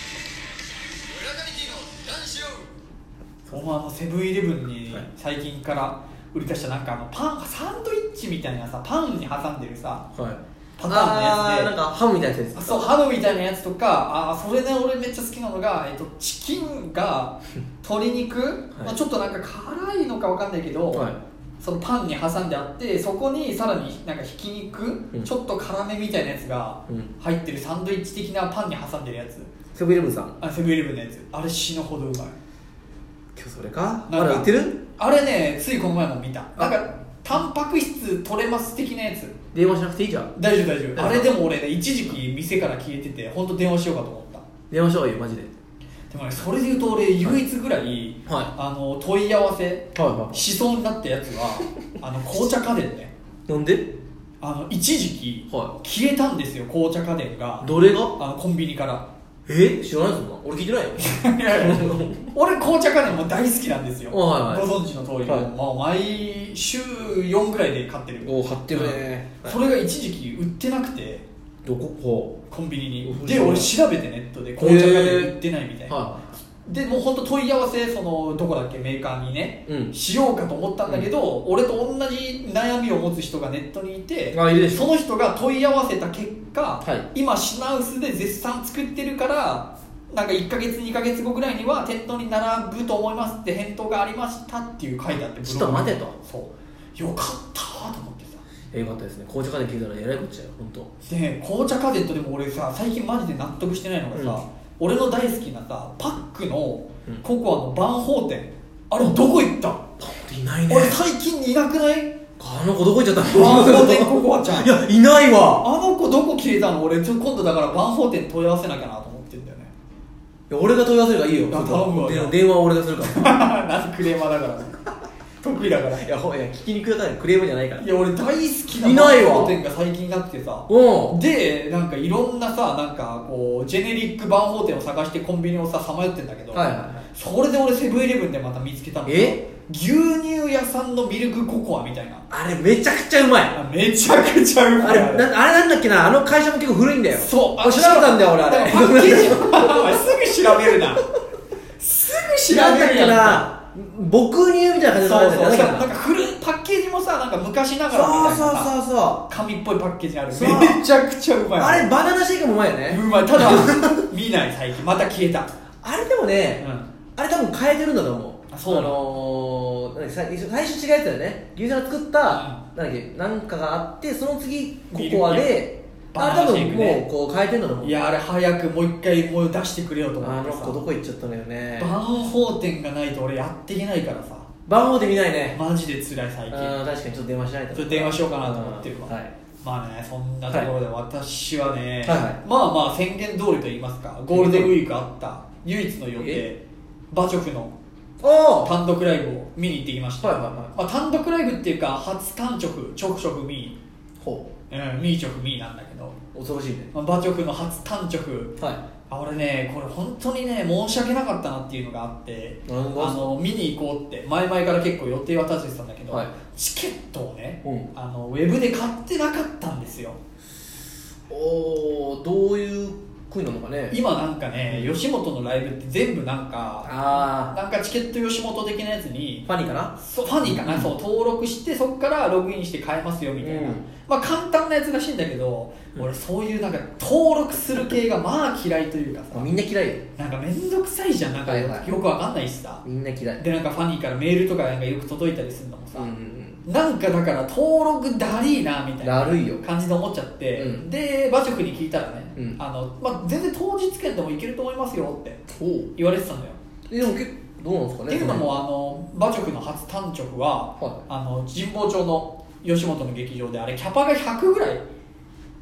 Speaker 2: 村上ティの談志郎
Speaker 1: にお前あのセブンイレブンに
Speaker 3: はい
Speaker 1: 最近から売り出したなんかあのパンサンドイッチみたいなさパンに挟んでるさ
Speaker 3: はい
Speaker 1: パターンのやつ
Speaker 3: あー
Speaker 1: で
Speaker 3: なんかハムみたいなやつで
Speaker 1: あ
Speaker 3: す
Speaker 1: そうハムみたいなやつとかあーそれで俺めっちゃ好きなのが、えっと、チキン が鶏肉、まあ、ちょっとなんか辛いのかわかんないけど、
Speaker 3: はい
Speaker 1: そのパンに挟んであってそこにさらになんかひき肉、
Speaker 3: うん
Speaker 1: ちょっと辛めみたいなやつが
Speaker 3: うん
Speaker 1: 入ってるサンドイッチ的なパンに挟んでるやつ
Speaker 3: セブンイレブンさん
Speaker 1: あセブンイレブンのやつあれ死ぬほどうまい
Speaker 3: 今日それか
Speaker 1: なんか
Speaker 3: まだ売ってる
Speaker 1: あれねついこの前も見たな
Speaker 3: あ
Speaker 1: んかタンパク質取れます的なやつ
Speaker 3: 電話しなくていいじゃん
Speaker 1: 大丈夫大丈夫あれでも俺ね一時期店から消えてて本当電話しようかと思った
Speaker 3: 電話しようよマジで
Speaker 1: でもねそれで言うと俺唯一ぐらい、
Speaker 3: は
Speaker 1: あの問い合わせ
Speaker 3: いは
Speaker 1: しそうになったやつは あの紅茶家電ね
Speaker 3: いなんで
Speaker 1: あの一時期、
Speaker 3: は
Speaker 1: 消えたんですよ紅茶家電が
Speaker 3: どれが
Speaker 1: あのコンビニから
Speaker 3: え知らないそんな俺聞いてないよ
Speaker 1: 俺紅茶家電も大好きなんですよ、
Speaker 3: はいはい
Speaker 1: ご存知の通り、
Speaker 3: はい
Speaker 1: もう毎週4ぐらいで買ってる
Speaker 3: お貼ってるね
Speaker 1: それが一時期売ってなくて
Speaker 3: どここ
Speaker 1: コンビニに
Speaker 3: お
Speaker 1: で
Speaker 3: そう
Speaker 1: 俺調べてネットで紅茶家電売ってないみたいな、
Speaker 3: は
Speaker 1: でもう本当問い合わせそのどこだっけメーカーにね、
Speaker 3: うん
Speaker 1: しようかと思ったんだけど、俺と同じ悩みを持つ人がネットにいて
Speaker 3: あいるでしょ
Speaker 1: その人が問い合わせた結果、
Speaker 3: は
Speaker 1: 今品薄で絶賛作ってるからなんか1か月2か月後ぐらいには店頭に並ぶと思いますって返答がありましたっていう書いてあってブログに
Speaker 3: ちょっと待てと
Speaker 1: そうよかったと思ってさ
Speaker 3: えよかったですね紅茶家電聞いたらえらいこっちゃよ本当
Speaker 1: でね紅茶家電とでも俺さ最近マジで納得してないのがさ、
Speaker 3: うん
Speaker 1: 俺の大好きなさパックの
Speaker 3: うん
Speaker 1: ココアの万宝店あれどこ行った、
Speaker 3: いないね
Speaker 1: 俺最近いなくない
Speaker 3: あの子どこ行っちゃった
Speaker 1: 万宝店ココアちゃん
Speaker 3: いやいないわ
Speaker 1: あの子どこ消えたの俺ちょ今度だから万宝店問い合わせなきゃなと思ってんだよね
Speaker 3: いや俺が問い合わせるからいいよ
Speaker 1: いや頼むわ
Speaker 3: で電話は俺がするから
Speaker 1: なんでクレーマーだから 得意だからい
Speaker 3: いやほいや聞きにくいからクレームじゃないから
Speaker 1: や俺大好きない
Speaker 3: ないわ
Speaker 1: 万宝店が最近なくてさ
Speaker 3: うん
Speaker 1: でなんかいろんなさなんかこうジェネリック万宝店を探してコンビニをささまよってんだけど、
Speaker 3: はいはいはい
Speaker 1: それで俺セブンイレブンでまた見つけたの
Speaker 3: え
Speaker 1: 牛乳屋さんのミルクココアみたいな
Speaker 3: あれめちゃくちゃうまい
Speaker 1: あめちゃくちゃうま
Speaker 3: あ
Speaker 1: い
Speaker 3: れなあれなんだっけなあの会社も結構古いんだよ
Speaker 1: そう
Speaker 3: あ調べたんだよ俺あ
Speaker 1: からパッケージ
Speaker 3: れ
Speaker 1: お前すぐ調べるなすぐ調
Speaker 3: なん
Speaker 1: べ
Speaker 3: だっ
Speaker 1: る
Speaker 3: け
Speaker 1: やん
Speaker 3: な牧乳みたいな感
Speaker 1: そう
Speaker 3: じ
Speaker 1: そ
Speaker 3: の
Speaker 1: う
Speaker 3: や
Speaker 1: そうな
Speaker 3: つだっ
Speaker 1: ん
Speaker 3: け
Speaker 1: か
Speaker 3: な
Speaker 1: なんか古いパッケージもさなんか昔ながらみたい
Speaker 3: そう
Speaker 1: な
Speaker 3: そう
Speaker 1: さ
Speaker 3: そうそ
Speaker 1: 紙っぽいパッケージある
Speaker 3: そう
Speaker 1: めちゃくちゃうま
Speaker 3: う
Speaker 1: い
Speaker 3: あれバナナシェイクもうまいよね
Speaker 1: うまいた だ見ない最近また消えた
Speaker 3: あれでもね、
Speaker 1: うん
Speaker 3: あれ多分変えてるんだと思う
Speaker 1: あそうな
Speaker 3: あのー、なんだっけ最最初違うやつだよね牛乳が作った、なんだっけなんかがあってその次ココア
Speaker 1: ミルク
Speaker 3: で
Speaker 1: バナ
Speaker 3: あれ
Speaker 1: ナシ
Speaker 3: 多
Speaker 1: ェイ
Speaker 3: 分
Speaker 1: ク
Speaker 3: も
Speaker 1: ね
Speaker 3: うこう変えてんだと思う
Speaker 1: いやあれ早くもう一回もう出してくれよと思
Speaker 3: あ
Speaker 1: って
Speaker 3: の
Speaker 1: さ
Speaker 3: 子どこ行っちゃったのよね
Speaker 1: 万宝店がないと俺やっていけないからさ
Speaker 3: 番号で見ないね
Speaker 1: マジで辛い最近
Speaker 3: あー確かにちょっと電話しないと
Speaker 1: ちょっと電話しようかなと思ってるわ
Speaker 3: うんはい
Speaker 1: まあねそんなところで私はね、
Speaker 3: はいはい
Speaker 1: まあまあ宣言通りと言いますかゴールデンウィークあった唯一の予定
Speaker 3: え
Speaker 1: バチョフの
Speaker 3: おー
Speaker 1: 単独ライブを見に行ってきました、
Speaker 3: はいはいは
Speaker 1: まあ、単独ライブっていうか初単直直直ミ
Speaker 3: ほ
Speaker 1: ー、うん、ミー直ミーなんだけど、
Speaker 3: う恐ろしいね
Speaker 1: まあ、バチョフの初単直
Speaker 3: は
Speaker 1: あ俺ねこれ本当にね申し訳なかったなっていうのがあってあ
Speaker 3: なんだ
Speaker 1: の見に行こうって前々から結構予定は立ててたんだけど、
Speaker 3: はい
Speaker 1: チケットをね、
Speaker 3: うん
Speaker 1: あのウェブで買ってなかったんですよ
Speaker 3: いおおどういう国なのかね
Speaker 1: 今なんかね吉本のライブって全部なんか
Speaker 3: あ
Speaker 1: なんかチケット吉本的なやつに
Speaker 3: ーファニーかな
Speaker 1: そうファニーかな、そう登録してそこからログインして買えますよみたいな、
Speaker 3: うん
Speaker 1: まあ簡単なやつらしいんだけど、
Speaker 3: うん
Speaker 1: 俺そういうなんか登録する系がまあ嫌いというかさ、
Speaker 3: みんな嫌いよ
Speaker 1: なんか面倒くさいじゃんなんか
Speaker 3: はい
Speaker 1: よ
Speaker 3: はい
Speaker 1: くわかんないしさ
Speaker 3: みんな嫌い
Speaker 1: でなんかファニーからメールとかなんかよく届いたりするのもさ、
Speaker 3: うんうん
Speaker 1: なんかだから登録だりーなみた
Speaker 3: う
Speaker 1: い
Speaker 3: ん
Speaker 1: な
Speaker 3: だるいよ
Speaker 1: 感じで思っちゃって、
Speaker 3: うん
Speaker 1: で馬直に聞いたらね、
Speaker 3: うん
Speaker 1: あのまあ、全然当日券でもいけると思いますよって
Speaker 3: おう
Speaker 1: 言われてたのよ、
Speaker 3: えでも結構どうなんですか
Speaker 1: っ
Speaker 3: ね
Speaker 1: ていうの
Speaker 3: は
Speaker 1: もあの馬直の初単直は、
Speaker 3: は
Speaker 1: あの神保町の吉本の劇場であれキャパが100ぐらい
Speaker 3: い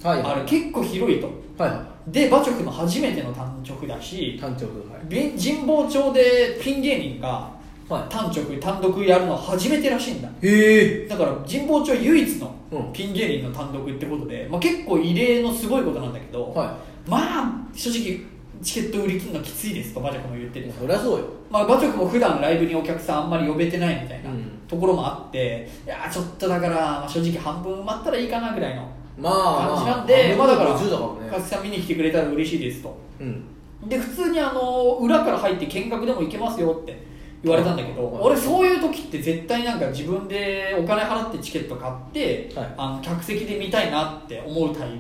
Speaker 1: あ
Speaker 3: は
Speaker 1: る結構広いと
Speaker 3: いは
Speaker 1: で馬直の初めての単直だ
Speaker 3: い
Speaker 1: し
Speaker 3: 単調分はい
Speaker 1: び神保町でピン芸人が
Speaker 3: は
Speaker 1: 単直単独やるの初めてらしいんだ
Speaker 3: いへえ
Speaker 1: だから神保町唯一の
Speaker 3: うん
Speaker 1: ピン芸人の単独ってことで、まあ、結構異例のすごいことなんだけど、
Speaker 3: は
Speaker 1: まあ正直チケット売り切るのきついですと馬直も言って
Speaker 3: いい
Speaker 1: る
Speaker 3: やそりゃそうよ
Speaker 1: まあ、馬直も普段ライブにお客さんあんまり呼べてないみたいな
Speaker 3: うん
Speaker 1: ところもあって、いやーちょっとだから、まあ正直半分埋まったらいいかなぐらいの
Speaker 3: まあ
Speaker 1: 感じなんで、まあ、だから
Speaker 3: 50だ
Speaker 1: お
Speaker 3: から
Speaker 1: 客
Speaker 3: ね
Speaker 1: さん見に来てくれたら嬉しいですと
Speaker 3: うん
Speaker 1: で普通にあの裏から入って見学でも行けますよって言われたんだけど、
Speaker 3: はい
Speaker 1: 俺そういう時って絶対なんか自分でお金払ってチケット買って、
Speaker 3: はい
Speaker 1: あの客席で見たいなって思うタイ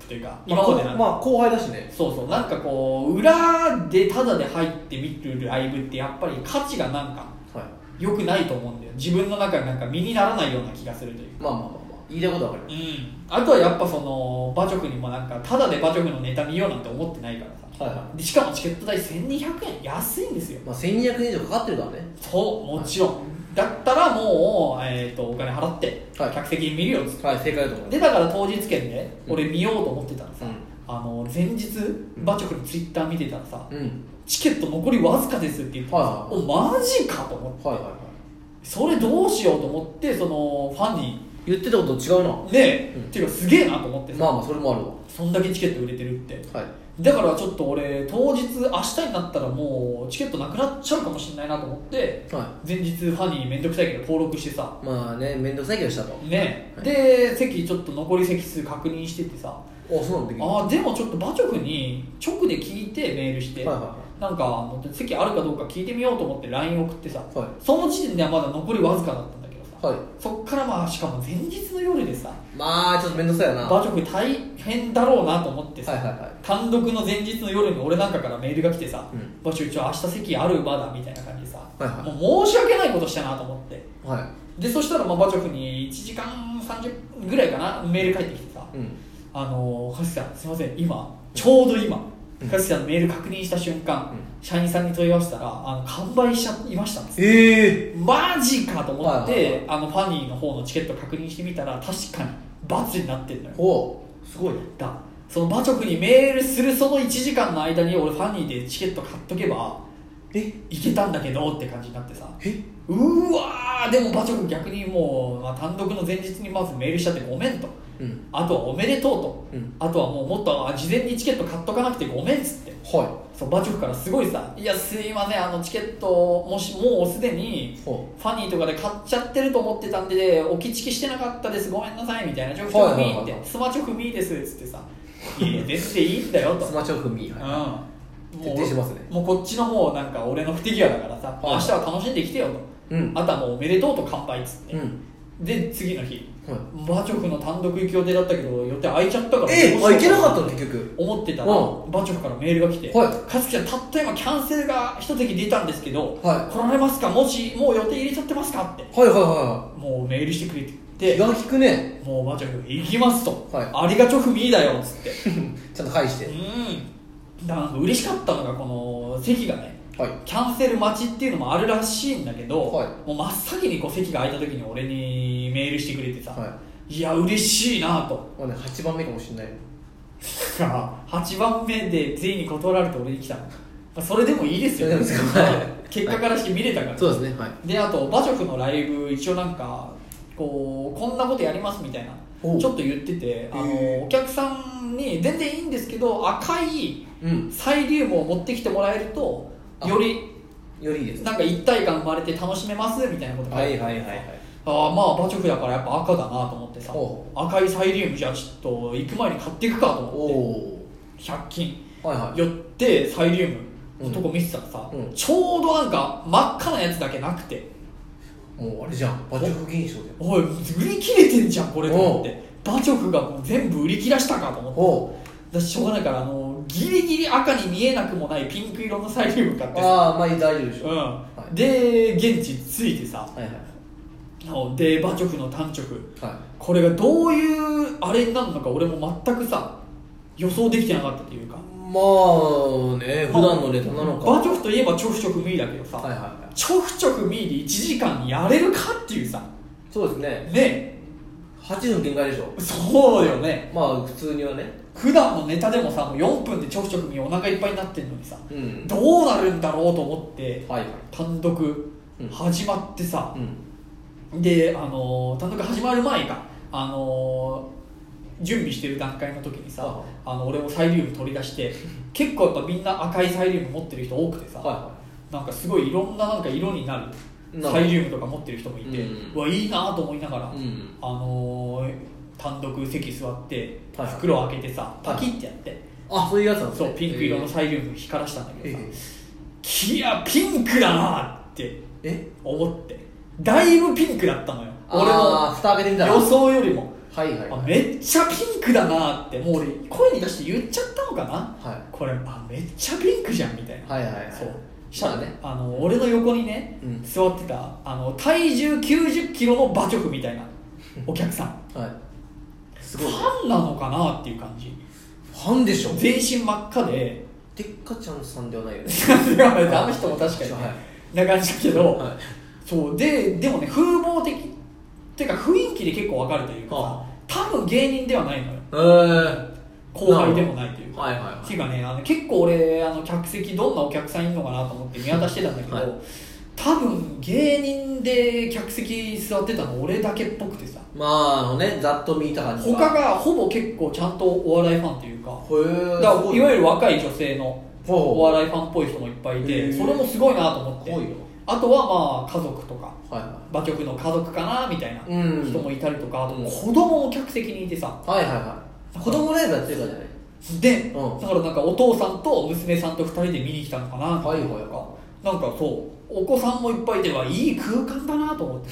Speaker 1: プというか
Speaker 3: まあ
Speaker 1: 今までなんか、
Speaker 3: まあ後輩だしね
Speaker 1: そうそうなんかこう裏でタダで入って見るライブってやっぱり価値がなんか
Speaker 3: はい
Speaker 1: 良くないと思うんだよ自分の中でなんか身にならないような気がするというか
Speaker 3: まあまあまあまあ言いたいことは分か
Speaker 1: う
Speaker 3: り
Speaker 1: んあとはやっぱその馬直にもなんかタダで馬直のネタ見ようなんて思ってないからさ
Speaker 3: ますはいは
Speaker 1: でしかもチケット代1200円安いんですよ
Speaker 3: いまあ1200円以上かかってるからね
Speaker 1: そうもちろんだったらもう、えー、とお金払って
Speaker 3: はい
Speaker 1: 客席に見るよっつって、
Speaker 3: はい正解だと思います
Speaker 1: でだから当日券で
Speaker 3: うん
Speaker 1: 俺見ようと思ってたらさ、
Speaker 3: うん
Speaker 1: あの前日馬直のツイッター見てたらさ、
Speaker 3: うん
Speaker 1: チケット残りわずかですって言ってたさ
Speaker 3: はい
Speaker 1: おマジかと思って
Speaker 3: はいはいはい
Speaker 1: それどうしようと思ってそのファンに
Speaker 3: 言ってたことと違うな
Speaker 1: ねえ、
Speaker 3: うん
Speaker 1: っていうかすげえなと思ってさ、
Speaker 3: まあまあそれもあ
Speaker 1: そんだけチケット売れてるって
Speaker 3: るわはい
Speaker 1: だからちょっと俺当日明日になったらもうチケットなくなっちゃうかもしれないなと思って
Speaker 3: は
Speaker 1: 前日ファンに面倒くさいけど登録してさ
Speaker 3: いまあね面倒くさいけどしたと
Speaker 1: ねえ、
Speaker 3: はい
Speaker 1: で席ちょっと残り席数確認しててさ
Speaker 3: あそうなんだは
Speaker 1: あーでもちょっと馬直に直で聞いてメールし
Speaker 3: い
Speaker 1: て、
Speaker 3: はいは
Speaker 1: なんかあの席あるかどうか聞いてみようと思って LINE 送ってさ、
Speaker 3: はい
Speaker 1: その時点ではまだ残りわずかだったんだけどさ、
Speaker 3: いはい
Speaker 1: そっからまあしかも前日の夜でさ
Speaker 3: まあちょっと面倒くさいよな
Speaker 1: 馬直大変だろうなと思ってさ、
Speaker 3: はいはいはい
Speaker 1: 単独の前日の夜に俺なんかからメールが来てさ
Speaker 3: うん
Speaker 1: 「馬直一応明日席あるまだ」みたいな感じでさ、
Speaker 3: はいはい
Speaker 1: もう申し訳ないことしたなと思って
Speaker 3: はい
Speaker 1: でそしたらまあ馬直に1時間30分ぐらいかなメール返ってきてさ「
Speaker 3: うん
Speaker 1: あのー、かしさんすいません今ちょうど今
Speaker 3: うん
Speaker 1: かしさんのメール確認した瞬間、
Speaker 3: うん
Speaker 1: 社員さんに問い合わせたらあの完売しちゃいましたんです
Speaker 3: ええ
Speaker 1: マジかと思っ
Speaker 3: はいはい
Speaker 1: てあのファニーの方のチケット確認してみたら確かに罰になってんのよ
Speaker 3: おうすごいね
Speaker 1: だその馬直にメールするその1時間の間に俺ファニーでチケット買っとけば
Speaker 3: え
Speaker 1: いけたんだけどって感じになってさ
Speaker 3: え
Speaker 1: うーわーでも馬直逆にもう、まあ、単独の前日にまずメールしちゃってごめんと
Speaker 3: うん
Speaker 1: あとはおめでとうと、
Speaker 3: うん
Speaker 1: あとはもうもっとあ事前にチケット買っとかなくてごめんっつって
Speaker 3: は
Speaker 1: そう馬直からすごいさ「いやすいませんあのチケットもしもうすでに
Speaker 3: いほ
Speaker 1: ファニーとかで買っちゃってると思ってたんで置きチキしてなかったですごめんなさい」みたいな「ちょくちょくみ
Speaker 3: はい
Speaker 1: ー」っ
Speaker 3: はいはい
Speaker 1: て「スマチョクみーです」っつってさ「いや全然いいんだよ」
Speaker 3: う
Speaker 1: と
Speaker 3: スマチョフミーはい
Speaker 1: うん
Speaker 3: 徹底しますね
Speaker 1: もうもうこっちのもうなんか俺の不手際だからさ、
Speaker 3: い
Speaker 1: 明日は楽しんできてよと、
Speaker 3: うん
Speaker 1: あとはもうおめでとうと乾杯っつって、
Speaker 3: うん
Speaker 1: で次の日
Speaker 3: はい
Speaker 1: 馬直の単独行く予定だったけど予定空いちゃったから
Speaker 3: え
Speaker 1: どうしよう
Speaker 3: あいけなかったの結局
Speaker 1: 思ってたら、
Speaker 3: う
Speaker 1: 馬直からメールが来て「
Speaker 3: はい
Speaker 1: かすきちゃんたった今キャンセルが一席出たんですけど、
Speaker 3: はい
Speaker 1: 来られますかもしもう予定入れちゃってますか?」って
Speaker 3: はいはいは
Speaker 1: もうメールしてくれて
Speaker 3: い気
Speaker 1: で
Speaker 3: が利くね
Speaker 1: 「もう馬直行きます」と「
Speaker 3: はい
Speaker 1: ありが直ミーだよ」っつって
Speaker 3: ちゃんと返して
Speaker 1: うんだからなんか嬉しかったのがこの席がね
Speaker 3: はい
Speaker 1: キャンセル待ちっていうのもあるらしいんだけど、
Speaker 3: はい
Speaker 1: もう真っ先にこう席が空いた時に俺にメールしてくれてさ、、
Speaker 3: はい
Speaker 1: や嬉しいなと
Speaker 3: まあね8番目かもしれないよ
Speaker 1: 8番目で全員に断られて俺に来たのまあそれでもいいですよ
Speaker 3: それでもいいですかはい
Speaker 1: 結果からして見れたから、
Speaker 3: そうですねはい
Speaker 1: であと馬直のライブ一応なんかこうこんなことやりますみたいな
Speaker 3: おう
Speaker 1: ちょっと言っててあ
Speaker 3: へ
Speaker 1: のお客さんに全然いいんですけど赤い
Speaker 3: うん
Speaker 1: サイリウムを持ってきてもらえると
Speaker 3: あ
Speaker 1: より
Speaker 3: よりいいです
Speaker 1: なんか一体感生まれて楽しめますみたいなこと書てあってああまあ馬直だからやっぱ赤だなと思ってさ
Speaker 3: お
Speaker 1: 赤いサイリウムじゃあちょっと行く前に買っていくかと
Speaker 3: お
Speaker 1: 思って
Speaker 3: お
Speaker 1: 100均
Speaker 3: はいはい
Speaker 1: 寄ってサイリウム
Speaker 3: うん
Speaker 1: のとこ見てたらさ、
Speaker 3: うん
Speaker 1: ちょうどなんか真っ赤なやつだけなくて
Speaker 3: もうあれじゃん馬直現象じゃん
Speaker 1: おい売り切れてんじゃんこれと思って馬直がもう全部売り切らしたかと思って
Speaker 3: おお
Speaker 1: 私しょうがないからあのギリギリ赤に見えなくもないピンク色のサイリウム買ってさ
Speaker 3: ああまあ大丈夫でしょ
Speaker 1: うん
Speaker 3: い
Speaker 1: で現地着いてさ
Speaker 3: はいはい
Speaker 1: で馬直の単直
Speaker 3: は
Speaker 1: これがどういうあれになるのか俺も全くさ予想できてなかったというか
Speaker 3: いまあね普段のネタなのか
Speaker 1: 馬直といえばちょくちょくミーだけどさ、
Speaker 3: はいはいは
Speaker 1: ちょくちょくミーで1時間やれるかっていうさ
Speaker 3: いそうですね
Speaker 1: ねえ
Speaker 3: 8分限界でしょ
Speaker 1: そうよね
Speaker 3: まあ普通にはね
Speaker 1: 普段のネタでもさもう4分でちょくちょくミーお腹いっぱいになってんのにさ
Speaker 3: うん
Speaker 1: どうなるんだろうと思って
Speaker 3: はいはい
Speaker 1: 単独
Speaker 3: うん
Speaker 1: 始まってさ、
Speaker 3: うん
Speaker 1: で、あのー単独始まる前か、あのー準備してる段階の時にさあの俺もサイリウム取り出 して結構やっぱみんな赤いサイリウム持ってる人多くてさ、
Speaker 3: はいは
Speaker 1: なんかすごいいろんななんか色になる
Speaker 3: なる
Speaker 1: サイリウムとか持ってる人もいて、
Speaker 3: うん
Speaker 1: うわいいなと思いながら、
Speaker 3: うん
Speaker 1: あのー単独席座って
Speaker 3: はいはい
Speaker 1: 袋を開けてさパキッてやって、
Speaker 3: あそういうやつなんです
Speaker 1: そ
Speaker 3: ね
Speaker 1: うピンク色のサイリウム光らしたんだけ
Speaker 3: え
Speaker 1: どさ
Speaker 3: え、
Speaker 1: いやピンクだなって
Speaker 3: え
Speaker 1: 思ってだいぶピンクだったのよ俺
Speaker 3: あ
Speaker 1: も
Speaker 3: あ蓋開けてみたら
Speaker 1: 予想よりも
Speaker 3: はいはい
Speaker 1: あ
Speaker 3: はい
Speaker 1: めっちゃピンクだなってもう俺声に出して言っちゃったのかな、
Speaker 3: はい
Speaker 1: これあめっちゃピンクじゃんみたいな、
Speaker 3: はいはいはい
Speaker 1: そうしたらね、
Speaker 3: ま
Speaker 1: あの俺の横にね、
Speaker 3: うん
Speaker 1: 座ってたあの体重90キロの馬直みたいなお客さ ん
Speaker 3: はいす
Speaker 1: フ
Speaker 3: ごい
Speaker 1: ァンなのかなっていう感じ
Speaker 3: ファンでしょ
Speaker 1: 全身真っ赤で
Speaker 3: てっかちゃんさんではないよね
Speaker 1: あの人も確かに、ねな
Speaker 3: は
Speaker 1: 感じだけど、
Speaker 3: はい
Speaker 1: そうででもね風貌的っていうか雰囲気で結構わかるというかさ、
Speaker 3: は
Speaker 1: 多分芸人ではないのよ
Speaker 3: えー
Speaker 1: 後輩でもないというか
Speaker 3: はいはいは
Speaker 1: って
Speaker 3: い
Speaker 1: いうかねあの結構俺あの客席どんなお客さんいるのかなと思って見渡してたんだけど、
Speaker 3: はい
Speaker 1: 多分芸人で客席座ってたの俺だけっぽくてさ
Speaker 3: まああのねざっと見た感じ
Speaker 1: 他がほぼ結構ちゃんとお笑いファンというか
Speaker 3: へえ
Speaker 1: だからいわゆる若い女性の
Speaker 3: ほうほう
Speaker 1: お笑いファンっぽい人もいっぱいい
Speaker 3: へ
Speaker 1: て
Speaker 3: ー
Speaker 1: それもすごいなと思って
Speaker 3: 多いよ
Speaker 1: あとはまあ家族とか
Speaker 3: はいは
Speaker 1: 馬局の家族かなみたいな
Speaker 3: うん
Speaker 1: 人もいたりとか、あと
Speaker 3: うん
Speaker 1: 子供も客席にいてさ
Speaker 3: いはいはいはい子供ライブやってるからじゃない
Speaker 1: で、
Speaker 3: うん
Speaker 1: だからなんかお父さんと娘さんと2人で見に来たのかなとか、
Speaker 3: はいはいは
Speaker 1: なんかそうお子さんもいっぱいいてはいい空間だなと思って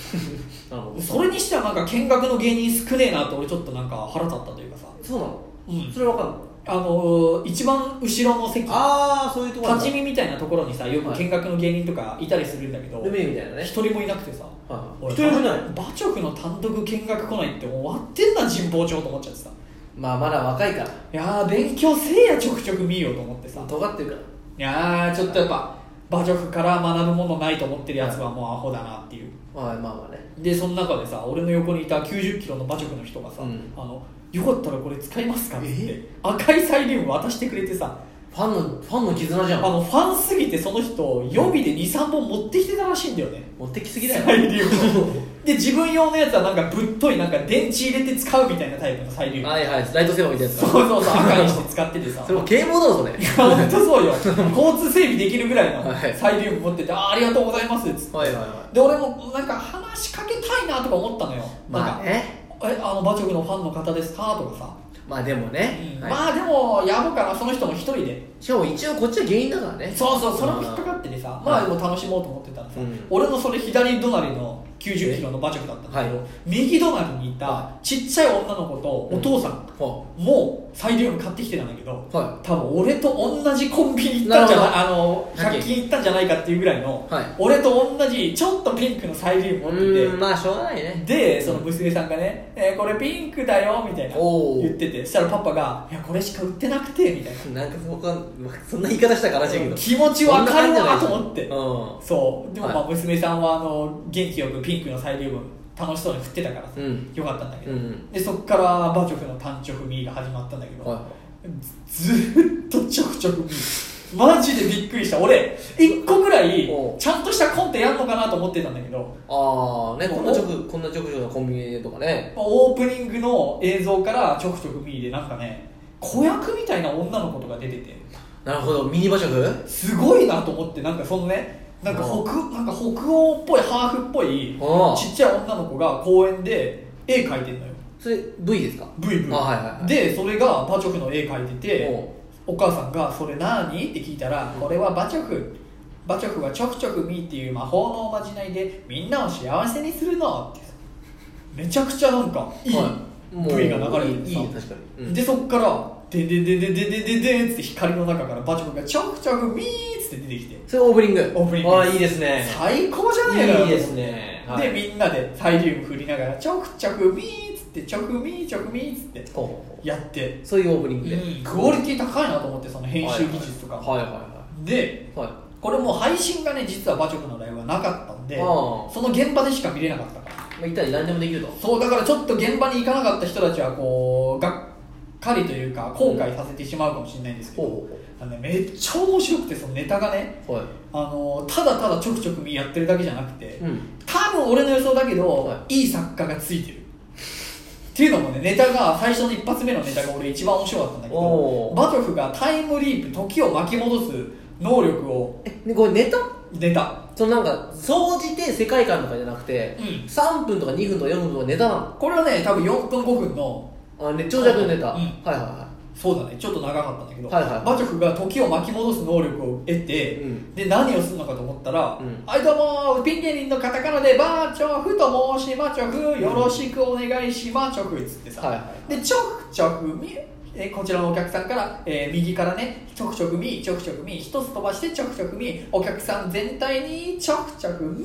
Speaker 3: なるほど
Speaker 1: それにしてはなんか見学の芸人少ねえなって俺ちょっとなんか腹立ったというかさ
Speaker 3: そうなの
Speaker 1: うん
Speaker 3: それわかんない
Speaker 1: あの一番後ろの席立
Speaker 3: ああそういうとこなんだ
Speaker 1: ち見みたいなところにさよく見学の芸人とかいたりするんだけど
Speaker 3: でメインみたいなね
Speaker 1: 一人もいなくてさ
Speaker 3: はい
Speaker 1: 俺
Speaker 3: 一人もいない
Speaker 1: ババチョクの単独見学来ないってもう終わってんな神保町と思っちゃってさ
Speaker 3: まあまだ若いから
Speaker 1: いやー勉強せえやちょくちょく見ようと思ってさ
Speaker 3: 尖ってるか
Speaker 1: い
Speaker 3: ら
Speaker 1: やーちょっとやっぱ馬直から学ぶものないと思ってるやつはもうアホだなっていう
Speaker 3: まあまあまあね
Speaker 1: でその中でさ俺の横にいた9 0キロの馬直の人がさ、
Speaker 3: うん
Speaker 1: あの「よかったらこれ使いますか?」って言って
Speaker 3: え
Speaker 1: 赤いサイリウム渡してくれてさ
Speaker 3: ファンのファンの絆じ
Speaker 1: あ
Speaker 3: ゃん
Speaker 1: のファンすぎてその人予備で23本持ってきてたらしいんだよね
Speaker 3: 持ってきすぎだよ
Speaker 1: サイリウムで自分用のやつはなんかぶっといなんか電池入れて使うみたいなタイプのサイリウム
Speaker 3: はいはいライトセーバーみたいなやつ
Speaker 1: そうそうそう赤にして使っててさ
Speaker 3: それも啓蒙だぞそれ
Speaker 1: いや本当 そうよ交通整備できるぐらいの
Speaker 3: はい
Speaker 1: サイリウム持ってて「あーありがとうございます」っつって、
Speaker 3: はいはいは
Speaker 1: で俺もなんか話しかけたいなとか思ったのよ、
Speaker 3: まあ
Speaker 1: なんか
Speaker 3: ね
Speaker 1: 「えあの馬直のファンの方ですか?」とかさ、
Speaker 3: まあでもね、はい
Speaker 1: まあでもやぼうかなその人も一人で
Speaker 3: しかも一応こっちは原因だからね
Speaker 1: そうそうそれも引っかかっててさまあでも楽しもうと思ってたらさ、
Speaker 3: うん
Speaker 1: 俺のそれ左隣の90キロの馬直だったんだけど、
Speaker 3: はい
Speaker 1: 右隣にいたちっちゃい女の子とお父さん
Speaker 3: は
Speaker 1: もサイリウム買ってきてたんだけど、
Speaker 3: は
Speaker 1: 多分俺と同じコンビニ行ったんじゃない
Speaker 3: な
Speaker 1: あの
Speaker 3: 100
Speaker 1: 100均行ったんじゃないかっていうぐらいの、
Speaker 3: はい
Speaker 1: 俺と同じちょっとピンクのサイリウ
Speaker 3: い
Speaker 1: ム持っ
Speaker 3: う
Speaker 1: て
Speaker 3: ーんまあしょうがないね
Speaker 1: てでその娘さんがね「えーこれピンクだよ」みたいな
Speaker 3: おー
Speaker 1: 言っててそしたらパパが「いやこれしか売ってなくて」みたいな
Speaker 3: なんかそこはそんな言い方したからしいけど
Speaker 1: 気持ちわかるわと思って
Speaker 3: う
Speaker 1: そうでもまあ
Speaker 3: は
Speaker 1: 娘さんはあの元気よくピンクのサイリウム楽しそうに振ってたからさ、
Speaker 3: うん
Speaker 1: よかったんだけど、
Speaker 3: うんうん
Speaker 1: でそっから馬直の単直ミーが始まったんだけど、
Speaker 3: は
Speaker 1: ずーっとちょくちょく見るマジでびっくりした俺一個ぐらい
Speaker 3: おう
Speaker 1: ちゃんとしたコントやるのかなと思ってたんだけど
Speaker 3: ああねこんな直こんな直上のコンビニとかね
Speaker 1: オープニングの映像からちょくちょく見でなんかね子役みたいな女の子とか出てて
Speaker 3: なるほどミニ馬食
Speaker 1: すごいなと思ってなんかそのねなんか
Speaker 3: おう
Speaker 1: 北なんか北欧っぽいハーフっぽい
Speaker 3: おう
Speaker 1: ちっちゃい女の子が公園で絵描いてんのよ
Speaker 3: それ V ですか
Speaker 1: ブイブイ
Speaker 3: あはいはいはい
Speaker 1: でそれが馬直の絵描いてて
Speaker 3: おう
Speaker 1: お母さんが「それ何?」って聞いたら「これは馬直馬直はちょくちょくみ」っていう魔法のおまじないでみんなを幸せにするのってめちゃくちゃなんかいい
Speaker 3: もう
Speaker 1: V が流れて
Speaker 3: い
Speaker 1: て
Speaker 3: い
Speaker 1: さ
Speaker 3: いい確かに、うん
Speaker 1: でそっから「でんでんでんでんでんでんでんでん」っつって光の中から馬直が「ちょくちょくみ」っつって出てきて
Speaker 3: それオープニング
Speaker 1: オープニング
Speaker 3: ああいいですね
Speaker 1: 最高じゃねえかよ
Speaker 3: いいですねはい
Speaker 1: でみんなでサイリウム振りながら「ちょくちょくみ」っつって「ちょくみちょくみ」っつって
Speaker 3: ほうほうほ
Speaker 1: やって
Speaker 3: うそういうオープニングで、
Speaker 1: クオリティ高いなと思ってその編集技術とか
Speaker 3: はいはいは
Speaker 1: で
Speaker 3: いはい、はい
Speaker 1: これもう配信がね実は馬直のライブはなかったんで
Speaker 3: ああ
Speaker 1: その現場でしか見れなかったから
Speaker 3: まあ、一体何でもできると
Speaker 1: そうだからちょっと現場に行かなかった人たちはこうがっかりというか後悔させてしまうかもしれないんですけど、
Speaker 3: ほうほ
Speaker 1: あのねめっちゃ面白くてそのネタがね
Speaker 3: うほうはい
Speaker 1: あのただただちょくちょく見やってるだけじゃなくて、
Speaker 3: うん
Speaker 1: 多分俺の予想だけど、、
Speaker 3: はい
Speaker 1: い作家がついてるっていうのもねネタが最初の一発目のネタが俺一番面白かったんだけど
Speaker 3: おー
Speaker 1: バトフがタイムリープ時を巻き戻す能力を
Speaker 3: えでこれネタ
Speaker 1: ネタ
Speaker 3: そのなんか総じて世界観とかじゃなくて、
Speaker 1: うん
Speaker 3: 3分とか2分とか4分とかネタな
Speaker 1: これはね多分4分5分の
Speaker 3: のあね長尺のネタ、
Speaker 1: うん
Speaker 3: はいはいは
Speaker 1: そうだねちょっと長かったんだけど、
Speaker 3: はいはい
Speaker 1: 馬直が時を巻き戻す能力を得て、
Speaker 3: うん
Speaker 1: で何をするのかと思ったら
Speaker 3: うん
Speaker 1: はいどうもピン芸人のカタカナでバーチョフと申しまちょくよろしくお願いしまちょく」っつってさ、
Speaker 3: はいはい
Speaker 1: でちょくちょくみえこちらのお客さんから、えー右からねちょくちょくみちょくちょくみ一つ飛ばしてちょくちょくみお客さん全体にちょくちょくみ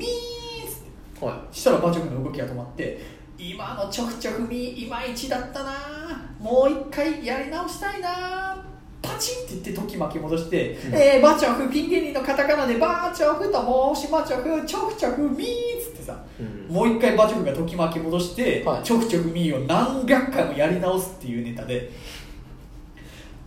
Speaker 1: ーっつって
Speaker 3: いは
Speaker 1: したら馬直の動きが止まって今のちょくちょくみいまいちだったなもう一回やり直したいなパチンって言って時巻き戻して、
Speaker 3: ん
Speaker 1: えー、バチョフピン芸人のカタカナでバチョフと申しまちょくちょくちょくみーっつってさ、
Speaker 3: うん
Speaker 1: もう一回馬直が時巻き戻して、
Speaker 3: はい
Speaker 1: ちょくちょくみーを何百回もやり直すっていうネタで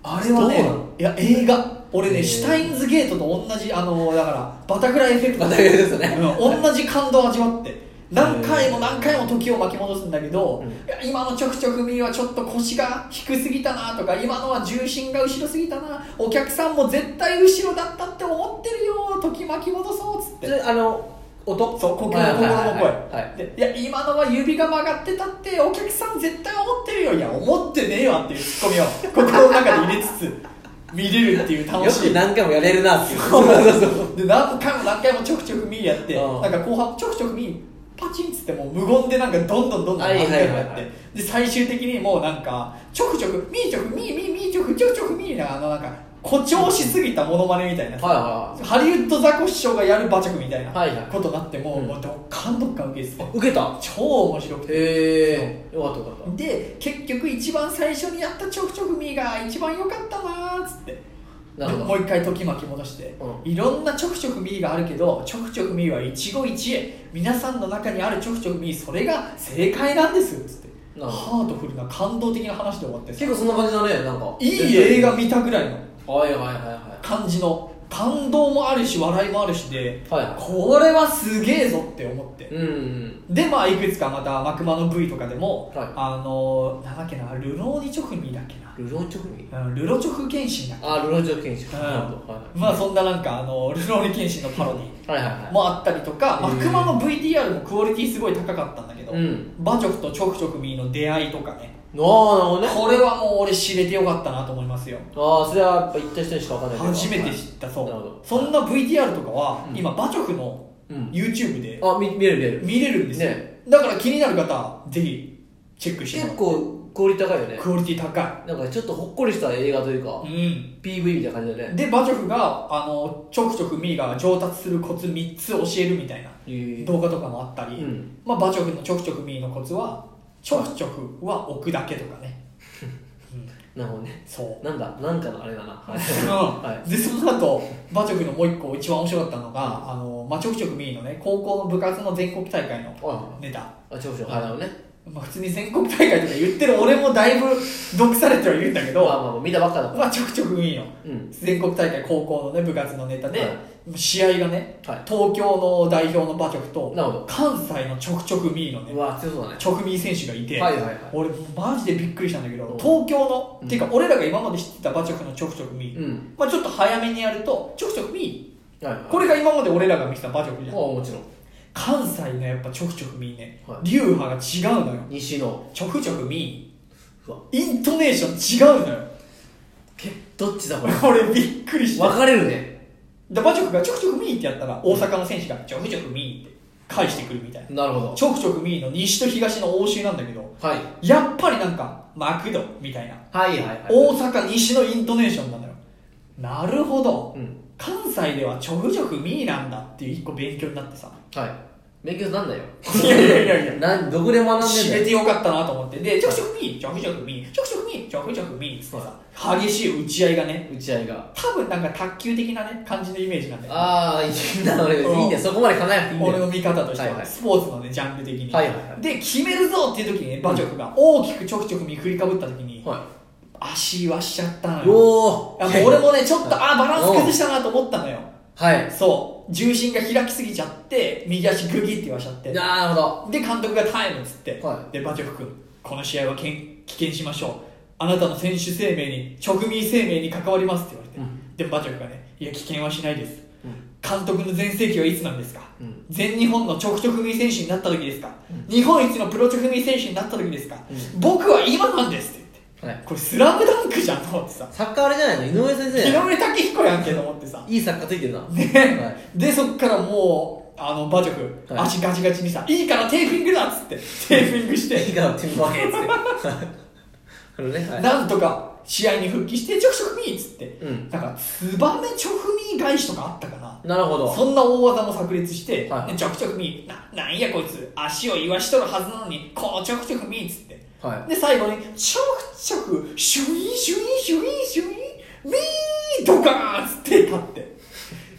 Speaker 1: あれは
Speaker 3: どう
Speaker 1: ね
Speaker 3: なの
Speaker 1: いや映画俺ね、
Speaker 3: へー
Speaker 1: シュタインズゲートと同じあのだからバタフライエフェクト
Speaker 3: バタフライエフェクトね
Speaker 1: うん同じ感動を味わって何回も何回も時を巻き戻すんだけど、
Speaker 3: うん
Speaker 1: いや今のちょくちょく見はちょっと腰が低すぎたなとか今のは重心が後ろすぎたなお客さんも絶対後ろだったって思ってるよ時巻き戻そうっつっ
Speaker 3: いそ
Speaker 1: て
Speaker 3: れあの音
Speaker 1: そう心の
Speaker 3: はいはい
Speaker 1: 心の
Speaker 3: はい
Speaker 1: 声、
Speaker 3: はい
Speaker 1: でいや今のは指が曲がってたってお客さん絶対思ってるよいや思ってねえわっていうツッコミを心の中で入れつつ見れるっていう楽
Speaker 3: よ
Speaker 1: しい
Speaker 3: く何回もやれるなっていう
Speaker 1: そうそうそうで何回も何回もちょくちょく見やって
Speaker 3: うん
Speaker 1: なんか後半ちょくちょく見パチンっつってもう無言でなんかどんどんどんどん
Speaker 3: はいはいはいはい
Speaker 1: やってで最終的にもうなんかちょくちょくミーちょくミーミーミーちょくちょくちょくミーなあのなんか誇張しすぎたモノマネみたいな、
Speaker 3: はいは
Speaker 1: ハリウッドザコシショウがやる馬着みたいな
Speaker 3: はいはい
Speaker 1: ことになっても、
Speaker 3: うん
Speaker 1: もうどっかんどっかん受けてて
Speaker 3: 受けた
Speaker 1: 超面白くて
Speaker 3: へえよかったよかっ
Speaker 1: で結局一番最初にやったちょくちょくミーが一番良かったなーっつって
Speaker 3: たなるほ
Speaker 1: も
Speaker 3: ど
Speaker 1: う一回時巻き戻して、
Speaker 3: う
Speaker 1: いろんなちょくちょくミーがあるけどちょくちょくミーは一期一会皆さんの中にあるちょくちょくミーそれが正解なんですよっつって
Speaker 3: なる
Speaker 1: ハートフルな感動的な話で終わってさ
Speaker 3: 結構そんな感じだねなんか
Speaker 1: いい映画見たぐらいの
Speaker 3: はいはいはいは
Speaker 1: 感じの感動もあるし笑いもあるしで
Speaker 3: いはいは
Speaker 1: これはすげえぞって思って
Speaker 3: いうんうん
Speaker 1: でまあいくつかまたマクマの V とかでも、
Speaker 3: はい
Speaker 1: あのなんだっけなルローニチョフミーだっけな
Speaker 3: ルロンチョフミ
Speaker 1: うんルロチョフ原神だっ
Speaker 3: あルロンチョフミ
Speaker 1: け、うん
Speaker 3: なるほどはい
Speaker 1: まあそんななんかあのルローニケンシンのパロディ
Speaker 3: はいはいはい
Speaker 1: もあったりとか、
Speaker 3: へ
Speaker 1: まあ、
Speaker 3: ー
Speaker 1: クマの VTR もクオリティすごい高かったんだけど、
Speaker 3: うん
Speaker 1: バチョフとチョクチョクミーの出会いとかね
Speaker 3: ああなるほどね
Speaker 1: これはもう俺知れてよかったなと思いますよ
Speaker 3: ああそれはやっぱ行った人にしか分かんないけど
Speaker 1: 初めて知ったそ
Speaker 3: なるほど
Speaker 1: うそんな VTR とかは、
Speaker 3: うん
Speaker 1: 今バチョフの
Speaker 3: うん
Speaker 1: YouTube で
Speaker 3: あ見見える見える
Speaker 1: 見れるんですよ、
Speaker 3: ね
Speaker 1: だから気になる方はぜひチェックしてもら
Speaker 3: 結
Speaker 1: って
Speaker 3: 構クオリティ高いよね
Speaker 1: クオリティ高
Speaker 3: なんかちょっとほっこりした映画というか
Speaker 1: い、うん、
Speaker 3: PV みたいな感じだね
Speaker 1: でバチョフがあのちょくちょくミーが上達するコツ3つ教えるみたいな
Speaker 3: へえ
Speaker 1: 動画とかもあったり、
Speaker 3: うん
Speaker 1: まあ、バチョフのちょくちょくミーのコツはちょくちょくは置くだけとかね、うん
Speaker 3: なるほどね
Speaker 1: そう
Speaker 3: なんだなんかのあれだなはい は
Speaker 1: でその後バチョフのもう一個一番面白かったのが、あのまあ、ちょくちょくミーのね高校の部活の全国大会の
Speaker 3: い
Speaker 1: ネタ
Speaker 3: あちょうちょうはいなるほどね
Speaker 1: まあ、普通に全国大会とか言ってる俺もだいぶ毒されてはいるんだけ
Speaker 3: まあ
Speaker 1: ど、
Speaker 3: まあまあ見たばっかだから
Speaker 1: まあ、ちょくちょくミーの
Speaker 3: うん
Speaker 1: 全国大会高校のね部活のネタで、
Speaker 3: は
Speaker 1: 試合がね
Speaker 3: は
Speaker 1: 東京の代表の馬局と
Speaker 3: なるほど
Speaker 1: 関西のちょくちょくミーの
Speaker 3: い
Speaker 1: ね
Speaker 3: うわ強そうだね
Speaker 1: ちょくミー選手がいて、
Speaker 3: はいはいはい
Speaker 1: 俺マジでびっくりしたんだけど
Speaker 3: うん
Speaker 1: 東京の、
Speaker 3: うん
Speaker 1: っていうか俺らが今まで知ってた馬局のちょくちょくミー、
Speaker 3: うん
Speaker 1: まあ、ちょっと早めにやるとちょくちょくミ
Speaker 3: はいはい
Speaker 1: ーこれが今まで俺らが見てた馬局じ
Speaker 3: あ
Speaker 1: ゃん
Speaker 3: もちろん
Speaker 1: 関西のやっぱちょくちょくミーね、
Speaker 3: は
Speaker 1: 流派が違うのよ
Speaker 3: 西の
Speaker 1: ちょくちょくミ
Speaker 3: うわ
Speaker 1: ーイントネーション違うのよ
Speaker 3: どっちだこれ
Speaker 1: 俺びっくりした
Speaker 3: 分かれるね
Speaker 1: で馬局がちょくちょくミーってやったら大阪の選手がちょくちょくミーって返してくるみたいな
Speaker 3: なるほど
Speaker 1: ちょくちょくミーの西と東の応酬なんだけど
Speaker 3: はい
Speaker 1: やっぱりなんかマクドみたいな
Speaker 3: はいはいはい
Speaker 1: 大阪西のイントネーションなのよなるほど
Speaker 3: うん
Speaker 1: 関西ではちょくちょくミーなんだっていう一個勉強になってさ
Speaker 3: はい勉強なんだよ
Speaker 1: いやいやいやいや
Speaker 3: なんどこで学んでん
Speaker 1: 知
Speaker 3: だ
Speaker 1: れ
Speaker 3: よ
Speaker 1: てよかったなと思ってでちょくちょくミーちょくちょくミーちょくちょくミーちょくちょくミーっつってさ激しい打ち合いがね
Speaker 3: 打ち合いが
Speaker 1: 多分なんか卓球的なね感じのイメージなんだよ
Speaker 3: ああいいな俺い
Speaker 1: うん
Speaker 3: いねそこまで考えなくていいんだ
Speaker 1: 俺の
Speaker 3: よ
Speaker 1: 見方としては、
Speaker 3: はいはい
Speaker 1: スポーツのねジャンル的に、
Speaker 3: はいはいはい
Speaker 1: で決めるぞっていう時にね馬直が大きくちょくちょく見振りかぶった時に、
Speaker 3: は
Speaker 1: 足はしちゃったの
Speaker 3: い
Speaker 1: よ
Speaker 3: おお
Speaker 1: いやもう俺もねちょっとあーバランス崩したなと思ったのよ
Speaker 3: はい
Speaker 1: そう重心が開きすぎちゃって右足グギって言わしちゃってで
Speaker 3: なるほど
Speaker 1: 監督がタイムっつって、
Speaker 3: は
Speaker 1: で馬直君この試合はけん棄権しましょうあなたの選手生命に直民生命に関わりますって言われて、
Speaker 3: うん
Speaker 1: で馬直がねいや棄権はしないです
Speaker 3: うん
Speaker 1: 監督の全盛期はいつなんですか、
Speaker 3: うん
Speaker 1: 全日本のちょくちょく組選手になった時ですか、
Speaker 3: うん
Speaker 1: 日本一のプロちょく組選手になった時ですか、
Speaker 3: う
Speaker 1: 僕は今なんですって
Speaker 3: は
Speaker 1: 言っ
Speaker 3: い
Speaker 1: てこれスラムダンクじゃんと思ってさ
Speaker 3: サッカーあれじゃないの井上先
Speaker 1: 井
Speaker 3: 生
Speaker 1: 上武彦やんけと思ってさ
Speaker 3: いい作家ついてるな
Speaker 1: ね、
Speaker 3: は
Speaker 1: でそっからもうあの馬直、
Speaker 3: はい
Speaker 1: 足ガチガチにさ「いいからテーピングだ!」っつってテーピングし
Speaker 3: いい
Speaker 1: て
Speaker 3: からティムバケーっつってあのねはい
Speaker 1: なんとか試合に復帰して「ちょくちょくみ!」っつって、
Speaker 3: うん
Speaker 1: なんかツバメちょくみ返しとかあったかな
Speaker 3: なるほど
Speaker 1: そんな大技も炸裂して、
Speaker 3: はい
Speaker 1: でちょくちょく見ななんやこいつ足を言わしとるはずなのにこうちょくちょく見っつって
Speaker 3: は
Speaker 1: で最後にちょくちょくシュインシュインシュインシュインミードカーンっつって立って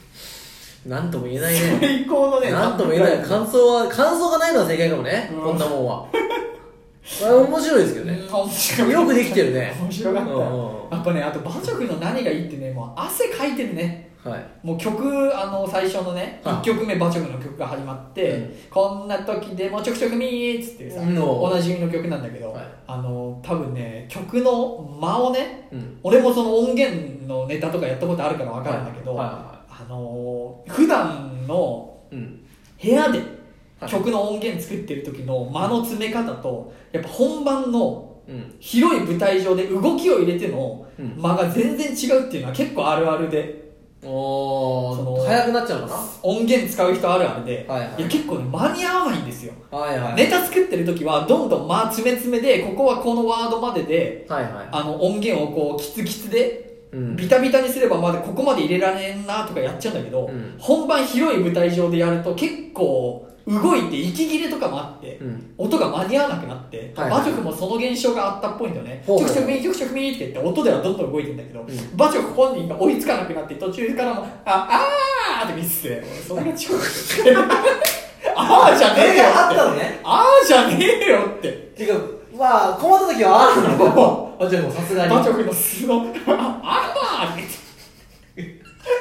Speaker 3: いなんとも言えないね
Speaker 1: 最高のね
Speaker 3: なんとも言えない
Speaker 1: 感
Speaker 3: 感想は感想がないのは正解かもね
Speaker 1: うん
Speaker 3: こんなもんはあれ面白いですけど
Speaker 1: じ
Speaker 3: ね
Speaker 1: 面白い
Speaker 3: よくできてるね
Speaker 1: 面白かった
Speaker 3: うんうんうん
Speaker 1: やっぱねあと馬直の何がいいってねもう汗かいてるね
Speaker 3: はい
Speaker 1: もう曲あの最初のね、
Speaker 3: はい
Speaker 1: 1曲目馬直の曲が始まって、
Speaker 3: うん
Speaker 1: こんな時でもちょくちょくみーっつってさ、
Speaker 3: うん
Speaker 1: おなじみの曲なんだけど、
Speaker 3: はい
Speaker 1: あの多分ね曲の間をね
Speaker 3: うん
Speaker 1: 俺もその音源のネタとかやったことあるから分かるんだけど、
Speaker 3: はいは
Speaker 1: あのー普段の
Speaker 3: いうん
Speaker 1: 部屋で
Speaker 3: はい
Speaker 1: 曲の音源作ってる時の間の詰め方とやっぱ本番の
Speaker 3: うん
Speaker 1: 広い舞台上で動きを入れての
Speaker 3: うん
Speaker 1: 間が全然違うっていうのは結構あるあるで。
Speaker 3: あ
Speaker 1: そ
Speaker 3: お
Speaker 1: の
Speaker 3: お早くなっちゃうのか
Speaker 1: 音源使う人あるあるで、
Speaker 3: はいはい
Speaker 1: や結構ね間に合わないんですよ
Speaker 3: なはいはい
Speaker 1: ネタ作ってる時はどんどん間詰め詰めでここはこのワードまでで
Speaker 3: はいは
Speaker 1: あの音源をこうキツキツで
Speaker 3: いうん
Speaker 1: ビタビタにすればまだここまで入れられんなとかやっちゃうんだけど、
Speaker 3: うん
Speaker 1: 本番広い舞台上でやると結構動いて息切れとかもあって、
Speaker 3: うん
Speaker 1: 音が間に合わなくなって、
Speaker 3: はい
Speaker 1: 馬直もその現象があったっぽいんだよね。ち
Speaker 3: ほう
Speaker 1: ょ
Speaker 3: ほう
Speaker 1: くちょくみ、ちょくちょくみって言って音ではどんどん動いてんだけど、
Speaker 3: ん
Speaker 1: 馬直本人が追いつかなくなって途中からも、あ、あーって見せて、それが遅 刻して、あーじゃねえよ
Speaker 3: あ
Speaker 1: っ
Speaker 3: ってたのね
Speaker 1: あーじゃねえよって。
Speaker 3: ていうかまあ困った時はあるの あじゃあもうさすがに
Speaker 1: 馬直の素の、あ、あーって言って。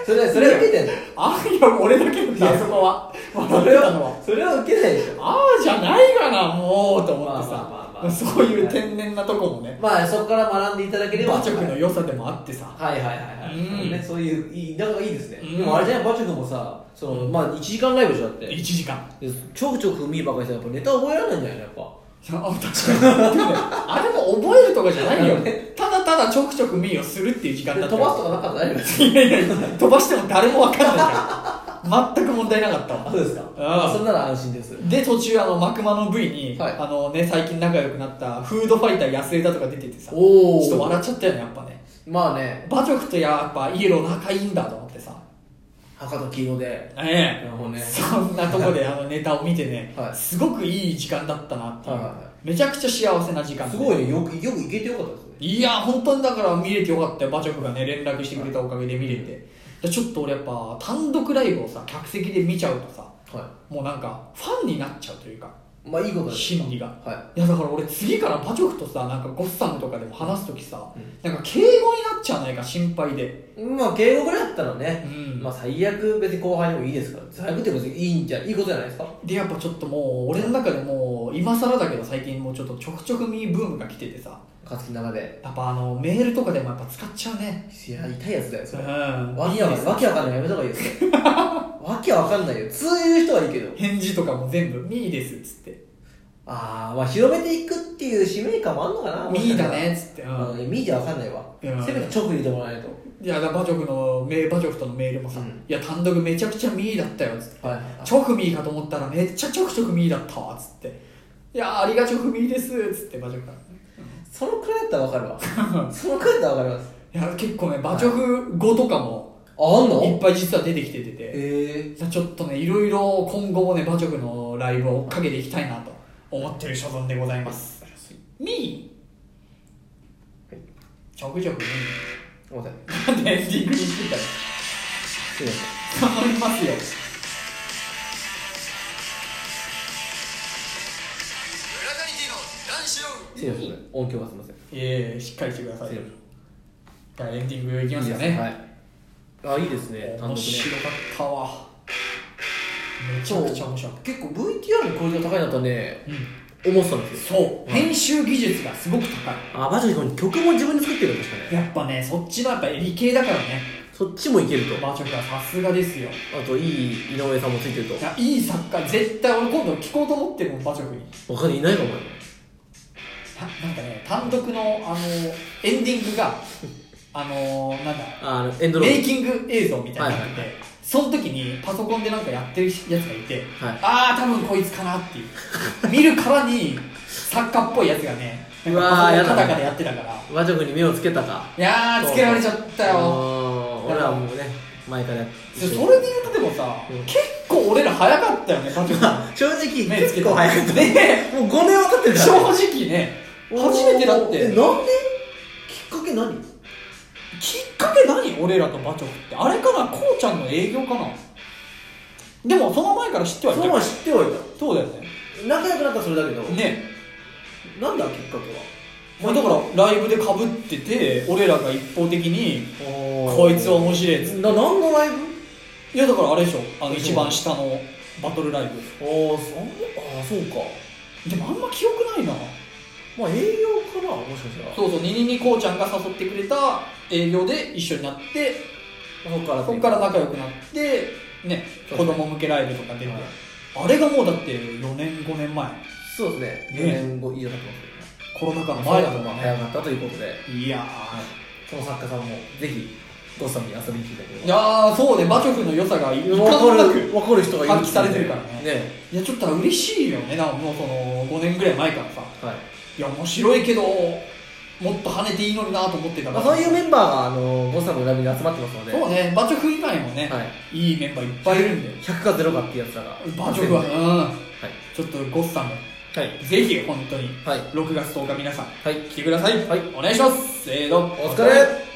Speaker 3: それそれは受けてんの
Speaker 1: あいや、俺だけなんだ、あそこは。笑ってたのは。
Speaker 3: それは受けないでしょ
Speaker 1: ああじゃないがな、もう、と思って
Speaker 3: まあまあまあま
Speaker 1: さ。
Speaker 3: あ
Speaker 1: そういう天然なとこもね、
Speaker 3: まあそこから学んでいただければ
Speaker 1: 馬直の良さでもあってさ。
Speaker 3: はいはいはいはい、
Speaker 1: うん
Speaker 3: ね、そういういいだからいいですね、
Speaker 1: うん
Speaker 3: でもあれじゃないバチョ君もさその、まあ1時間ライブじゃだって
Speaker 1: 1時間。
Speaker 3: でちょくちょく見るばかりさやっぱネタ覚えられないんじゃないのやっぱ
Speaker 1: あ、確かに。でもねあれも覚えるとかじゃない よ
Speaker 3: なるほど。
Speaker 1: ただただちょくちょくミーをするっていう時間
Speaker 3: で
Speaker 1: だった
Speaker 3: 飛ばすとかなかったら大丈夫です
Speaker 1: いやいやいや、飛ばしても誰もわかんないから。 全く問題なかったわ。
Speaker 3: そうですか
Speaker 1: ああ
Speaker 3: それなら安心です
Speaker 1: で途中あのマクマの V に、
Speaker 3: はい
Speaker 1: あのね、最近仲良くなったフードファイター安江だとか出ててさち
Speaker 3: お
Speaker 1: ょ
Speaker 3: ー
Speaker 1: っと笑っちゃったよねやっぱね
Speaker 3: まあね
Speaker 1: 馬直とやっぱイエロー仲いいんだと思ってさ
Speaker 3: 博多黄色でな
Speaker 1: え
Speaker 3: るほど
Speaker 1: え
Speaker 3: ね
Speaker 1: そんなとこであのネタを見てね、
Speaker 3: はい
Speaker 1: すごくいい時間だったなっていう、
Speaker 3: はいはいは
Speaker 1: めちゃくちゃ幸せな時間
Speaker 3: すごいねよくよくいけてよかったですね
Speaker 1: いや本当にだから見れてよかったよ馬直がね連絡してくれたおかげで見れて、でちょっと俺やっぱ単独ライブをさ客席で見ちゃうとさ
Speaker 3: は
Speaker 1: もうなんかファンになっちゃうというか
Speaker 3: いまあいいことです
Speaker 1: 心理が
Speaker 3: はい
Speaker 1: やだから俺次から馬直とさなんかゴッサムとかでも話す時さ、
Speaker 3: う
Speaker 1: なんか敬語になっちゃわないか心配で
Speaker 3: いまあ敬語ぐらいだったらね、
Speaker 1: うん
Speaker 3: まあ最悪別に後輩でもいいですから最悪って別にいいんじゃいいことじゃないですか
Speaker 1: でやっぱちょっともう俺の中でもう今更だけど最近もうちょっとちょくちょくミーブームが来ててさ
Speaker 3: 勝木の中で
Speaker 1: やっぱあのメールとかでもやっぱ使っちゃうね
Speaker 3: いや痛いやつだよそれ
Speaker 1: うん
Speaker 3: わけわかんないわけわかんないやめた方がいいよそれわけわかんないよ通いう人はいいけど
Speaker 1: 返事とかも全部「ミーです」っつって
Speaker 3: ああまあ広めていくっていう使命感もあんのかな
Speaker 1: 「
Speaker 3: も
Speaker 1: ミ
Speaker 3: し
Speaker 1: ー
Speaker 3: かした
Speaker 1: だ
Speaker 3: ら
Speaker 1: ね」っつって、う
Speaker 3: あの
Speaker 1: ん、
Speaker 3: ねミーじゃわかんないわ
Speaker 1: うん
Speaker 3: せめて直入れてもらわないと
Speaker 1: いやだから馬直のメー馬直とのメールもさ「
Speaker 3: うん
Speaker 1: いや単独めちゃくちゃミーだったよ」っつって
Speaker 3: はい
Speaker 1: チョフミーかと思ったらめっちゃチョフチョフミーだったわっつって「いやーありがチョフミーです」っつって馬直から
Speaker 3: そのくらいだったらわかるわそのくらいだったらわかります
Speaker 1: いや結構ね馬直語とかも
Speaker 3: ああん
Speaker 1: いっ
Speaker 3: の
Speaker 1: ぱい実は出てきててて
Speaker 3: ええ
Speaker 1: ちょっとねいろいろ今後もね馬直のライブを追っかけていきたいなと思ってる所存でございますミーちょくちょくミ
Speaker 3: ごめんなさい
Speaker 1: ーなんでエンディングにしてたの
Speaker 3: すいません
Speaker 1: 頼みますよ
Speaker 2: 裏谷ティの男子ロー
Speaker 3: すいません音響がすいません
Speaker 1: いえいえしっかりしてください
Speaker 3: すい
Speaker 1: じ
Speaker 3: ま
Speaker 1: ゃあエンディングいきます
Speaker 3: せ
Speaker 1: よ
Speaker 3: ん
Speaker 1: ね
Speaker 3: はいあいいですね単
Speaker 1: 面
Speaker 3: 独ね
Speaker 1: 白かったわめちゃくちゃ面白かっ
Speaker 3: 結構 VTR のクオリティが高いなとね
Speaker 1: た、うん、
Speaker 3: 思ってたんですよ
Speaker 1: そう
Speaker 3: うん
Speaker 1: 編集技術がすごく高い
Speaker 3: あバジョン曲も自分で作ってるんですかね
Speaker 1: やっぱねそっちのやっぱ理系だからね
Speaker 3: そっちもいけると
Speaker 1: バーチョクはさすがですよ
Speaker 3: あといい井上さんもついてると
Speaker 1: いやいい作家絶対俺今度聞こうと思ってるもんバーチョクに
Speaker 3: わかんないいないかもよ
Speaker 1: ななんかね単独のあのエンディングがあのなんだ
Speaker 3: あのエンドロール
Speaker 1: メイキング映像みたいになってて、
Speaker 3: はいはいは
Speaker 1: その時にパソコンでなんかやってるやつがいて、
Speaker 3: はい
Speaker 1: ああ多分こいつかなっていう見るからに作家っぽいやつがねなんか
Speaker 3: うわ
Speaker 1: パソコン
Speaker 3: ーやだ
Speaker 1: カタカタやってたから
Speaker 3: 和食に目をつけたか
Speaker 1: いやーつけられちゃったよ
Speaker 3: うん俺らもうね前から
Speaker 1: そ
Speaker 3: 一緒に
Speaker 1: それで言うとでもさ、
Speaker 3: うん
Speaker 1: 結構俺ら早かったよねパチョ
Speaker 3: ま
Speaker 1: 君
Speaker 3: あ正直
Speaker 1: 目つけ
Speaker 3: 結
Speaker 1: た
Speaker 3: 構早かった
Speaker 1: ね
Speaker 3: もう5年は経ってるか
Speaker 1: 正
Speaker 3: らね
Speaker 1: 直ね初めてだっ
Speaker 3: え
Speaker 1: て
Speaker 3: なんできっかけ何
Speaker 1: きっかけ何俺らとバチョクってあれかなこうちゃんの営業かなでもその前から知ってはい
Speaker 3: そ
Speaker 1: た
Speaker 3: の
Speaker 1: けど
Speaker 3: 前知ってはい
Speaker 1: そうだよね
Speaker 3: た仲良くなったらそれだけど
Speaker 1: ね
Speaker 3: なんだきっかけは
Speaker 1: まあ、だからライブでかぶってて俺らが一方的に「こ
Speaker 3: こ
Speaker 1: いつは面白い」っつって
Speaker 3: な何のライブ
Speaker 1: いやだからあれでしょあの
Speaker 3: そう
Speaker 1: 一番下のバトルライブ
Speaker 3: あーそあーそうか
Speaker 1: でもあんま記憶ないな
Speaker 3: まあ営業かなもしかしたら
Speaker 1: そうそうにににこうちゃんが誘ってくれた営業で一緒になって
Speaker 3: そっから
Speaker 1: そこから仲良くなってね
Speaker 3: そ
Speaker 1: 子
Speaker 3: うそう
Speaker 1: 供向けライブとか出て
Speaker 3: はい
Speaker 1: あれがもうだって4年5年前
Speaker 3: そうですね
Speaker 1: ね
Speaker 3: 4年後以上経ってます
Speaker 1: コ
Speaker 3: よね
Speaker 1: ロナ禍の
Speaker 3: 前
Speaker 1: 前
Speaker 3: だ
Speaker 1: だ
Speaker 3: と
Speaker 1: と
Speaker 3: が
Speaker 1: か
Speaker 3: 早
Speaker 1: ね
Speaker 3: かったということで、
Speaker 1: いや
Speaker 3: その作家さんもぜひゴッサムに遊びに来てたけ
Speaker 1: い
Speaker 3: ど
Speaker 1: やーそうね馬曲の良さがいかん
Speaker 3: 分
Speaker 1: な
Speaker 3: か
Speaker 1: く
Speaker 3: る分かる人がいる
Speaker 1: 発揮されてるからね
Speaker 3: ね
Speaker 1: いやちょっと嬉しいよねなんかもうその5年ぐらい前からさ
Speaker 3: はい
Speaker 1: いや面白いけどもっと跳ねていいのになと思ってたか
Speaker 3: ま
Speaker 1: ら
Speaker 3: あ、そういうメンバーがあのゴッサムの裏部に集まってますので
Speaker 1: そうね馬直以外もね、、
Speaker 3: はい
Speaker 1: いメンバーいっぱいいるんで
Speaker 3: 100か0かっていうやつらが
Speaker 1: 馬直はうん
Speaker 3: は
Speaker 1: ちょっとゴッサム
Speaker 3: いはい
Speaker 1: ぜひ本当に
Speaker 3: はい
Speaker 1: 6月10日皆さん
Speaker 3: はい
Speaker 1: 来てください、
Speaker 3: はい
Speaker 1: お願いしますせーの
Speaker 3: お疲れ